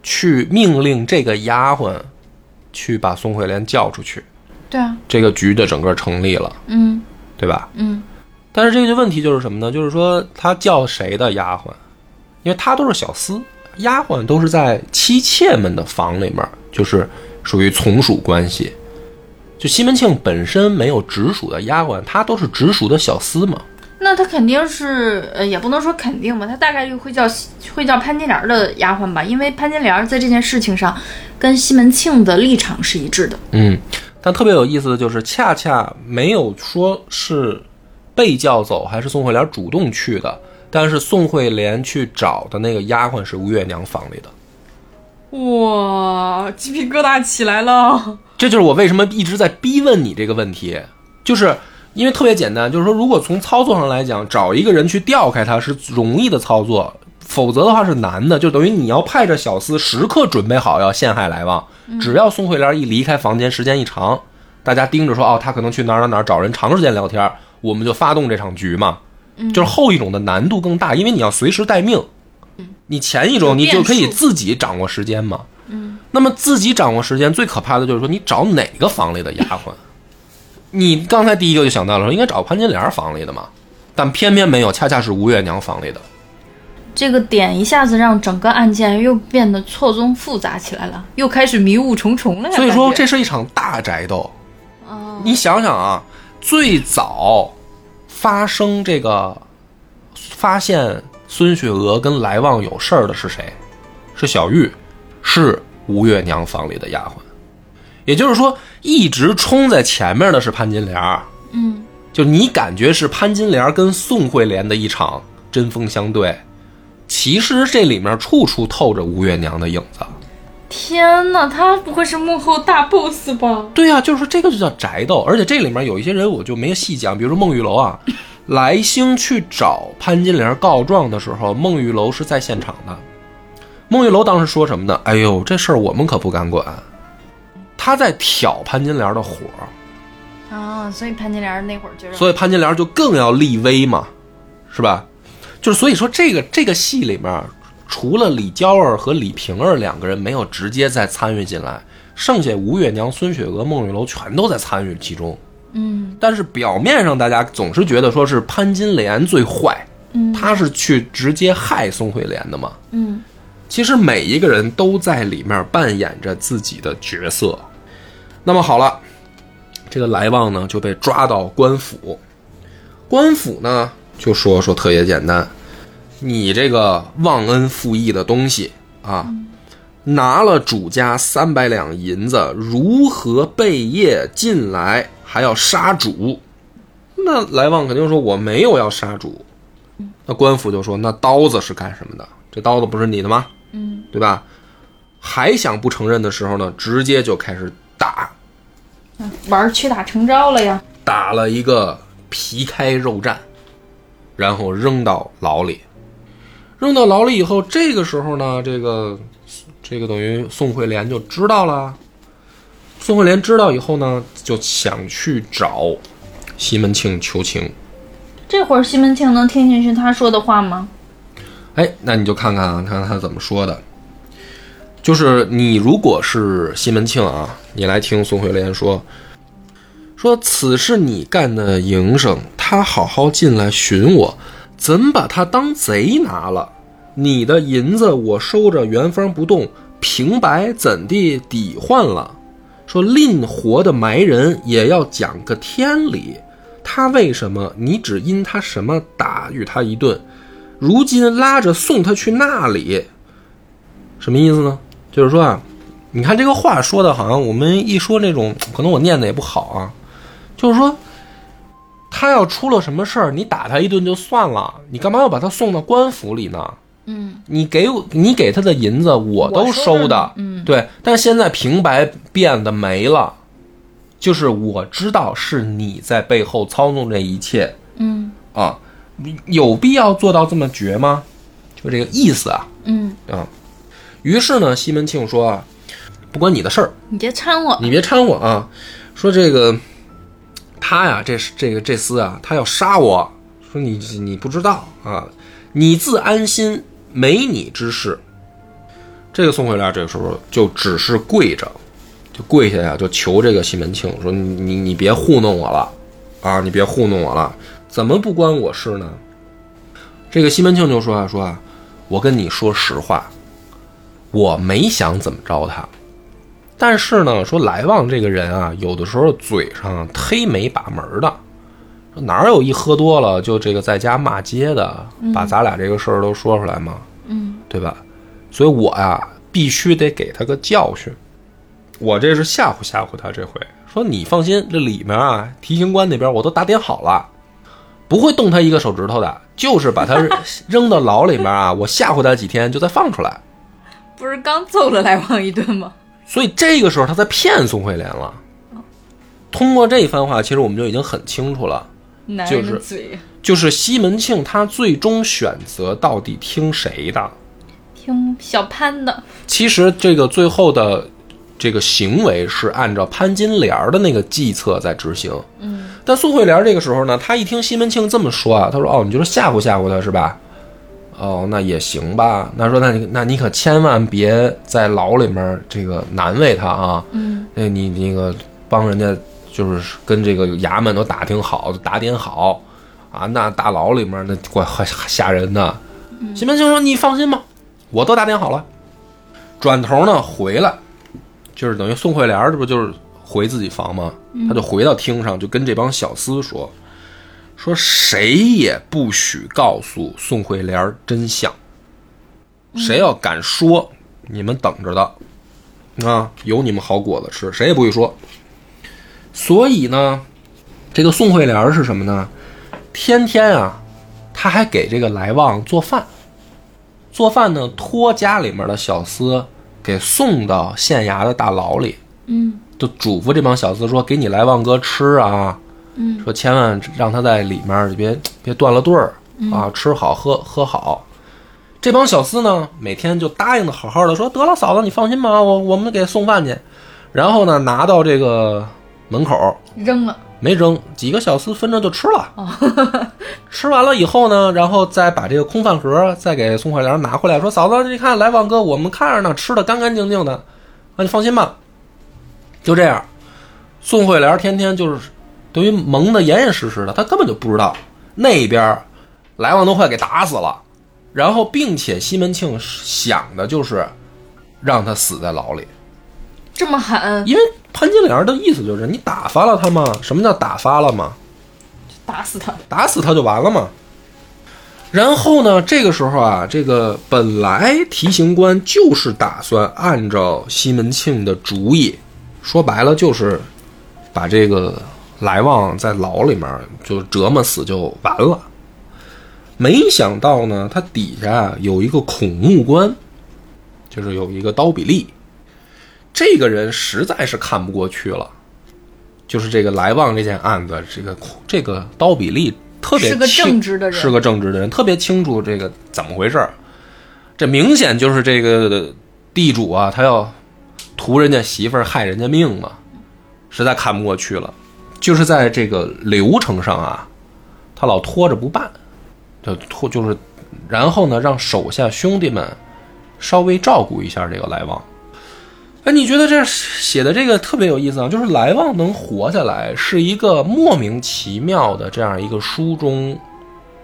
B: 去命令这个丫鬟去把宋慧莲叫出去，
A: 对啊，
B: 这个局的整个成立了，
A: 嗯
B: 对吧？
A: 嗯，
B: 但是这个问题就是什么呢？就是说他叫谁的丫鬟，因为他都是小厮，丫鬟都是在妻妾们的房里面，就是属于从属关系。就西门庆本身没有直属的丫鬟，他都是直属的小厮嘛。
A: 那他肯定是，呃，也不能说肯定吧，他大概率会叫会叫潘金莲的丫鬟吧，因为潘金莲在这件事情上跟西门庆的立场是一致的。
B: 嗯，但特别有意思的就是，恰恰没有说是被叫走还是宋慧莲主动去的，但是宋慧莲去找的那个丫鬟是吴月娘房里的。
A: 哇，鸡皮疙瘩起来了。
B: 这就是我为什么一直在逼问你这个问题，就是因为特别简单，就是说，如果从操作上来讲，找一个人去调开他是容易的操作，否则的话是难的，就等于你要派着小厮时刻准备好要陷害来旺，只要宋慧莲一离开房间，时间一长，大家盯着说，哦，他可能去哪儿哪儿哪儿找人长时间聊天，我们就发动这场局嘛，就是后一种的难度更大，因为你要随时待命，你前一种你就可以自己掌握时间嘛，那么自己掌握时间最可怕的就是说，你找哪个房里的丫鬟？你刚才第一个就想到了说应该找潘金莲房里的嘛，但偏偏没有，恰恰是吴月娘房里的。
A: 这个点一下子让整个案件又变得错综复杂起来了，又开始迷雾重重了呀。
B: 所以说，
A: 感觉
B: 这是一场大宅斗。
A: 哦
B: 你想想啊，最早发生这个发现孙雪娥跟来旺有事儿的是谁？是小玉，是吴月娘房里的丫鬟。也就是说，一直冲在前面的是潘金莲儿。
A: 嗯，
B: 就你感觉是潘金莲跟宋慧莲的一场针锋相对，其实这里面处处透着吴月娘的影子。
A: 天哪，他不会是幕后大 boss 吧？
B: 对呀、就是说这个就叫宅斗，而且这里面有一些人我就没细讲，比如说孟玉楼啊，来兴去找潘金莲告状的时候，孟玉楼是在现场的。孟玉楼当时说什么呢？哎呦，这事儿我们可不敢管。他在挑潘金莲的火，
A: 啊，所以潘金莲那会儿觉得，
B: 所以潘金莲就更要立威嘛，是吧？就是所以说这个这个戏里面，除了李娇儿和李瓶儿两个人没有直接再参与进来，剩下吴月娘、孙雪娥、孟玉楼全都在参与其中。
A: 嗯
B: 但是表面上大家总是觉得说是潘金莲最坏，
A: 嗯
B: 她是去直接害宋慧莲的嘛。
A: 嗯，
B: 其实每一个人都在里面扮演着自己的角色。那么好了，这个来旺呢就被抓到官府，官府呢就说说特别简单，你这个忘恩负义的东西啊，拿了主家三百两银子，如何贝业进来还要杀主？那来旺肯定说我没有要杀主，那官府就说：“那刀子是干什么的？这刀子不是你的吗？
A: 嗯，
B: 对吧？”还想不承认的时候呢，直接就开始打，
A: 玩儿屈打成招了呀。
B: 打了一个皮开肉绽，然后扔到牢里。扔到牢里以后，这个时候呢，这个这个等于宋慧莲就知道了。宋慧莲知道以后呢，就想去找西门庆求情。
A: 这会儿西门庆能听进去他说的话吗？
B: 哎，那你就看看啊，看看他怎么说的。就是你如果是西门庆啊，你来听宋慧莲说，说此事你干的营生，他好好进来寻我，怎把他当贼拿了？你的银子我收着原封不动，平白怎地抵换了？说吝活的埋人也要讲个天理，他为什么你只因他什么打与他一顿？如今拉着送他去那里，什么意思呢？就是说啊，你看这个话说的好像我们一说那种，可能我念的也不好啊，就是说，他要出了什么事儿，你打他一顿就算了，你干嘛要把他送到官府里呢？
A: 嗯，
B: 你给我，你给他的银子我都
A: 我收
B: 收
A: 着
B: 的，
A: 嗯
B: 对。但是现在平白变得没了，就是我知道是你在背后操纵这一切
A: 嗯
B: 啊，有必要做到这么绝吗？就这个意思啊
A: 嗯，
B: 啊。于是呢，西门庆说啊，不关你的事儿，
A: 你别掺和，
B: 你别掺和啊！说这个他呀，这是这个这厮啊，他要杀我。说你你不知道啊，你自安心，没你之事。这个宋回来这个时候就只是跪着，就跪下呀，就求这个西门庆说你你你别糊弄我了啊，你别糊弄我了，怎么不关我事呢？这个西门庆就说啊说啊，我跟你说实话，我没想怎么着他，但是呢，说来旺这个人啊，有的时候嘴上啊忒没把门儿的，说哪有一喝多了就这个在家骂街的，把咱俩这个事儿都说出来嘛，
A: 嗯，
B: 对吧？所以我呀、必须得给他个教训。我这是吓唬吓唬他这回，说你放心，这里面啊，提刑官那边我都打点好了，不会动他一个手指头的，就是把他扔到牢里面啊，我吓唬他几天就再放出来。
A: 不是刚揍了来旺一顿吗？
B: 所以这个时候他在骗宋慧莲了。通过这一番话，其实我们就已经很清楚了，
A: 男
B: 就
A: 人
B: 是
A: 的嘴、
B: 就是西门庆他最终选择到底听谁的。
A: 听小潘的，
B: 其实这个最后的这个行为是按照潘金莲儿的那个计策在执行。
A: 嗯
B: 但宋慧莲这个时候呢，她一听西门庆这么说啊，她说：“哦，你就是吓唬吓唬他是吧？哦，那也行吧。那说那你那你可千万别在牢里面这个难为他啊。
A: 嗯
B: 那你那个帮人家就是跟这个衙门都打听好，打点好啊，那大牢里面那怪还吓人呢。西门庆说：“你放心吧，我都打点好了。”转头呢回来，就是等于宋慧莲儿这不就是回自己房吗？他就回到厅上，就跟这帮小厮说：“说谁也不许告诉宋慧莲儿真相，谁要敢说，你们等着的。”啊，有你们好果子吃，谁也不会说。所以呢，这个宋慧莲儿是什么呢？天天啊，她还给这个来旺做饭，做饭呢托家里面的小厮给送到县衙的大牢里，
A: 嗯
B: 就嘱咐这帮小厮说：“给你来旺哥吃啊，
A: 嗯
B: 说千万让他在里面儿别别断了顿儿啊，吃好喝喝好。这帮小厮呢，每天就答应的好好的，说得了，嫂子你放心吧，我我们给送饭去。然后呢，拿到这个门口
A: 扔了，
B: 没扔，几个小厮分着就吃了。 吃完了以后呢，然后再把这个空饭盒再给宋慧莲拿回来，说嫂子，你看来旺哥，我们看着呢，吃的干干净净的，啊，你放心吧。就这样，宋慧莲天天就是等于蒙得严严实实的，她根本就不知道那边儿来旺都快给打死了，然后并且西门庆想的就是让他死在牢里。
A: 这么狠，
B: 因为潘金莲的意思就是你打发了他嘛，什么叫打发了嘛？
A: 打死他，
B: 打死他就完了嘛。然后呢，这个时候啊，这个本来提刑官就是打算按照西门庆的主意，说白了就是把这个来旺在牢里面就折磨死就完了。没想到呢，他底下有一个孔目官，就是有一个刀比利，这个人实在是看不过去了。就是这个来旺这件案子，这个这个刀比利特别
A: 是个
B: 清
A: 正直的人
B: 是个正直的人，特别清楚这个怎么回事儿。这明显就是这个地主啊，他要图人家媳妇儿害人家命嘛，实在看不过去了。就是在这个流程上啊，他老拖着不办，就拖就是，然后呢，让手下兄弟们稍微照顾一下这个来旺。哎，你觉得这写的这个特别有意思啊？就是来旺能活下来，是一个莫名其妙的这样一个书中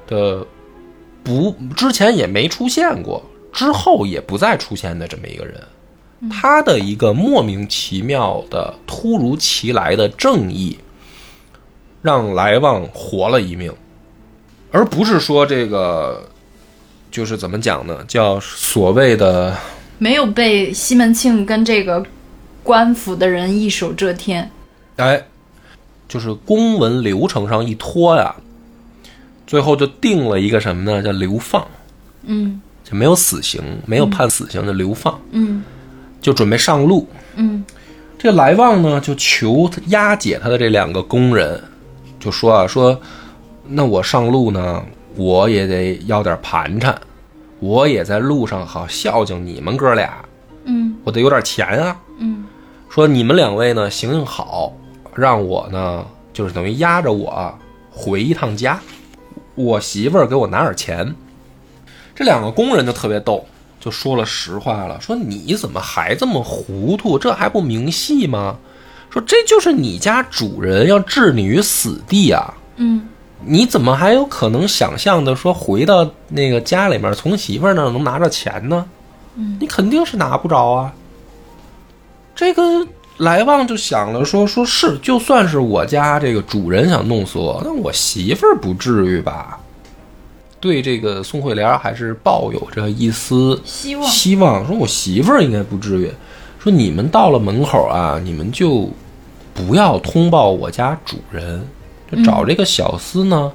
B: 的不之前也没出现过，之后也不再出现的这么一个人。他的一个莫名其妙的、突如其来的正义，让来旺活了一命，而不是说这个就是怎么讲呢？叫所谓的
A: 没有被西门庆跟这个官府的人一手遮天，
B: 哎，就是公文流程上一拖呀，最后就定了一个什么呢？叫流放，
A: 嗯
B: 就没有死刑，没有判死刑的流放，
A: 嗯
B: 就准备上路。
A: 嗯
B: 这来旺呢就求押解他的这两个工人，就说啊说，那我上路呢，我也得要点盘缠，我也在路上好孝敬你们哥俩，
A: 嗯
B: 我得有点钱啊。
A: 嗯
B: 说你们两位呢行行好，让我呢就是等于压着我啊回一趟家，我媳妇儿给我拿点钱。这两个工人就特别逗，就说了实话了，说你怎么还这么糊涂？这还不明细吗？说这就是你家主人要置你于死地啊！
A: 嗯
B: 你怎么还有可能想象的说回到那个家里面从媳妇儿那儿能拿着钱呢？
A: 嗯，
B: 你肯定是拿不着啊。这个来旺就想了说说是，就算是我家这个主人想弄死我，那我媳妇儿不至于吧？对这个宋慧莲还是抱有着一丝
A: 希望
B: 希望，说我媳妇儿应该不至于。说你们到了门口啊，你们就不要通报我家主人，就找这个小厮呢，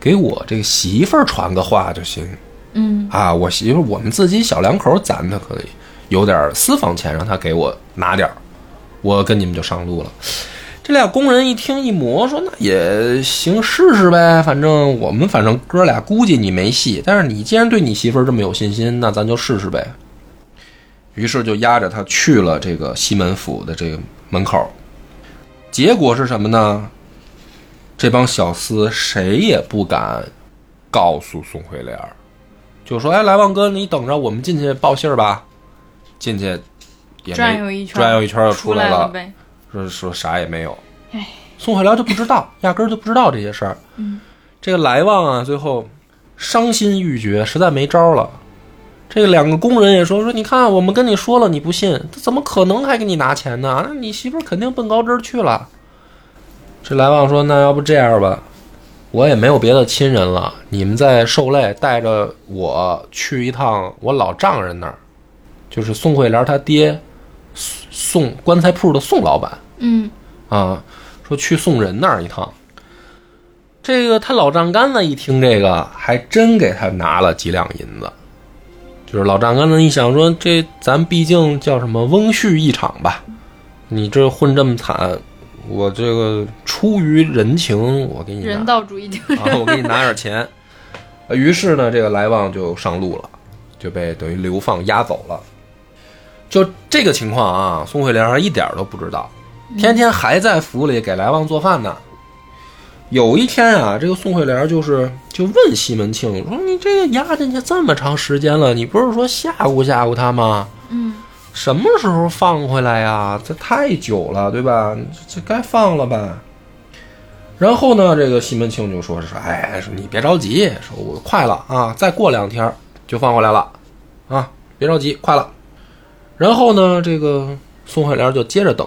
B: 给我这个媳妇儿传个话就行。
A: 嗯
B: 啊，我媳妇儿我们自己小两口攒的可以有点私房钱，让她给我拿点儿，我跟你们就上路了。这俩工人一听一磨，说那也行，试试呗。反正我们反正哥俩估计你没戏，但是你既然对你媳妇儿这么有信心，那咱就试试呗。于是就押着他去了这个西门府的这个门口。结果是什么呢？这帮小厮谁也不敢告诉宋慧莲儿，就说：“哎，来旺哥，你等着，我们进去报信儿吧。”进去也没
A: 转悠一圈
B: 转悠一圈儿就
A: 出
B: 出来了
A: 了。呗，
B: 说说啥也没有
A: 唉。
B: 宋慧莲就不知 道，压根儿就不知道这些事儿。
A: 嗯
B: 这个来旺啊，最后伤心欲绝，实在没招儿了。这两个工人也说说，你看我们跟你说了，你不信，他怎么可能还给你拿钱呢？那你媳妇儿肯定奔高枝儿去了。这来旺说，那要不这样吧，我也没有别的亲人了，你们在受累，带着我去一趟我老丈人那儿，就是宋慧莲她爹，宋棺材铺的宋老板。
A: 嗯
B: 啊，说去送人那儿一趟。这个他老丈杆子一听这个，还真给他拿了几两银子。就是老丈杆子一想说，这咱毕竟叫什么翁婿一场吧，你这混这么惨，我这个出于人情，我给你拿
A: 人道主义 精神，
B: 啊，我给你拿点钱。呃于是呢，这个来旺就上路了，就被等于流放押走了。就这个情况啊，宋慧莲还一点儿都不知道，天天还在府里给来旺做饭呢。有一天啊，这个宋慧莲就是就问西门庆说：“你这个押进去这么长时间了，你不是说吓唬吓唬他吗？
A: 嗯
B: 什么时候放回来呀？这太久了，对吧？这这该放了吧？然后呢，这个西门庆就说是说，哎，说你别着急，说我快了啊，再过两天就放回来了，啊，别着急，快了。然后呢，这个宋慧莲就接着等，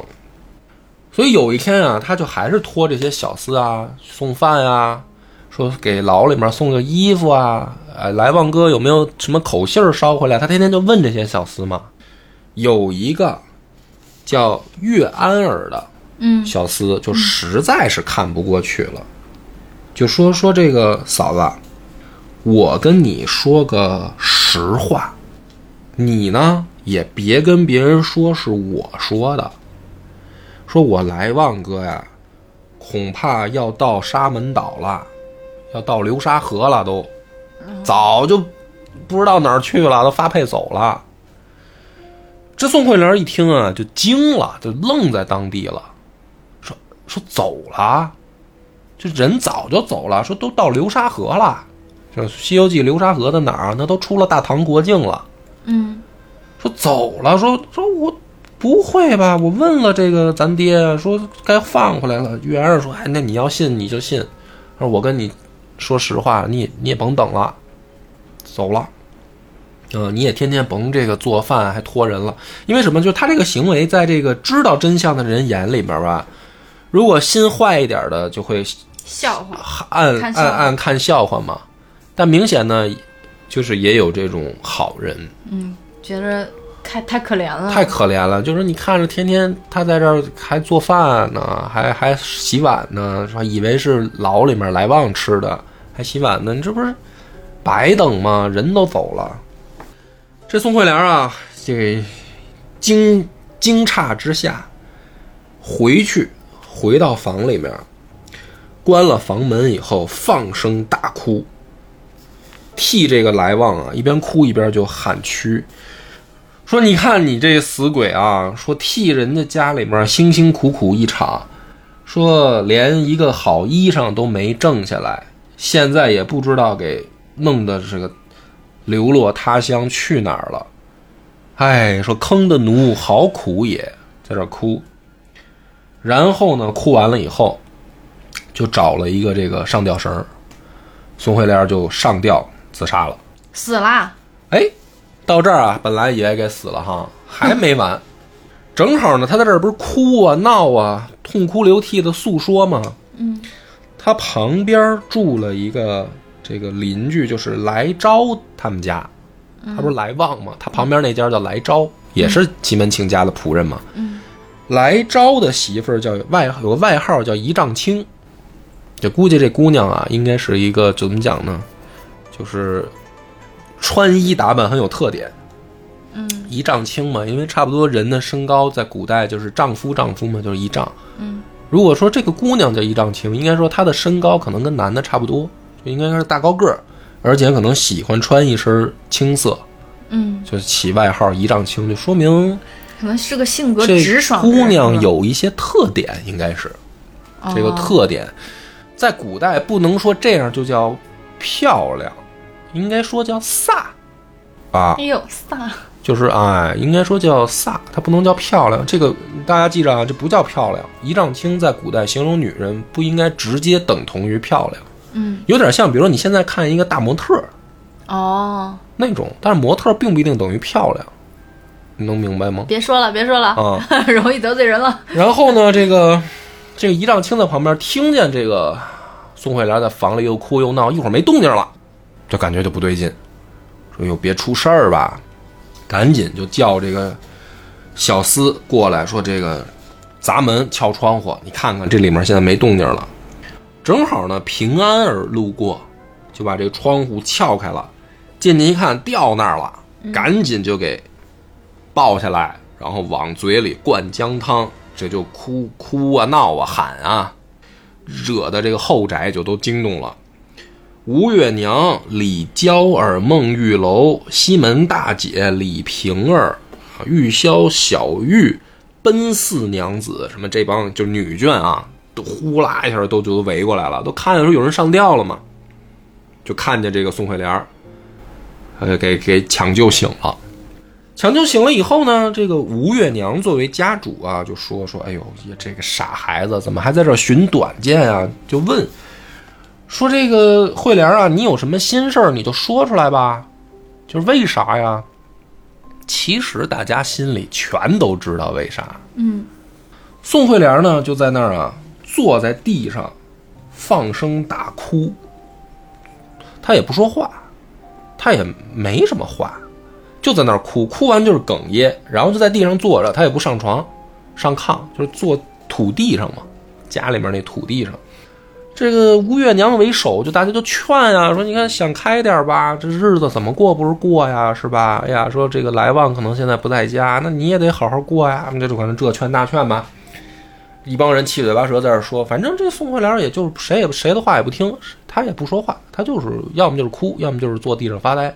B: 所以有一天啊，他就还是托这些小厮啊送饭啊，说给牢里面送个衣服啊，哎，来旺哥有没有什么口信儿捎回来？他天天就问这些小厮嘛。有一个叫岳安儿的
A: 嗯
B: 小厮，就实在是看不过去了，就说说这个嫂子，我跟你说个实话，你呢也别跟别人说是我说的，说我来旺哥呀，恐怕要到沙门岛了，要到流沙河了都，早就不知道哪儿去了，都发配走了。这宋慧莲一听啊，就惊了，就愣在当地了，说说走了，这人早就走了，说都到流沙河了，这《西游记》流沙河的哪儿啊？那都出了大唐国境了。
A: 嗯
B: 说走了，说说我不会吧？我问了这个咱爹，说该放回来了。玉儿说，哎，那你要信你就信，他说我跟你说实话，你也你也甭等了，走了。嗯、你也天天甭这个做饭，还托人了，因为什么？就是他这个行为，在这个知道真相的人眼里边吧，如果心坏一点的，就会
A: 笑话，
B: 暗
A: 看笑话
B: 暗暗看笑话嘛。但明显呢，就是也有这种好人，
A: 嗯，觉得太太可怜了。
B: 太可怜了。就是你看着天天他在这儿还做饭呢，还还洗碗呢，说以为是牢里面来旺吃的，还洗碗呢，你这不是白等吗？人都走了。这宋惠良啊，这惊惊诧之下，回去回到房里面，关了房门以后，放声大哭，替这个来旺啊，一边哭一边就喊屈，说：“你看你这死鬼啊！说替人家家里面辛辛苦苦一场，说连一个好衣裳都没挣下来，现在也不知道给弄的这个流落他乡去哪儿了。哎，说坑的奴好苦也，在这儿哭。然后呢，哭完了以后，就找了一个这个上吊绳儿，宋惠莲就上吊自杀了。
A: 死啦！
B: 哎，到这儿啊，本来以为该死了哈，还没完，正好呢，他在这儿不是哭啊、闹啊、痛哭流涕的诉说吗？嗯，他旁边住了一个这个邻居，就是来昭他们家，他不是来旺吗？他旁边那家叫来昭，也是祁门庆家的仆人嘛。嗯，来昭的媳妇儿叫外有个外号叫一丈青，就估计这姑娘啊，应该是一个怎么讲呢？就是穿衣打扮很有特点。嗯，一丈青嘛，因为差不多人的身高在古代就是丈夫丈夫嘛，就是一丈。嗯，如果说这个姑娘叫一丈青，应该说她的身高可能跟男的差不多，就应该是大高个儿，而且可能喜欢穿一身青色，
A: 嗯，
B: 就起外号一丈青，就说明
A: 可能是个性格直
B: 这
A: 爽的人
B: 姑娘
A: 是吧
B: 有一些特点，应该是
A: 哦
B: 这个特点，在古代不能说这样就叫漂亮，应该说叫飒啊
A: 哎，呦飒，
B: 就是哎，应该说叫飒，它不能叫漂亮。这个大家记着啊，这不叫漂亮。一丈青在古代形容女人不应该直接等同于漂亮，
A: 嗯，
B: 有点像，比如说你现在看一个大模特儿
A: 哦，
B: 那种，但是模特儿并不一定等于漂亮，你能明白吗？
A: 别说了，别说了，
B: 啊、
A: 容易得罪人 了。
B: 然后呢，这个这个一丈青在旁边听见这个宋慧莲在房里又哭又闹，一会儿没动静了，就感觉就不对劲，说哟别出事儿吧，赶紧就叫这个小厮过来说这个砸门撬窗户，你看看这里面现在没动静了，正好呢平安儿路过，就把这个窗户撬开了，进去一看掉那儿了，赶紧就给抱下来，然后往嘴里灌姜汤，这就哭哭啊、闹啊、喊啊，惹得这个后宅就都惊动了。吴月娘、李娇儿、孟玉楼、西门大姐、李瓶儿、啊玉箫、小玉、奔四娘子，什么这帮就是女眷啊，都呼啦一下都就都围过来了，都看见说有人上吊了嘛，就看见这个宋惠莲儿，呃，给给抢救醒了。抢救醒了以后呢，这个吴月娘作为家主啊，就说说，哎呦，这个傻孩子怎么还在这儿寻短见啊？就问说这个慧莲啊，你有什么心事儿你就说出来吧，就是为啥呀？其实大家心里全都知道为啥。
A: 嗯，
B: 宋慧莲呢就在那儿啊，坐在地上放声大哭，她也不说话，她也没什么话。就在那儿哭，哭完就是哽咽，然后就在地上坐着，他也不上床，上炕就是坐土地上嘛，家里面那土地上。这个吴月娘为首，就大家就劝啊，说你看想开点吧，这日子怎么过不是过呀，是吧？哎呀，说这个来旺可能现在不在家，那你也得好好过呀。这就可能这劝那劝吧，一帮人七嘴八舌在这儿说，反正这宋慧莲也就是谁也谁的话也不听，她也不说话，她就是要么就是哭，要么就是坐地上发呆。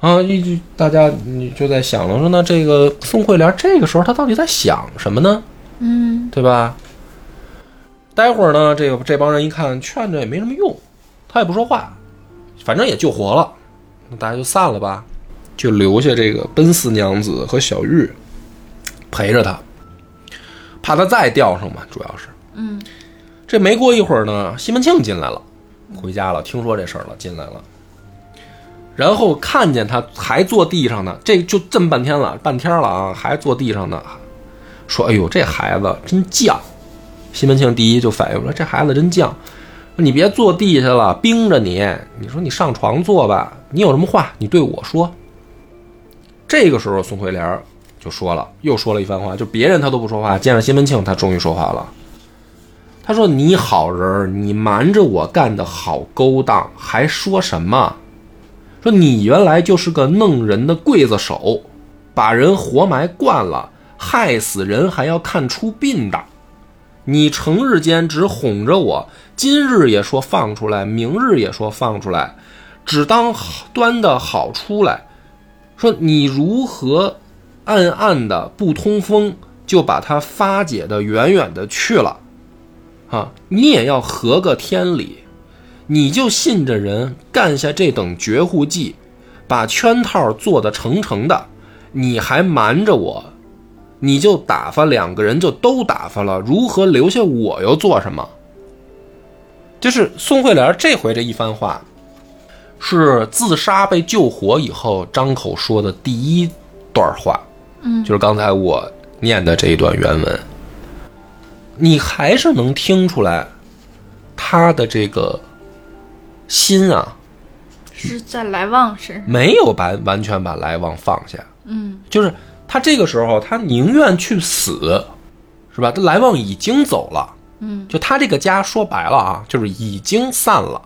B: 啊，一句大家你就在想了，说那这个宋慧莲这个时候她到底在想什么呢？
A: 嗯，
B: 对吧？待会儿呢，这个这帮人一看劝着也没什么用，他也不说话，反正也救活了，那大家就散了吧，就留下这个奔四娘子和小玉陪着他，怕他再钓上嘛，主要是。
A: 嗯，
B: 这没过一会儿呢，西门庆进来了，回家了，听说这事儿了，进来了。然后看见他还坐地上呢，这就这么半天了，半天了啊，还坐地上呢，说：“哎呦，这孩子真犟。”西门庆第一就反应说：“这孩子真犟，你别坐地下了，冰着你。你说你上床坐吧，你有什么话你对我说。”这个时候，宋慧莲就说了，又说了一番话，就别人他都不说话，见着西门庆，他终于说话了。他说：“你好人儿，你瞒着我干的好勾当，还说什么？说你原来就是个弄人的刽子手，把人活埋惯了，害死人还要看出殡的。你成日间只哄着我，今日也说放出来，明日也说放出来，只当好端的好出来。说你如何暗暗的不通风，就把它发解的远远的去了。”啊，你也要合个天理，你就信着人干下这等绝户计，把圈套做得成成的，你还瞒着我，你就打发两个人就都打发了，如何留下我又做什么？就是宋慧莲这回这一番话，是自杀被救活以后张口说的第一段话，嗯，就是刚才我念的这一段原文。你还是能听出来，他的这个心啊，
A: 是在来旺身上。
B: 没有把完全把来旺放下，
A: 嗯，
B: 就是他这个时候，他宁愿去死，是吧？他来旺已经走了，
A: 嗯，
B: 就他这个家说白了啊，就是已经散了，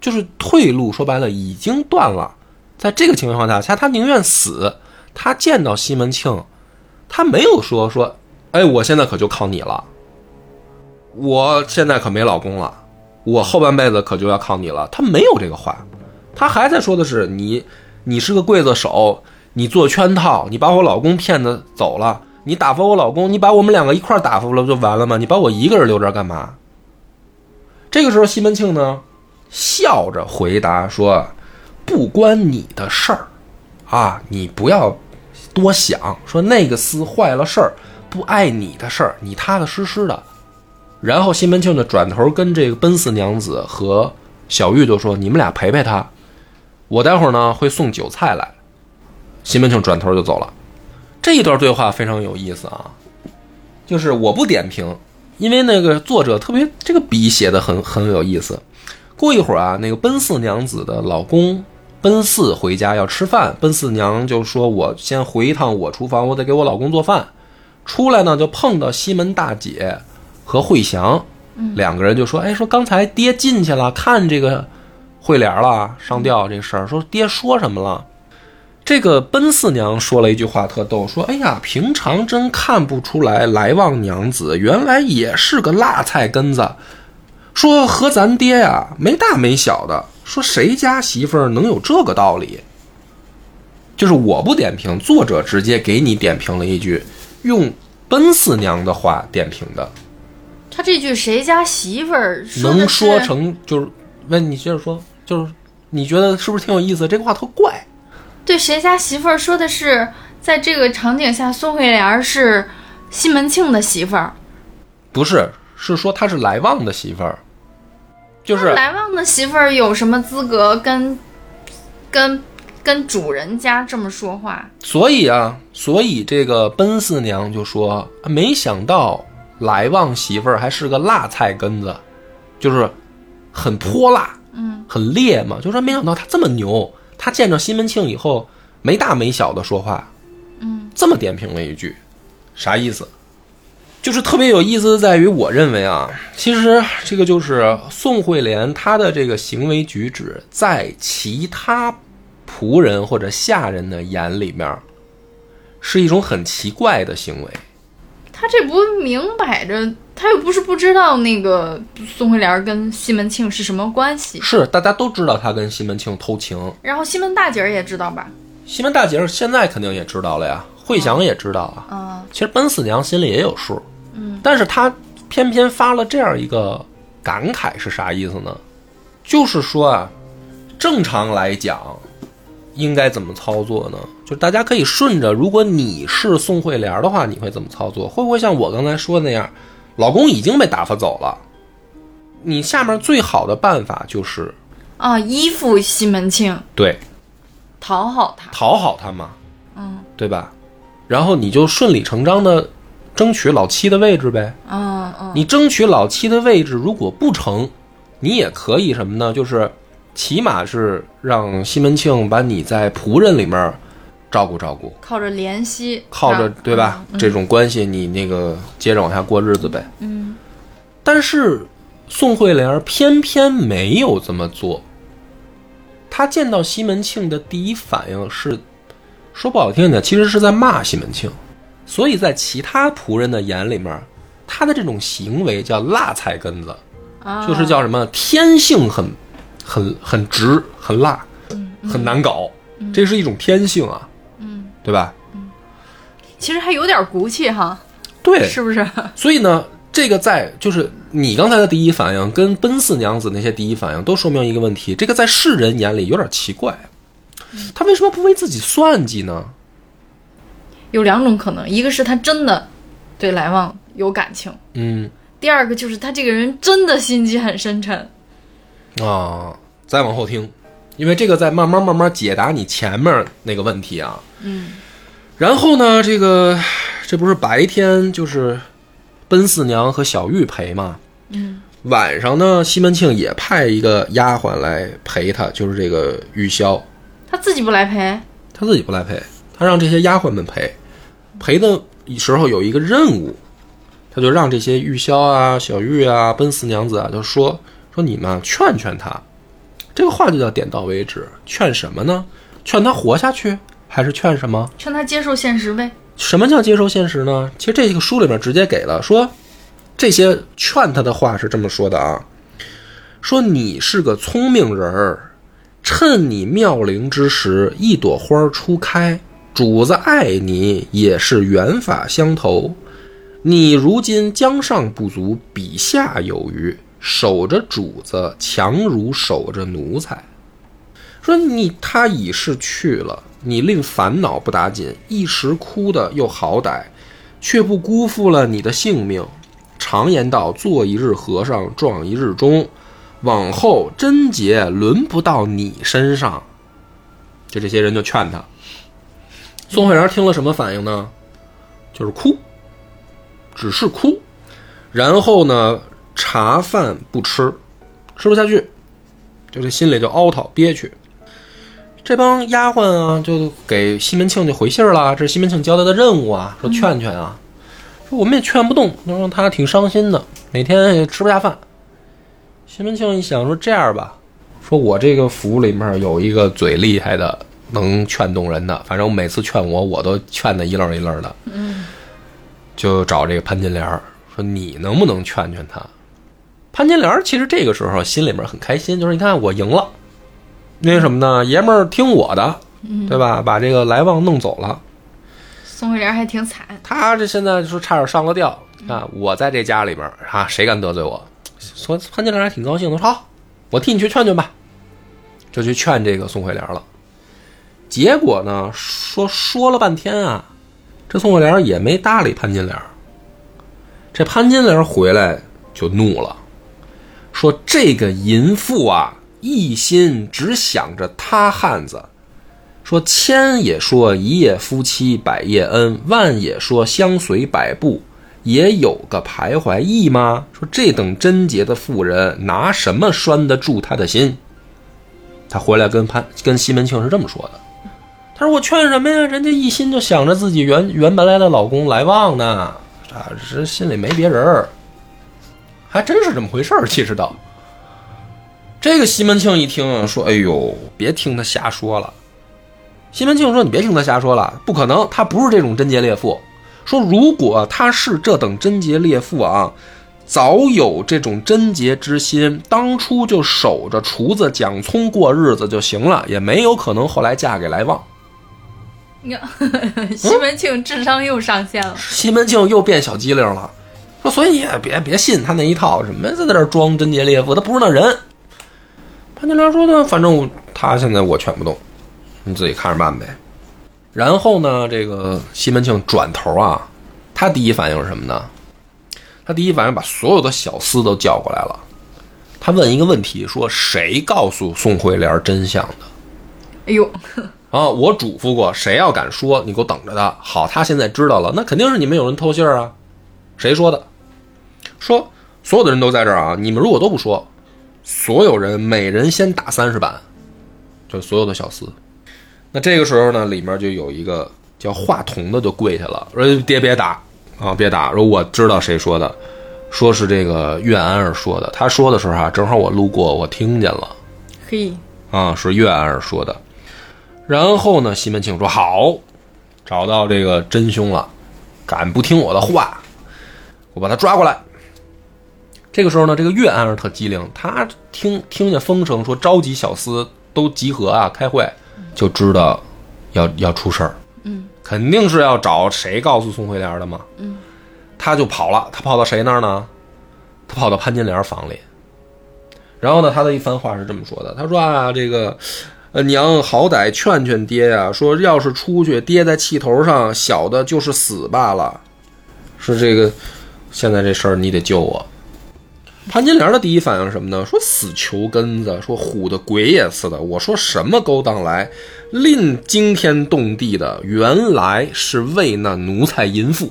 B: 就是退路说白了已经断了。在这个情况下，他他宁愿死，他见到西门庆，他没有说说，哎，我现在可就靠你了。我现在可没老公了，我后半辈子可就要靠你了。他没有这个话，他还在说的是你，你是个刽子手，你做圈套，你把我老公骗的走了，你打发我老公，你把我们两个一块儿打发了不就完了吗？你把我一个人留这儿干嘛？这个时候，西门庆呢，笑着回答说：“不关你的事儿，啊，你不要多想，说那个厮坏了事儿，不碍你的事儿，你踏踏实实的。”然后西门庆呢，转头跟这个奔四娘子和小玉就说：“你们俩陪陪他，我待会儿呢会送酒菜来。”西门庆转头就走了。这一段对话非常有意思啊，就是我不点评，因为那个作者特别这个笔写的很很有意思。过一会儿啊，那个奔四娘子的老公奔四回家要吃饭，奔四娘就说：“我先回一趟我厨房，我得给我老公做饭。”出来呢，就碰到西门大姐和惠祥，两个人就说：“哎，说刚才爹进去了，看这个惠莲了，上吊这事儿，说爹说什么了？”这个奔四娘说了一句话特逗，说：“哎呀，平常真看不出来来旺娘子原来也是个辣菜根子，说和咱爹呀、没大没小的，说谁家媳妇儿能有这个道理？”就是我不点评，作者直接给你点评了一句，用奔四娘的话点评的，
A: 他这句“谁家媳妇儿”说的
B: 能说
A: 是
B: 成就是问你接着说，就是你觉得是不是挺有意思？这个话特怪，
A: 对谁家媳妇儿说的是，在这个场景下，宋慧莲儿是西门庆的媳妇儿，
B: 不是？是说她是来旺的媳妇儿，就是
A: 来旺的媳妇儿有什么资格跟跟跟主人家这么说话？
B: 所以啊，所以这个奔四娘就说，没想到来旺媳妇儿还是个辣菜根子，就是很泼辣，
A: 嗯，
B: 很烈嘛。就说没想到她这么牛，她见着西门庆以后没大没小的说话，
A: 嗯，
B: 这么点评了一句，啥意思？就是特别有意思的在于，我认为啊，其实这个就是宋惠莲她的这个行为举止，在其他仆人或者下人的眼里面，是一种很奇怪的行为。
A: 他这不明摆着，他又不是不知道那个宋慧莲儿跟西门庆是什么关系。
B: 是大家都知道他跟西门庆偷情，
A: 然后西门大姐儿也知道吧？
B: 西门大姐儿现在肯定也知道了呀，惠祥也知道啊。
A: 嗯
B: 其实奔四娘心里也有数，
A: 嗯，
B: 但是她偏偏发了这样一个感慨是啥意思呢？就是说啊，正常来讲，应该怎么操作呢？就是大家可以顺着，如果你是宋慧莲的话，你会怎么操作？会不会像我刚才说的那样，老公已经被打发走了，你下面最好的办法就是
A: 啊，依附西门庆，
B: 对
A: 讨好他。
B: 讨好他嘛，
A: 嗯
B: 对吧？然后你就顺理成章的争取老七的位置呗。
A: 嗯嗯
B: 你争取老七的位置，如果不成，你也可以什么呢？就是起码是让西门庆把你在仆人里面照顾照顾，
A: 靠着怜惜，
B: 靠着
A: 啊
B: 对吧、这种关系，你那个接着往下过日子呗。嗯。但是宋慧莲儿偏偏没有这么做。她见到西门庆的第一反应是，说不好听点，其实是在骂西门庆。所以在其他仆人的眼里面，他的这种行为叫辣菜根子，
A: 啊
B: 就是叫什么天性很、很、很直、很辣、很难搞，这是一种天性啊，嗯，对吧？
A: 其实还有点骨气哈，
B: 对，
A: 是不是？
B: 所以呢，这个在就是你刚才的第一反应，跟奔四娘子那些第一反应都说明一个问题：这个在世人眼里有点奇怪，他为什么不为自己算计呢？
A: 有两种可能，一个是他真的对来旺有感情，
B: 嗯
A: 第二个就是他这个人真的心机很深沉。
B: 啊，再往后听，因为这个在慢慢慢慢解答你前面那个问题啊。
A: 嗯，
B: 然后呢，这个这不是白天就是奔四娘和小玉陪吗？
A: 嗯，
B: 晚上呢，西门庆也派一个丫鬟来陪他，就是这个玉箫。
A: 他自己不来陪，
B: 他自己不来陪，他让这些丫鬟们陪。陪的时候有一个任务，他就让这些玉箫啊、小玉啊、奔四娘子啊，就说说你们啊劝劝他。这个话就叫点到为止，劝什么呢？劝他活下去，还是劝什么？
A: 劝他接受现实呗。
B: 什么叫接受现实呢？其实这个书里面直接给了说，这些劝他的话是这么说的啊，说你是个聪明人儿，趁你妙龄之时，一朵花儿初开，主子爱你也是缘法相投。你如今江上不足，比下有余，守着主子强如守着奴才。说你他已是去了，你令烦恼不打紧，一时哭的又好歹，却不辜负了你的性命。常言道，做一日和尚撞一日钟，往后贞洁轮不到你身上。就这些人就劝他。宋慧莲听了什么反应呢？就是哭，只是哭。然后呢，茶饭不吃，吃不下去，就这心里就凹槽憋屈。这帮丫鬟啊，就给西门庆就回信儿了，这是西门庆交代的任务啊，说劝劝啊，说我们也劝不动，让他挺伤心的，每天也吃不下饭。西门庆一想说这样吧，说我这个府里面有一个嘴厉害的，能劝动人的，反正我每次劝我，我都劝得一愣一愣的。嗯，就找这个潘金莲儿说你能不能劝劝他？潘金莲儿其实这个时候心里面很开心，就是你看我赢了，因为什么呢？爷们儿听我的，对吧？把这个来旺弄走了。
A: 宋慧莲还挺 惨，
B: 他这现在说差点上了吊，啊，我在这家里边儿啊，谁敢得罪我？说潘金莲还挺高兴的，说好，我替你去劝劝吧，就去劝这个宋慧莲了。结果呢，说说了半天啊，这宋慧莲也没搭理潘金莲。这潘金莲回来就怒了，说这个淫妇啊，一心只想着他汉子，说千也说一夜夫妻百夜恩，万也说相随百步，也有个徘徊意吗？说这等贞洁的妇人，拿什么拴得住她的心？他回来跟潘跟西门庆是这么说的，他说我劝什么呀？人家一心就想着自己原原本来的老公来旺呢，啊，这心里没别人儿，还真是这么回事儿。其实倒，这个西门庆一听啊说，哎呦，别听他瞎说了。西门庆说：“你别听他瞎说了，不可能，他不是这种贞洁烈妇。说如果他是这等贞洁烈妇啊，早有这种贞洁之心，当初就守着厨子蒋聪过日子就行了，也没有可能后来嫁给来旺。”
A: 你看西门庆智商又上线了。
B: 西门庆又变小机灵了，说所以你也别别信他那一套，什么在那儿装贞洁烈妇，他不是那人。潘金莲说呢，反正我他现在我劝不动，你自己看着办呗。然后呢，这个西门庆转头啊，他第一反应是什么呢？他第一反应把所有的小厮都叫过来了，他问一个问题，说谁告诉宋慧莲真相的？
A: 哎呦，
B: 啊，我嘱咐过，谁要敢说，你给我等着他。好，他现在知道了，那肯定是你们有人偷信儿啊。谁说的？说所有的人都在这儿啊，你们如果都不说，所有人每人先打三十板，就所有的小厮。那这个时候呢，里面就有一个叫华童的就跪下了，说爹别打啊，别打，说我知道谁说的，说是这个岳安儿说的。他说的时候啊，正好我路过，我听见了
A: 嘿，
B: 啊，是岳安儿说的。然后呢，西门庆说好，找到这个真凶了，敢不听我的话，我把他抓过来。这个时候呢，这个岳安儿特机灵，他听听见风声说召集小厮都集合啊，开会，就知道要要出事儿。
A: 嗯，
B: 肯定是要找谁告诉宋惠莲的嘛。嗯，他就跑了，他跑到谁那儿呢？他跑到潘金莲房里。然后呢，他的一番话是这么说的：他说啊，这个。呃，娘，好歹劝劝爹呀、说要是出去，爹在气头上，小的就是死罢了。是这个，现在这事儿你得救我。潘金莲的第一反应是什么呢？说死球根子，说唬的鬼也似的。我说什么勾当来，吝惊天动地的，原来是为那奴才淫妇。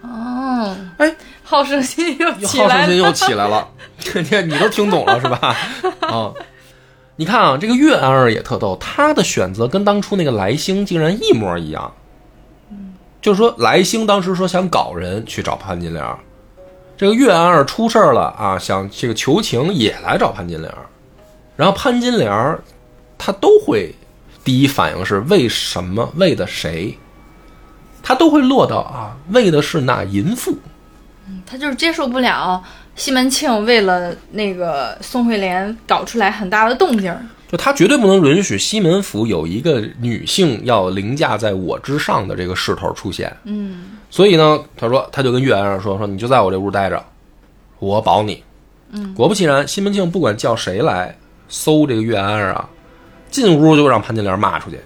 A: 哦，
B: 哎，
A: 好胜心又起
B: 好
A: 来
B: 胜
A: 了，
B: 心又起来了， 你看你都听懂了是吧？ 啊、你看啊，这个岳安儿也特逗，他的选择跟当初那个来兴竟然一模一样。
A: 嗯
B: 就是说来兴当时说想搞人，去找潘金莲儿，这个岳安儿出事儿了啊，想这个求情也来找潘金莲儿，然后潘金莲儿他都会第一反应是为什么为的谁，他都会落到啊为的是那淫妇。
A: 他就是接受不了西门庆为了那个宋惠莲搞出来很大的动静儿。
B: 就他绝对不能允许西门府有一个女性要凌驾在我之上的这个势头出现。
A: 嗯
B: 所以呢，他说他就跟岳安儿说说你就在我这屋待着，我保你。嗯，果不其然，西门庆不管叫谁来搜这个岳安儿啊，进屋就让潘金莲骂出去。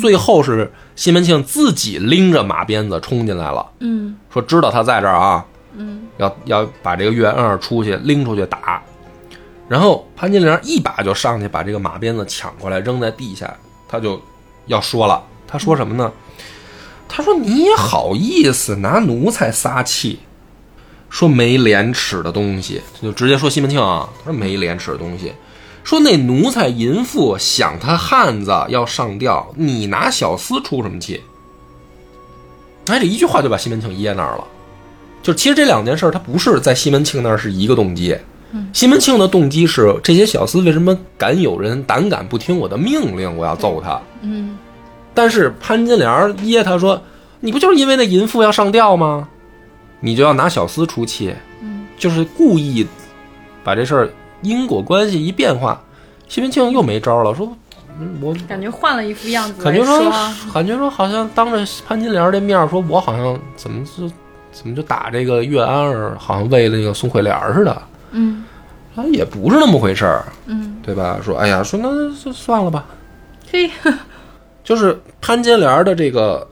B: 最后是西门庆自己拎着马鞭子冲进来了，
A: 嗯
B: 说知道他在这儿啊，
A: 嗯，
B: 要要把这个岳安儿出去拎出去打。然后潘金莲一把就上去把这个马鞭子抢过来扔在地下，他就要说了，他说什么呢？他说你也好意思拿奴才撒气，说没廉耻的东西，就直接说西门庆啊，他说没廉耻的东西。说那奴才淫妇想他汉子要上吊，你拿小厮出什么气？哎，这一句话就把西门庆噎那儿了。就其实这两件事儿，它不是在西门庆那儿是一个动机。西门庆的动机是这些小厮为什么敢有人胆敢不听我的命令，我要揍他。
A: 嗯，
B: 但是潘金莲噎他说：“你不就是因为那淫妇要上吊吗？你就要拿小厮出气，就是故意把这事儿因果关系一变化。”西门庆又没招了，说：“嗯我
A: 感觉换了一副样子
B: 感
A: 来
B: 觉说
A: 说，啊
B: 感觉说好像当着潘金莲这面儿说，我好像怎么就怎么就打这个岳安儿，好像为了那个宋惠莲儿似的，
A: 嗯
B: 啊，也不是那么回事儿，
A: 嗯，
B: 对吧？说哎呀，说那就算了吧。
A: 嘿，
B: 就是潘金莲的这个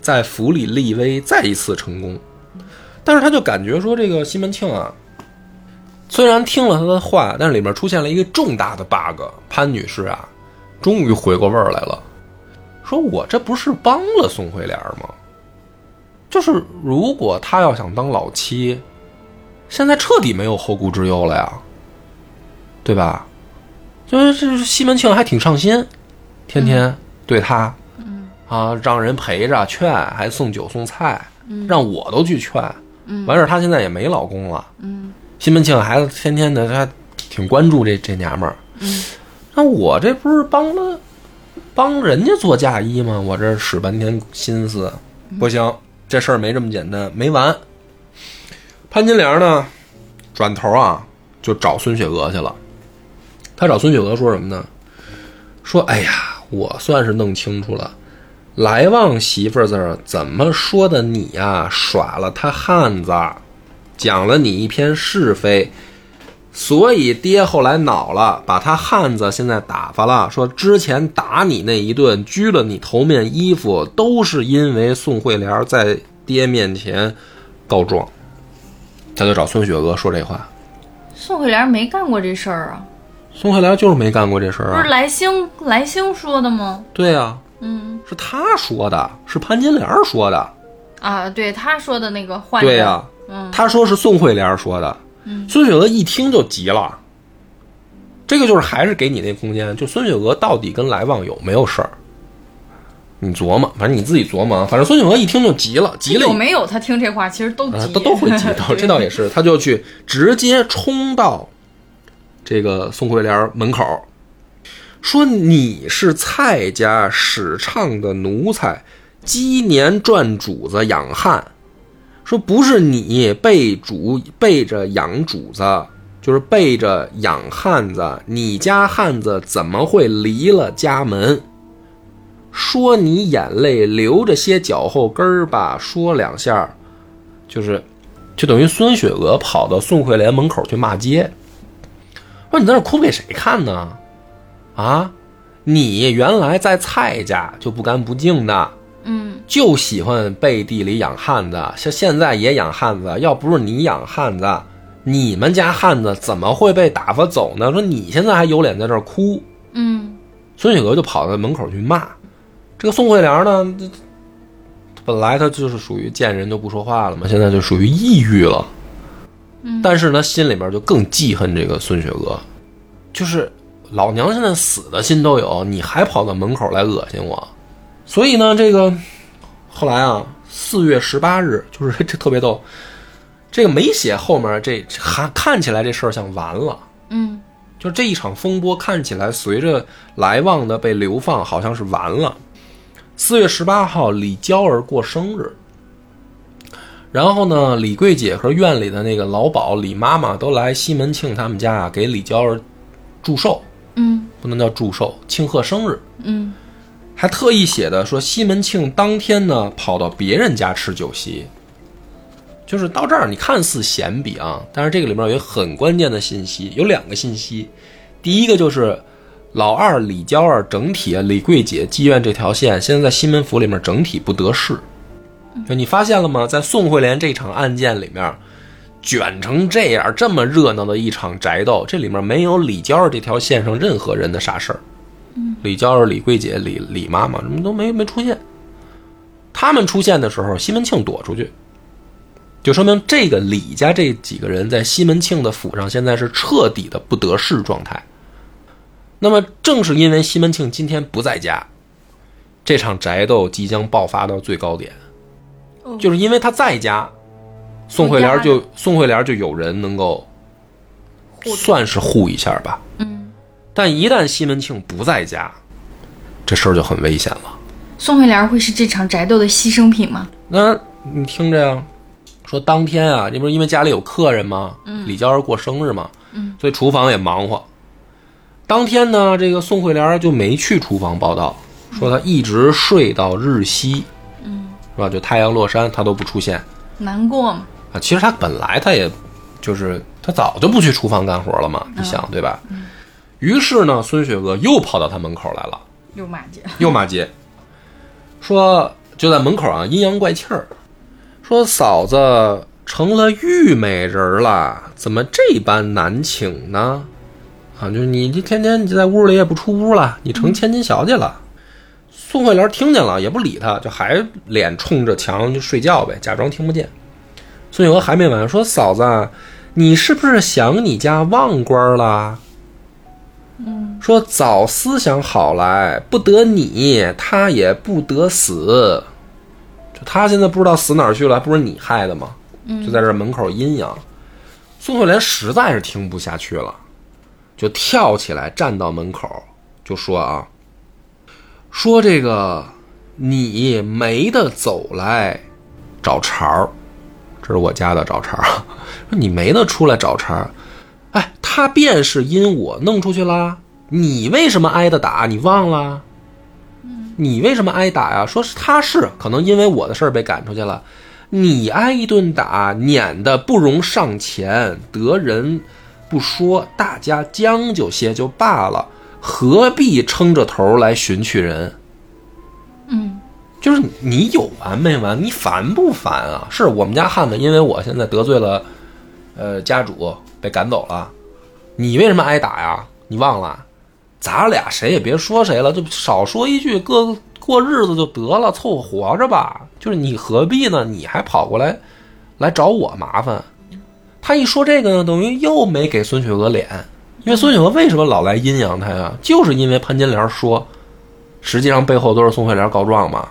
B: 在府里立威再一次成功，但是他就感觉说这个西门庆啊，虽然听了他的话，但是里面出现了一个重大的 bug，潘女士啊，终于回过味儿来了，说我这不是帮了宋惠莲吗？就是如果她要想当老七，现在彻底没有后顾之忧了呀，对吧？就是这西门庆还挺上心，天天对他，啊，让人陪着劝，还送酒送菜，让我都去劝。完事儿，她现在也没老公了。西门庆还天天的，他挺关注这这娘们儿。那我这不是帮了帮人家做嫁衣吗？我这使半天心思，不行，这事儿没这么简单，没完。潘金莲呢，转头啊就找孙雪娥去了。她找孙雪娥说什么呢？说：“哎呀，我算是弄清楚了，来旺媳妇儿字儿怎么说的你呀、耍了他汉子，讲了你一篇是非，所以爹后来恼了，把他汉子现在打发了，说之前打你那一顿，拘了你头面衣服，都是因为宋惠莲在爹面前告状。”他就找孙雪娥说这话，
A: 宋惠莲没干过这事儿啊，
B: 宋惠莲就是没干过这事儿
A: 不是
B: 啊。
A: 来兴来兴说的吗？
B: 对啊，
A: 嗯
B: 是他说的，是潘金莲说的。
A: 啊，对他说的那个换
B: 对
A: 着
B: 呀、
A: 嗯
B: 他说是宋惠莲说的。孙雪娥一听就急了，这个就是还是给你那空间，就孙雪娥到底跟来旺有没有事儿，你琢磨，反正你自己琢磨啊。反正孙雪娥一听就急了，急了
C: 有没有他听这话，其实都急，
B: 啊，都 都会急到，这倒也是，他就去直接冲到这个宋慧莲门口，说你是蔡家史唱的奴才，鸡年赚主子养汉，说不是你背主背着养主子，就是背着养汉子，你家汉子怎么会离了家门？说你眼泪流着些脚后跟儿吧，说两下儿就是就等于孙雪娥跑到宋慧莲门口去骂街。说你在那儿哭给谁看呢？啊，你原来在蔡家就不干不净的，
C: 嗯，
B: 就喜欢背地里养汉子，像现在也养汉子。要不是你养汉子，你们家汉子怎么会被打发走呢？说你现在还有脸在这儿哭，
C: 嗯
B: 孙雪娥就跑到门口去骂。这个宋慧莲呢，这本来她就是属于见人就不说话了嘛，现在就属于抑郁了。
C: 嗯
B: 但是呢，心里边就更记恨这个孙雪娥，就是老娘现在死的心都有，你还跑到门口来恶心我。所以呢，这个后来啊，四月十八日，就是 这特别逗，这个没写后面这还看起来这事儿像完了。
C: 嗯
B: 就这一场风波看起来，随着来旺的被流放，好像是完了。四月十八号，李娇儿过生日，然后呢，李桂姐和院里的那个老鸨李妈妈都来西门庆他们家啊，给李娇儿祝寿，
C: 嗯
B: 不能叫祝寿，庆贺生日，
C: 嗯
B: 还特意写的说西门庆当天呢跑到别人家吃酒席。就是到这儿，你看似闲笔啊，但是这个里面有一个很关键的信息，有两个信息。第一个就是老二李娇儿整体啊，李桂姐妓院这条线，现在在西门府里面整体不得势。就你发现了吗？在宋慧莲这场案件里面，卷成这样这么热闹的一场宅斗，这里面没有李娇儿这条线上任何人的啥事儿。李娇儿、李桂姐、李李妈妈什么都没没出现。他们出现的时候，西门庆躲出去，就说明这个李家这几个人在西门庆的府上现在是彻底的不得势状态。那么，正是因为西门庆今天不在家，这场宅斗即将爆发到最高点
C: 哦。
B: 就是因为他在家，宋慧莲就宋慧莲就有人能够
C: 住
B: 算是护一下吧。
C: 嗯，
B: 但一旦西门庆不在家，这事儿就很危险了。
C: 宋慧莲会是这场宅斗的牺牲品吗？
B: 那你听着呀，说当天啊，这不是因为家里有客人吗？李娇儿过生日嘛，
C: 嗯
B: 所以厨房也忙活。当天呢，这个宋慧莲就没去厨房报道，说她一直睡到日西，
C: 嗯，
B: 是吧？就太阳落山，她都不出现
C: 难过嘛，
B: 啊。其实她本来她也就是她早就不去厨房干活了
C: 嗯
B: 嘛，你想对吧？于是呢，孙雪娥又跑到她门口来了。
C: 又骂街。
B: 又骂街，说就在门口啊阴阳怪气儿，说嫂子成了玉美人儿了，怎么这般难请呢？啊，就是你这天天你在屋里也不出屋了，你成千金小姐了。宋慧莲听见了也不理他，就还脸冲着墙就睡觉呗，假装听不见。孙雪娥还没完，说嫂子啊，你是不是想你家忘官儿了？说早思想好来，不得你，他也不得死。就他现在不知道死哪儿去了，还不是你害的吗？就在这门口阴阳。宋慧莲实在是听不下去了，就跳起来站到门口，就说啊，说这个你没的走来找茬儿，这是我家的找茬儿 啊。说你没的出来找茬儿，哎，他便是因我弄出去啦。你为什么挨的打？你忘了？你为什么挨打呀？说是他是可能因为我的事儿被赶出去了，你挨一顿打，撵的不容上前，得人不说，大家将就些就罢了，何必撑着头来寻去人？
C: 嗯
B: 就是你有完没完？你烦不烦啊？是我们家汉子，因为我现在得罪了，呃，家主被赶走了，你为什么挨打呀？你忘了？咱俩谁也别说谁了，就少说一句，各过日子就得了，凑合活着吧。就是你何必呢？你还跑过来来找我麻烦？他一说这个呢，等于又没给孙雪娥脸，因为孙雪娥为什么老来阴阳他呀？就是因为潘金莲说，实际上背后都是宋慧莲告状嘛。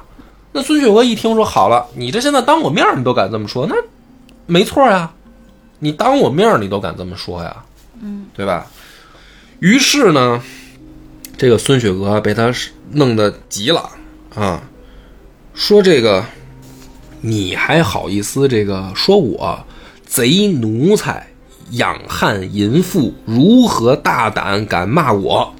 B: 那孙雪娥一听说好了，你这现在当我面儿你都敢这么说，那没错呀，你当我面儿你都敢这么说呀，嗯，对吧？于是呢，这个孙雪娥被他弄得急了啊，说这个你还好意思这个说我贼奴才、养汉淫妇，如何大胆敢骂我？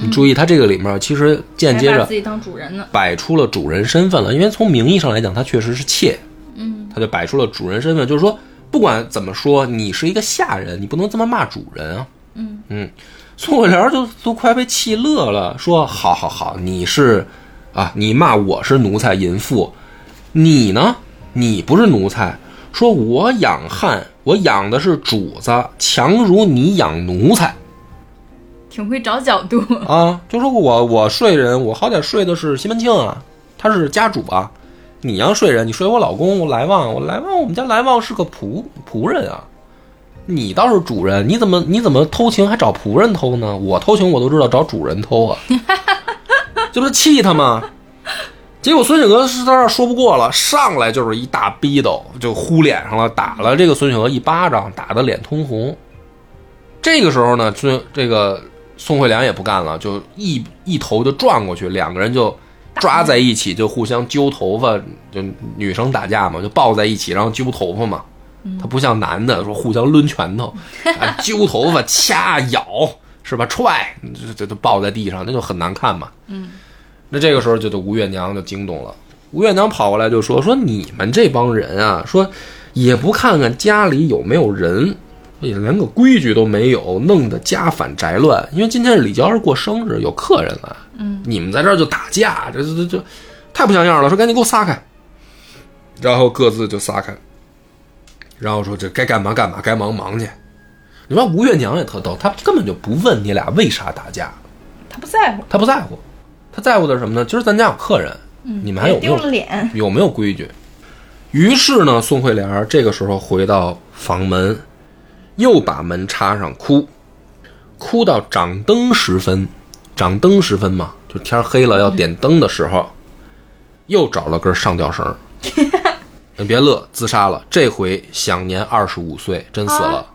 B: 你注意，他这个里面其实间接
A: 还
B: 着
A: 把自己当主人呢。
B: 摆出了主人身份了，因为从名义上来讲，他确实是妾，嗯，他就摆出了主人身份，就是说，不管怎么说，你是一个下人，你不能这么骂主人啊，嗯宋慧莲就都快被气乐了，说：“好好好，你是啊，你骂我是奴才淫妇，你呢？你不是奴才，说我养汉，我养的是主子，强如你养奴才。”
A: 挺会找角度，
B: 啊，就说我我睡人，我好歹睡的是西门庆啊，他是家主啊。你要睡人，你睡我老公，我来旺，我来旺，我们家来旺是个仆仆人啊。你倒是主人，你怎么你怎么偷情还找仆人偷呢？我偷情我都知道找主人偷啊，这不是气他吗？结果孙雪娥是在那儿说不过了，上来就是一大逼斗，就呼脸上了，打了这个孙雪娥一巴掌，打得脸通红。这个时候呢，孙这个宋慧良也不干了，就一一头就撞过去，两个人就抓在一起，就互相揪头发，就女生打架嘛，就抱在一起，然后揪头发嘛。他不像男的说互相抡拳头、啊揪头发、掐、咬，是吧？踹，这这都抱在地上，那就很难看嘛。嗯，那这个时候就就吴月娘就惊动了，吴月娘跑过来就说：“说你们这帮人啊，说也不看看家里有没有人，也连个规矩都没有，弄得家反宅乱。因为今天是李娇儿过生日，有客人来，嗯，你们在这儿就打架，这这这这太不像样了。说赶紧给我撒开，然后各自就撒开，然后说这该干嘛干嘛，该忙忙去。你说吴月娘也特逗，她根本就不问你俩为啥打架，
A: 他不在乎，
B: 她不在乎，她在乎的是什么呢？今儿咱家有客人，你们还有没有
A: 嗯丢了脸。
B: 有没有规矩？于是呢，宋慧莲儿这个时候回到房门，又把门插上哭，哭到掌灯时分，掌灯时分嘛，就天黑了要点灯的时候，又找了根上吊 绳儿。你别乐，自杀了。这回享年二十五岁，真死
A: 啊
B: 了。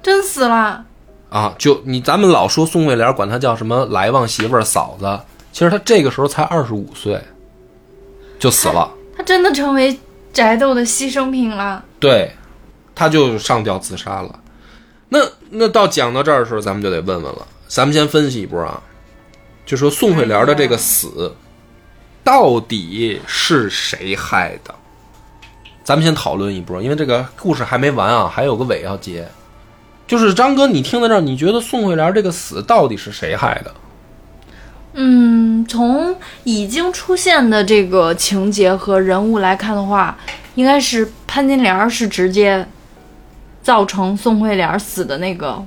A: 真死了，
B: 啊，就你咱们老说宋慧莲管她叫什么来旺媳妇儿、嫂子，其实她这个时候才二十五岁，就死了。
A: 他真的成为宅斗的牺牲品了。
B: 对，他就上吊自杀了。那那到讲到这儿的时候，咱们就得问问了，咱们先分析一波啊，就说宋慧莲的这个死，到底是谁害的？咱们先讨论一波，因为这个故事还没完啊，还有个尾要结。就是张哥，你听到这儿，你觉得宋慧莲这个死到底是谁害的？
A: 嗯，从已经出现的这个情节和人物来看的话，应该是潘金莲儿是直接造成宋慧莲儿死的那个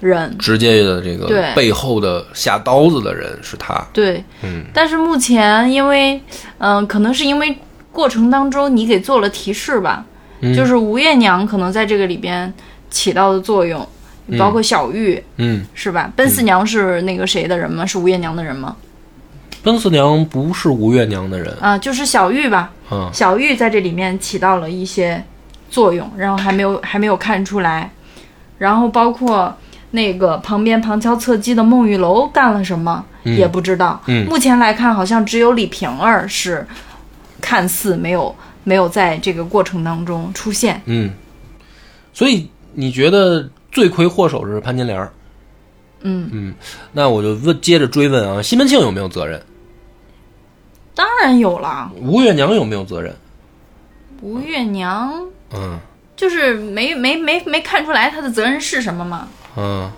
A: 人。
B: 直接的这个
A: 对
B: 背后的下刀子的人是他。
A: 对，
B: 嗯
A: 但是目前因为，嗯、可能是因为过程当中你给做了提示吧，
B: 嗯
A: 就是吴月娘可能在这个里边起到的作用，包括小玉、
B: 嗯，嗯
A: 是吧？奔四娘是那个谁的人吗？是吴月娘的人吗？
B: 奔四娘不是吴月娘的人
A: 啊、就是小玉吧，
B: 啊。
A: 小玉在这里面起到了一些作用，然后还没有还没有看出来，然后包括那个旁边旁敲侧击的孟玉楼干了什么、也不知道。
B: 嗯
A: 目前来看，好像只有李瓶儿是看似没有没有在这个过程当中出现。
B: 嗯，所以你觉得罪魁祸首是潘金莲？
A: 嗯
B: 嗯，那我就问，接着追问啊，西门庆有没有责任？
A: 当然有了，
B: 吴月娘有没有责任？
A: 吴月娘
B: 嗯
A: 就是没没没没看出来她的责任是什么嘛。
B: 嗯，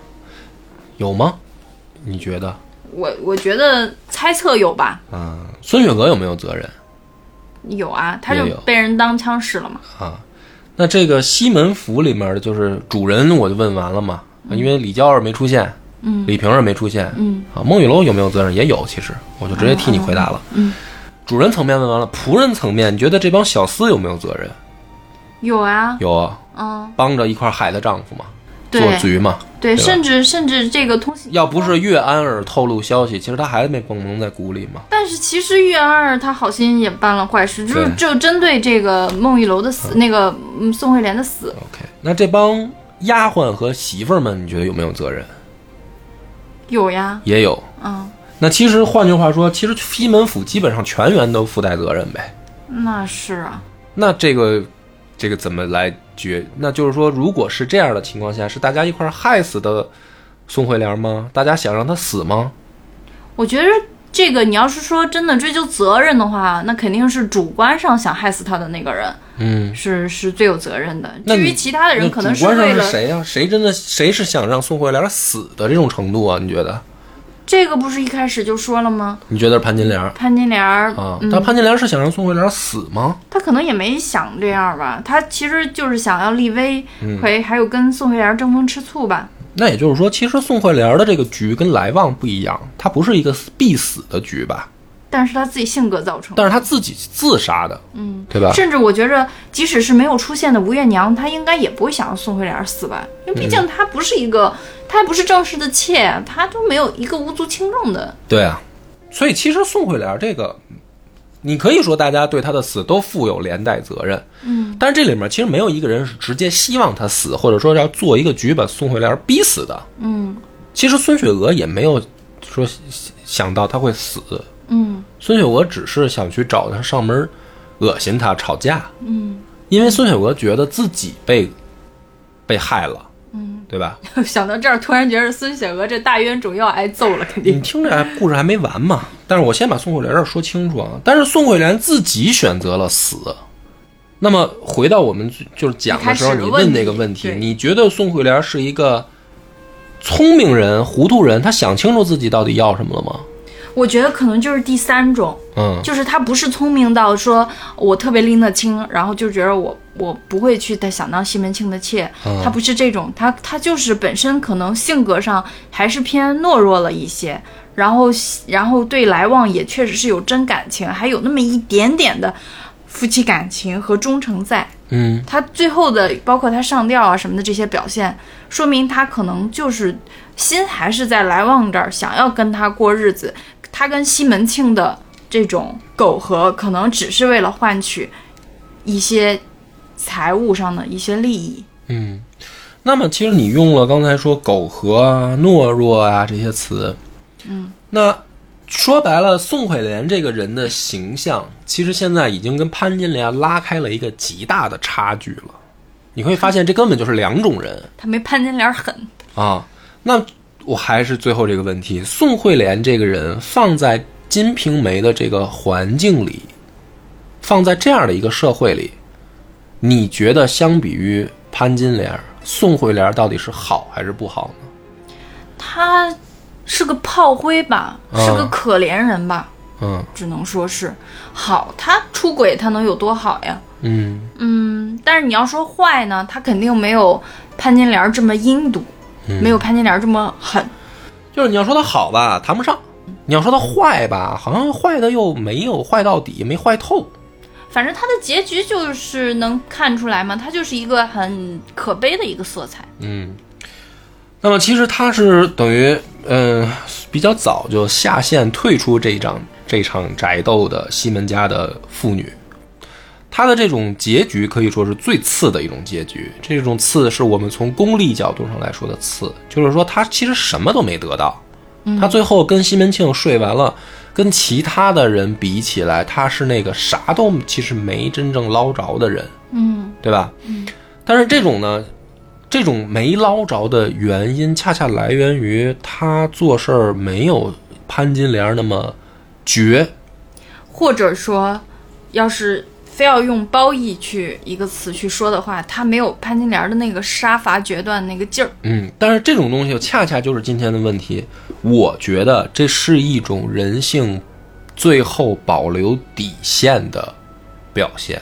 B: 有吗？你觉得？
A: 我我觉得猜测有吧，
B: 嗯，孙雪娥有没有责任
A: 有啊，她就
B: 也有
A: 被人当枪使了嘛。
B: 啊？那这个西门府里面的就是主人，我就问完了嘛，因为李娇儿没出现，嗯，李瓶儿也没出现，
A: 嗯，
B: 啊，孟玉楼有没有责任？也有，其实我就直接替你回答了。
A: 嗯，
B: 主人层面问完了，仆人层面，你觉得这帮小厮有没有责任？
A: 有啊，
B: 有啊，
A: 嗯，
B: 帮着一块儿害她丈夫嘛。做
A: 对
B: 局嘛。
A: 对，
B: 吧
A: 甚至甚至这个通信，
B: 要不是岳安尔透露消息，其实他还没蹦蒙在鼓里嘛。
A: 但是其实玉安儿他好心也办了坏事，就是
B: 对
A: 就针对这个孟玉楼的死，那个嗯宋慧莲的死，
B: OK，那这帮丫鬟和媳妇儿们，你觉得有没有责任？
A: 有呀，
B: 也有。
A: 嗯，
B: 那其实换句话说，其实西门府基本上全员都附带责任呗。
A: 那是啊，
B: 那这个这个怎么来决？那就是说，如果是这样的情况下，是大家一块儿害死的宋慧莲吗？大家想让她死吗？
A: 我觉得这个你要是说真的追究责任的话，那肯定是主观上想害死他的那个人
B: 嗯，
A: 是是最有责任的，
B: 那
A: 至
B: 你
A: 于其他的人可能
B: 那主
A: 是
B: 观
A: 为
B: 上
A: 了
B: 是谁呀、谁真的谁是想让宋慧莲死的这种程度啊？你觉得？
A: 这个不是一开始就说了吗？
B: 你觉得是潘金莲儿
A: 潘金莲儿，
B: 啊？
A: 嗯，
B: 但潘金莲是想让宋慧莲死吗？
A: 他可能也没想这样吧，他其实就是想要立威，
B: 嗯
A: 还、还有跟宋慧莲争风吃醋吧。
B: 那也就是说，其实宋慧莲的这个局跟来旺不一样，她不是一个必死的局吧？
A: 但是他自己性格造成的，
B: 但是她自己自杀的，嗯，对吧？
A: 甚至我觉着，即使是没有出现的吴月娘，她应该也不会想让宋慧莲死吧，因为毕竟她不是一个，她也不是正式的妾，她都没有一个无足轻重的。
B: 对啊，所以其实宋慧莲这个，你可以说大家对她的死都负有连带责任，嗯，但是这里面其实没有一个人是直接希望她死，或者说要做一个局把宋慧莲逼死的，嗯，其实孙雪娥也没有说想到她会死，
A: 嗯，
B: 孙雪娥只是想去找她上门恶心她吵架，嗯，因为孙雪娥觉得自己被被害了，嗯，对吧？
A: 想到这儿，突然觉得孙雪娥这大冤种要挨揍了，肯定。
B: 你听着啊，故事还没完嘛。但是我先把宋慧莲这儿说清楚啊。但是宋慧莲自己选择了死。那么回到我们最就是讲的时候，
A: 一开始
B: 你
A: 问
B: 问
A: 你
B: 那个问题，
A: 对
B: 你觉得宋慧莲是一个聪明人、糊涂人？她想清楚自己到底要什么了吗？
A: 我觉得可能就是第三种，
B: 嗯，
A: 就是他不是聪明到说我特别拎得清，然后就觉得我我不会去再想当西门庆的妾，
B: 嗯
A: 他不是这种，他他就是本身可能性格上还是偏懦弱了一些，然后然后对来旺也确实是有真感情，还有那么一点点的夫妻感情和忠诚在。
B: 嗯，
A: 他最后的包括他上吊啊什么的这些表现，说明他可能就是心还是在来旺这儿，想要跟他过日子。他跟西门庆的这种苟合，可能只是为了换取一些财务上的一些利益。
B: 那么其实你用了刚才说苟合啊、懦弱啊这些词，嗯，那说白了，宋慧莲这个人的形象，其实现在已经跟潘金莲拉开了一个极大的差距了。你会发现，这根本就是两种人
A: 他没潘金莲狠，
B: 啊。那我还是最后这个问题：宋慧莲这个人放在《金瓶梅》的这个环境里，放在这样的一个社会里，你觉得相比于潘金莲，宋慧莲到底是好还是不好呢？
A: 他是个炮灰吧，是个
B: 嗯
A: 可怜人吧，
B: 嗯
A: 只能说是好。他出轨，他能有多好呀？
B: 嗯
A: 嗯，但是你要说坏呢，他肯定没有潘金莲儿这么阴毒，没有潘金莲儿这么狠。
B: 就是你要说他好吧，谈不上；你要说他坏吧，好像坏的又没有坏到底，没坏透。
A: 反正他的结局就是能看出来嘛，他就是一个很可悲的一个色彩。
B: 嗯，那么其实他是等于嗯、呃比较早就下线退出这一场这场宅斗的西门家的妇女，她的这种结局可以说是最次的一种结局。这种次是我们从功利角度上来说的次，就是说她其实什么都没得到，她最后跟西门庆睡完了。跟其他的人比起来，她是那个啥都其实没真正捞着的人，嗯，对吧？嗯，但是这种呢，这种没捞着的原因，恰恰来源于他做事儿没有潘金莲那么绝。
A: 或者说，要是非要用褒义去一个词去说的话，他没有潘金莲儿的那个杀伐决断那个劲儿。
B: 嗯，但是这种东西恰恰就是今天的问题。我觉得这是一种人性最后保留底线的表现，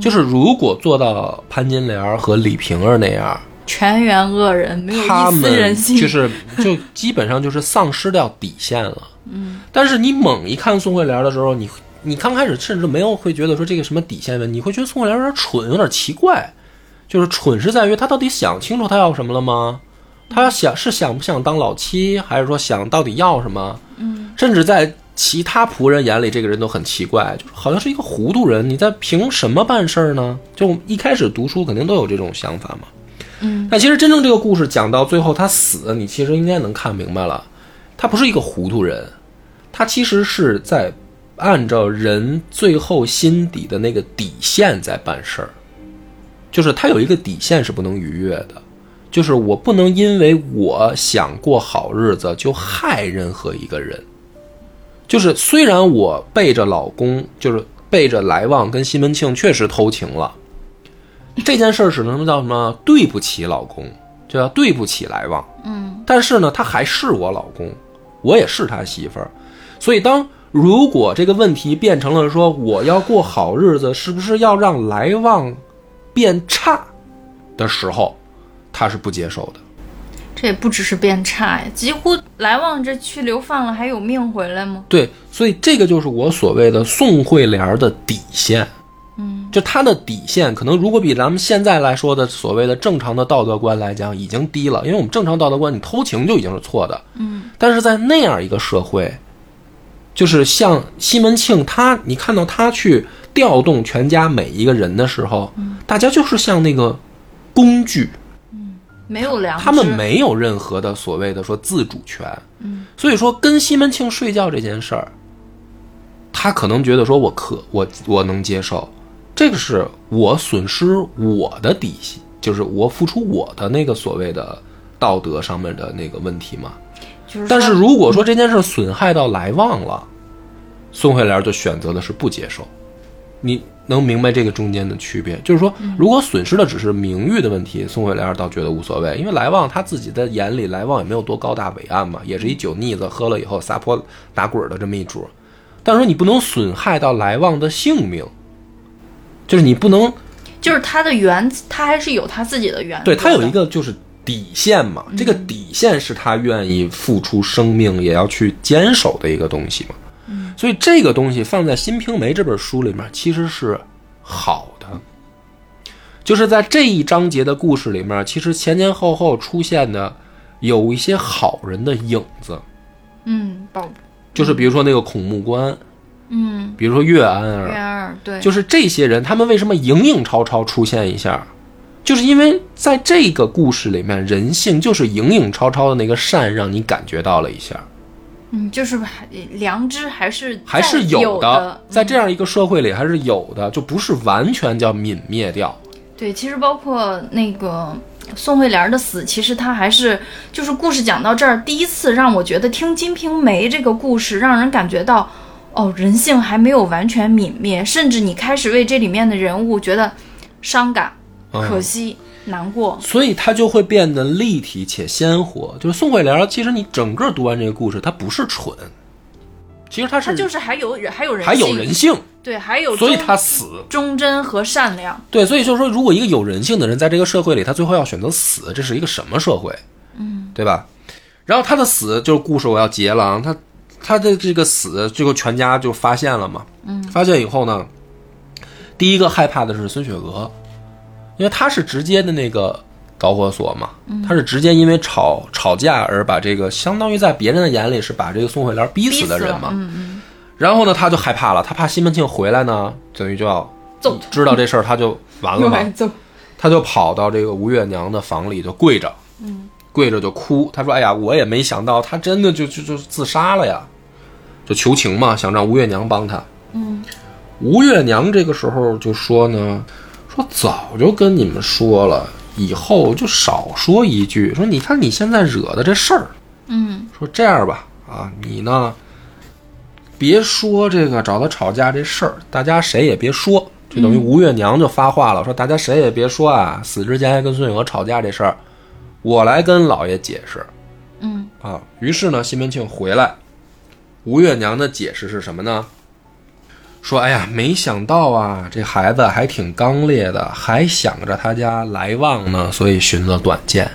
B: 就是如果做到潘金莲和李瓶儿那样，
A: 全员恶人，没有
B: 他
A: 一
B: 们
A: 丝人性。
B: 就是就基本上就是丧失掉底线了。嗯，但是你猛一看宋慧莲的时候，你你刚开始甚至没有会觉得说这个什么底线问题，你会觉得宋慧莲有点蠢，有点奇怪。就是蠢是在于他到底想清楚他要什么了吗？他要想是想不想当老七，还是说想到底要什么？嗯，甚至在其他仆人眼里，这个人都很奇怪，就是好像是一个糊涂人。你在凭什么办事儿呢？就我们一开始读书肯定都有这种想法嘛。嗯，但其实真正这个故事讲到最后，他死，你其实应该能看明白了，他不是一个糊涂人，他其实是在按照人最后心底的那个底线在办事儿，就是他有一个底线是不能逾越的。就是我不能因为我想过好日子就害任何一个人。就是虽然我背着老公，就是背着来旺跟西门庆确实偷情了，这件事儿只能叫什么？对不起老公，就叫对不起来旺。嗯，但是呢，他还是我老公，我也是他媳妇儿，所以当。如果这个问题变成了说我要过好日子，是不是要让来旺变差的时候，他是不接受的。
C: 这也不只是变差呀，几乎来旺这去流放了，还有命回来吗？
B: 对，所以这个就是我所谓的宋慧莲儿的底线。嗯，就她的底线，可能如果比咱们现在来说的所谓的正常的道德观来讲，已经低了，因为我们正常道德观，你偷情就已经是错的。嗯，但是在那样一个社会，就是像西门庆他，你看到他去调动全家每一个人的时候，大家就是像那个工具，
C: 没有良知，
B: 他们没有任何的所谓的说自主权，嗯，所以说跟西门庆睡觉这件事儿，他可能觉得说我可我我能接受，这个是我损失我的底细，就是我付出我的那个所谓的道德上面的那个问题嘛。
C: 就是说
B: 但是如果说这件事损害到来旺了，宋慧莲就选择的是不接受。你能明白这个中间的区别？就是说，如果损失的只是名誉的问题，宋慧莲倒觉得无所谓，因为来旺他自己的眼里，来旺也没有多高大伟岸嘛，也是一酒腻子，喝了以后撒泼打滚的这么一主。但是说你不能损害到来旺的性命，就是你不能
C: 就是他的原，他还是有他自己的原则
B: 对
C: 的。嗯
B: 他有一个就是底线嘛，这个底线是他愿意付出生命也要去坚守的一个东西嘛。
C: 嗯
B: 所以这个东西放在《新平梅》这本书里面其实是好的，就是在这一章节的故事里面，其实前前后后出现的有一些好人的影子，
C: 嗯，宝
B: 就是比如说那个孔目官，
C: 嗯，
B: 比如说岳安啊儿，
C: 月儿对，
B: 就是这些人，他们为什么影影绰绰出现一下？就是因为在这个故事里面，人性就是影影绰绰的那个善，让你感觉到了一下，
C: 嗯，就是还良知还是
B: 还是
C: 在
B: 有
C: 有
B: 的，在这样一个社会里还是有的，就不是完全叫泯灭掉。
C: 对，其实包括那个宋慧莲的死，其实她还是就是故事讲到这儿，第一次让我觉得听《金瓶梅》这个故事，让人感觉到哦，人性还没有完全泯灭，甚至你开始为这里面的人物觉得伤感、
B: 嗯
C: 可惜、难过。
B: 所以它就会变得立体且鲜活。就是宋慧莲，其实你整个读完这个故事，她不是蠢，其实她
C: 他
B: 是
C: 就是还有人，还有人，
B: 还有人，性，
C: 对，还有
B: 所以
C: 忠
B: 她死。
C: 忠贞和善良。
B: 对，所以就是说，如果一个有人性的人在这个社会里，他最后要选择死，这是一个什么社会？嗯，对吧？然后他的死就是故事，我要结了啊。他他的这个死，最后全家就发现了嘛。嗯，发现以后呢，第一个害怕的是孙雪娥，因为她是直接的那个导火索嘛，她是直接因为吵吵架而把这个相当于在别人的眼里是把这个宋慧莲逼死的人嘛。嗯嗯。然后呢，他就害怕了，他怕西门庆回来呢，等于就要
C: 揍他
B: 知道这事儿他就完嗯 了嘛，
C: 揍，
B: 他就跑到这个吴月娘的房里就跪着，嗯，跪着就哭。他说：“哎呀，我也没想到他真的就就就自杀了呀，就求情嘛，想让吴月娘帮他。”嗯，吴月娘这个时候就说呢：“说早就跟你们说了，以后就少说一句。说你看你现在惹的这事儿，
C: 嗯，
B: 说这样吧，啊，你呢，别说这个找他吵架这事儿，大家谁也别说，就等于吴月娘就发话了，说大家谁也别说啊，死之前还跟孙永娥吵架这事儿，我来跟老爷解释。
C: 嗯
B: 啊，于是呢，西门庆回来，吴月娘的解释是什么呢？说，哎呀，没想到啊，这孩子还挺刚烈的，还想着他家来旺呢，所以寻了短见。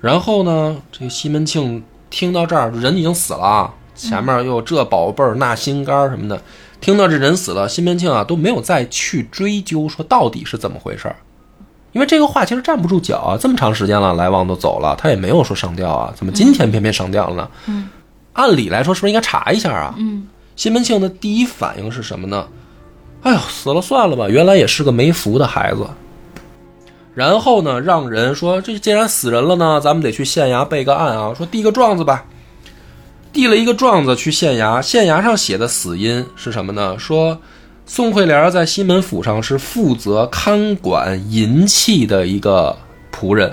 B: 然后呢，这个西门庆听到这儿，人已经死了啊，前面又这宝贝儿那心肝儿什么的，听到这人死了，西门庆啊都没有再去追究说到底是怎么回事儿，因为这个话其实站不住脚啊，这么长时间了，来旺都走了，他也没有说上吊啊，怎么今天偏偏上吊了呢？嗯，按理来说是不是应该查一下啊？嗯，西门庆的第一反应是什么呢？哎呦，死了算了吧，原来也是个没福的孩子。然后呢，让人说这既然死人了呢，咱们得去县衙备个案啊，说递个状子吧。递了一个状子去县衙，县衙上写的死因是什么呢？说宋惠莲在西门府上是负责看管银器的一个仆人，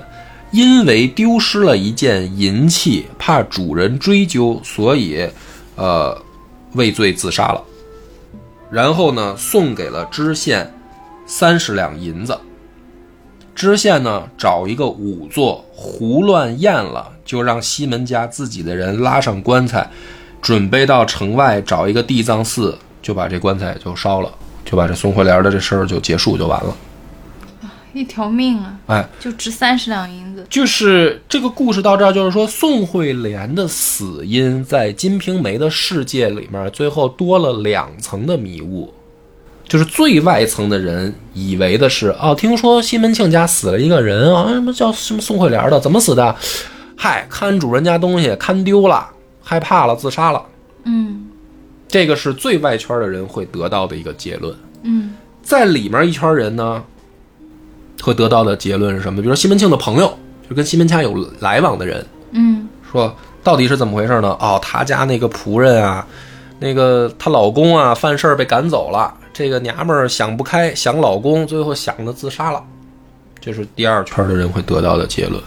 B: 因为丢失了一件银器，怕主人追究，所以呃畏罪自杀了。然后呢，送给了知县三十两银子。知县呢找一个仵作胡乱验了，就让西门家自己的人拉上棺材，准备到城外找一个地藏寺，就把这棺材就烧了，就把这宋惠莲的这事儿就结束就完了。
A: 一条命啊，
B: 哎，
A: 就值三十两银子。
B: 就是这个故事到这儿，就是说宋惠莲的死因在《金瓶梅》的世界里面，最后多了两层的迷雾，就是最外层的人以为的是，哦，听说西门庆家死了一个人啊，什么叫什么宋惠莲的，怎么死的？嗨，看主人家东西看丢了，害怕了，自杀了。
A: 嗯
B: 这个是最外圈的人会得到的一个结论。
A: 嗯
B: 在里面一圈人呢，会得到的结论是什么？比如说西门庆的朋友，就跟西门家有来往的人，
A: 嗯
B: 说到底是怎么回事呢？哦，他家那个仆人啊，那个她老公啊，犯事儿被赶走了。这个娘们儿想不开，想老公，最后想的自杀了。这是第二圈的人会得到的结论。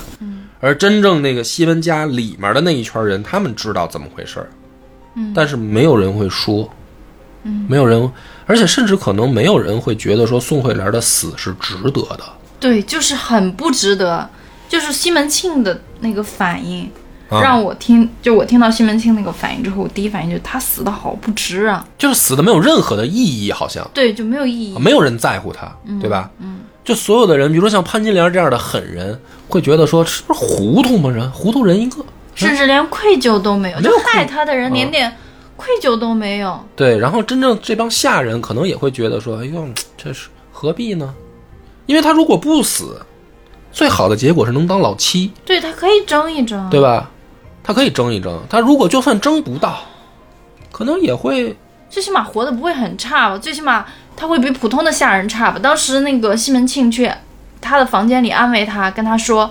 B: 而真正那个西门家里面的那一圈人，他们知道怎么回事儿，但是没有人会说，没有人，而且甚至可能没有人会觉得说宋慧莲的死是值得的。
A: 对，就是很不值得。就是西门庆的那个反应，
B: 啊
A: 让我听，就我听到西门庆那个反应之后，我第一反应就是他死的好不值啊。
B: 就是死的没有任何的意义，好像。
A: 对，就没有意义。
B: 啊没有人在乎他，对吧？嗯，就所有的人，比如说像潘金莲这样的狠人，会觉得说是不是糊涂吗？人糊涂人一个。
A: 甚至连愧疚都没有，
B: 没
A: 就
B: 有愧啊
A: 害他的人连点愧疚都没有。
B: 对，然后真正这帮下人可能也会觉得说，哎呦，这是何必呢？因为他如果不死，最好的结果是能当老七，
A: 对他可以争一争，
B: 对吧？他可以争一争，他如果就算争不到，可能也会
A: 最起码活的不会很差吧，最起码他会比普通的下人差吧。当时那个西门庆去他的房间里安慰他，跟他说，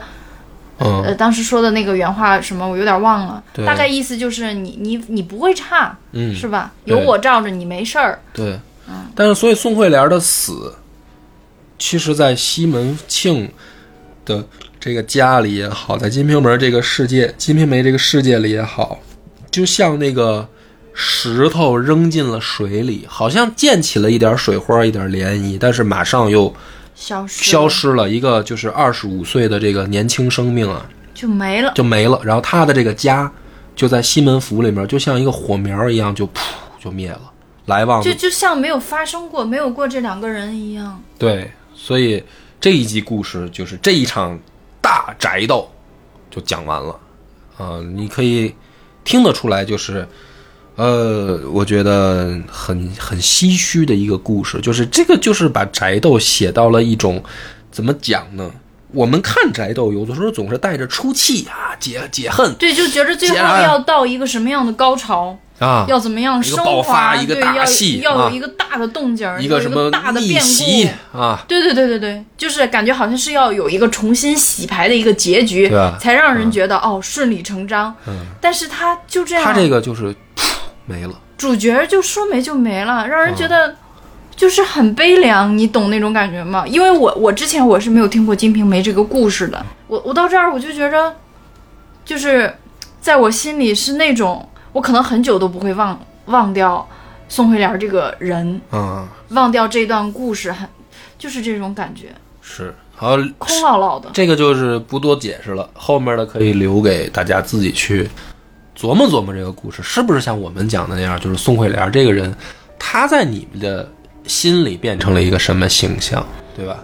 B: 嗯
A: 呃，当时说的那个原话什么，我有点忘了，
B: 对
A: 大概意思就是你你你不会差，
B: 嗯
A: 是吧？
B: 对
A: 有我罩着你没事儿。
B: 对，但是所以宋惠莲的死，其实，在西门庆的这个家里也好，在《金瓶梅》这个世界，《金瓶梅》这个世界里也好，就像那个石头扔进了水里，好像溅起了一点水花，一点涟漪，但是马上又
A: 消失，
B: 消失了。一个就是二十五岁的这个年轻生命啊，
A: 就没了。
B: 就没了。然后他的这个家就在西门府里面，就像一个火苗一样，就噗就灭了。来旺
A: 就就像没有发生过，没有过这两个人一样。
B: 对，所以这一集故事就是这一场大宅斗就讲完了。啊、你可以听得出来，就是呃，我觉得很很唏嘘的一个故事，就是这个就是把宅斗写到了一种怎么讲呢？我们看宅斗，有的时候总是带着出气啊、解解恨
A: 对，就觉着最后
B: 既然
A: 要到一个什么样的高潮，
B: 啊，
A: 要怎么样
B: 一个
A: 升
B: 爆
A: 华，
B: 发一个
A: 对
B: 大
A: 要
B: 戏
A: 要
B: 啊
A: 有一个大的动静儿，
B: 一
A: 有
B: 个
A: 一
B: 什么
A: 大的
B: 逆
A: 变
B: 袭
A: 故。
B: 啊，
A: 对对对对对，就是感觉好像是要有一个重新洗牌的一个结局，
B: 对啊嗯
A: 才让人觉得、哦顺理成章。但是他就这样，
B: 他这个就是噗没了。
A: 主角就说没就没了，让人觉得就是很悲凉，你懂那种感觉吗？因为我我之前我是没有听过《金瓶梅》这个故事的，我我到这儿我就觉着，就是在我心里是那种我可能很久都不会忘忘掉宋慧莲这个人，
B: 啊，
A: 忘掉这段故事，很就是这种感觉，
B: 是好。
A: 空落落的。
B: 这个就是不多解释了，后面的可以留给大家自己去琢磨琢磨这个故事是不是像我们讲的那样，就是宋慧莲这个人，她在你们的心里变成了一个什么形象，对吧？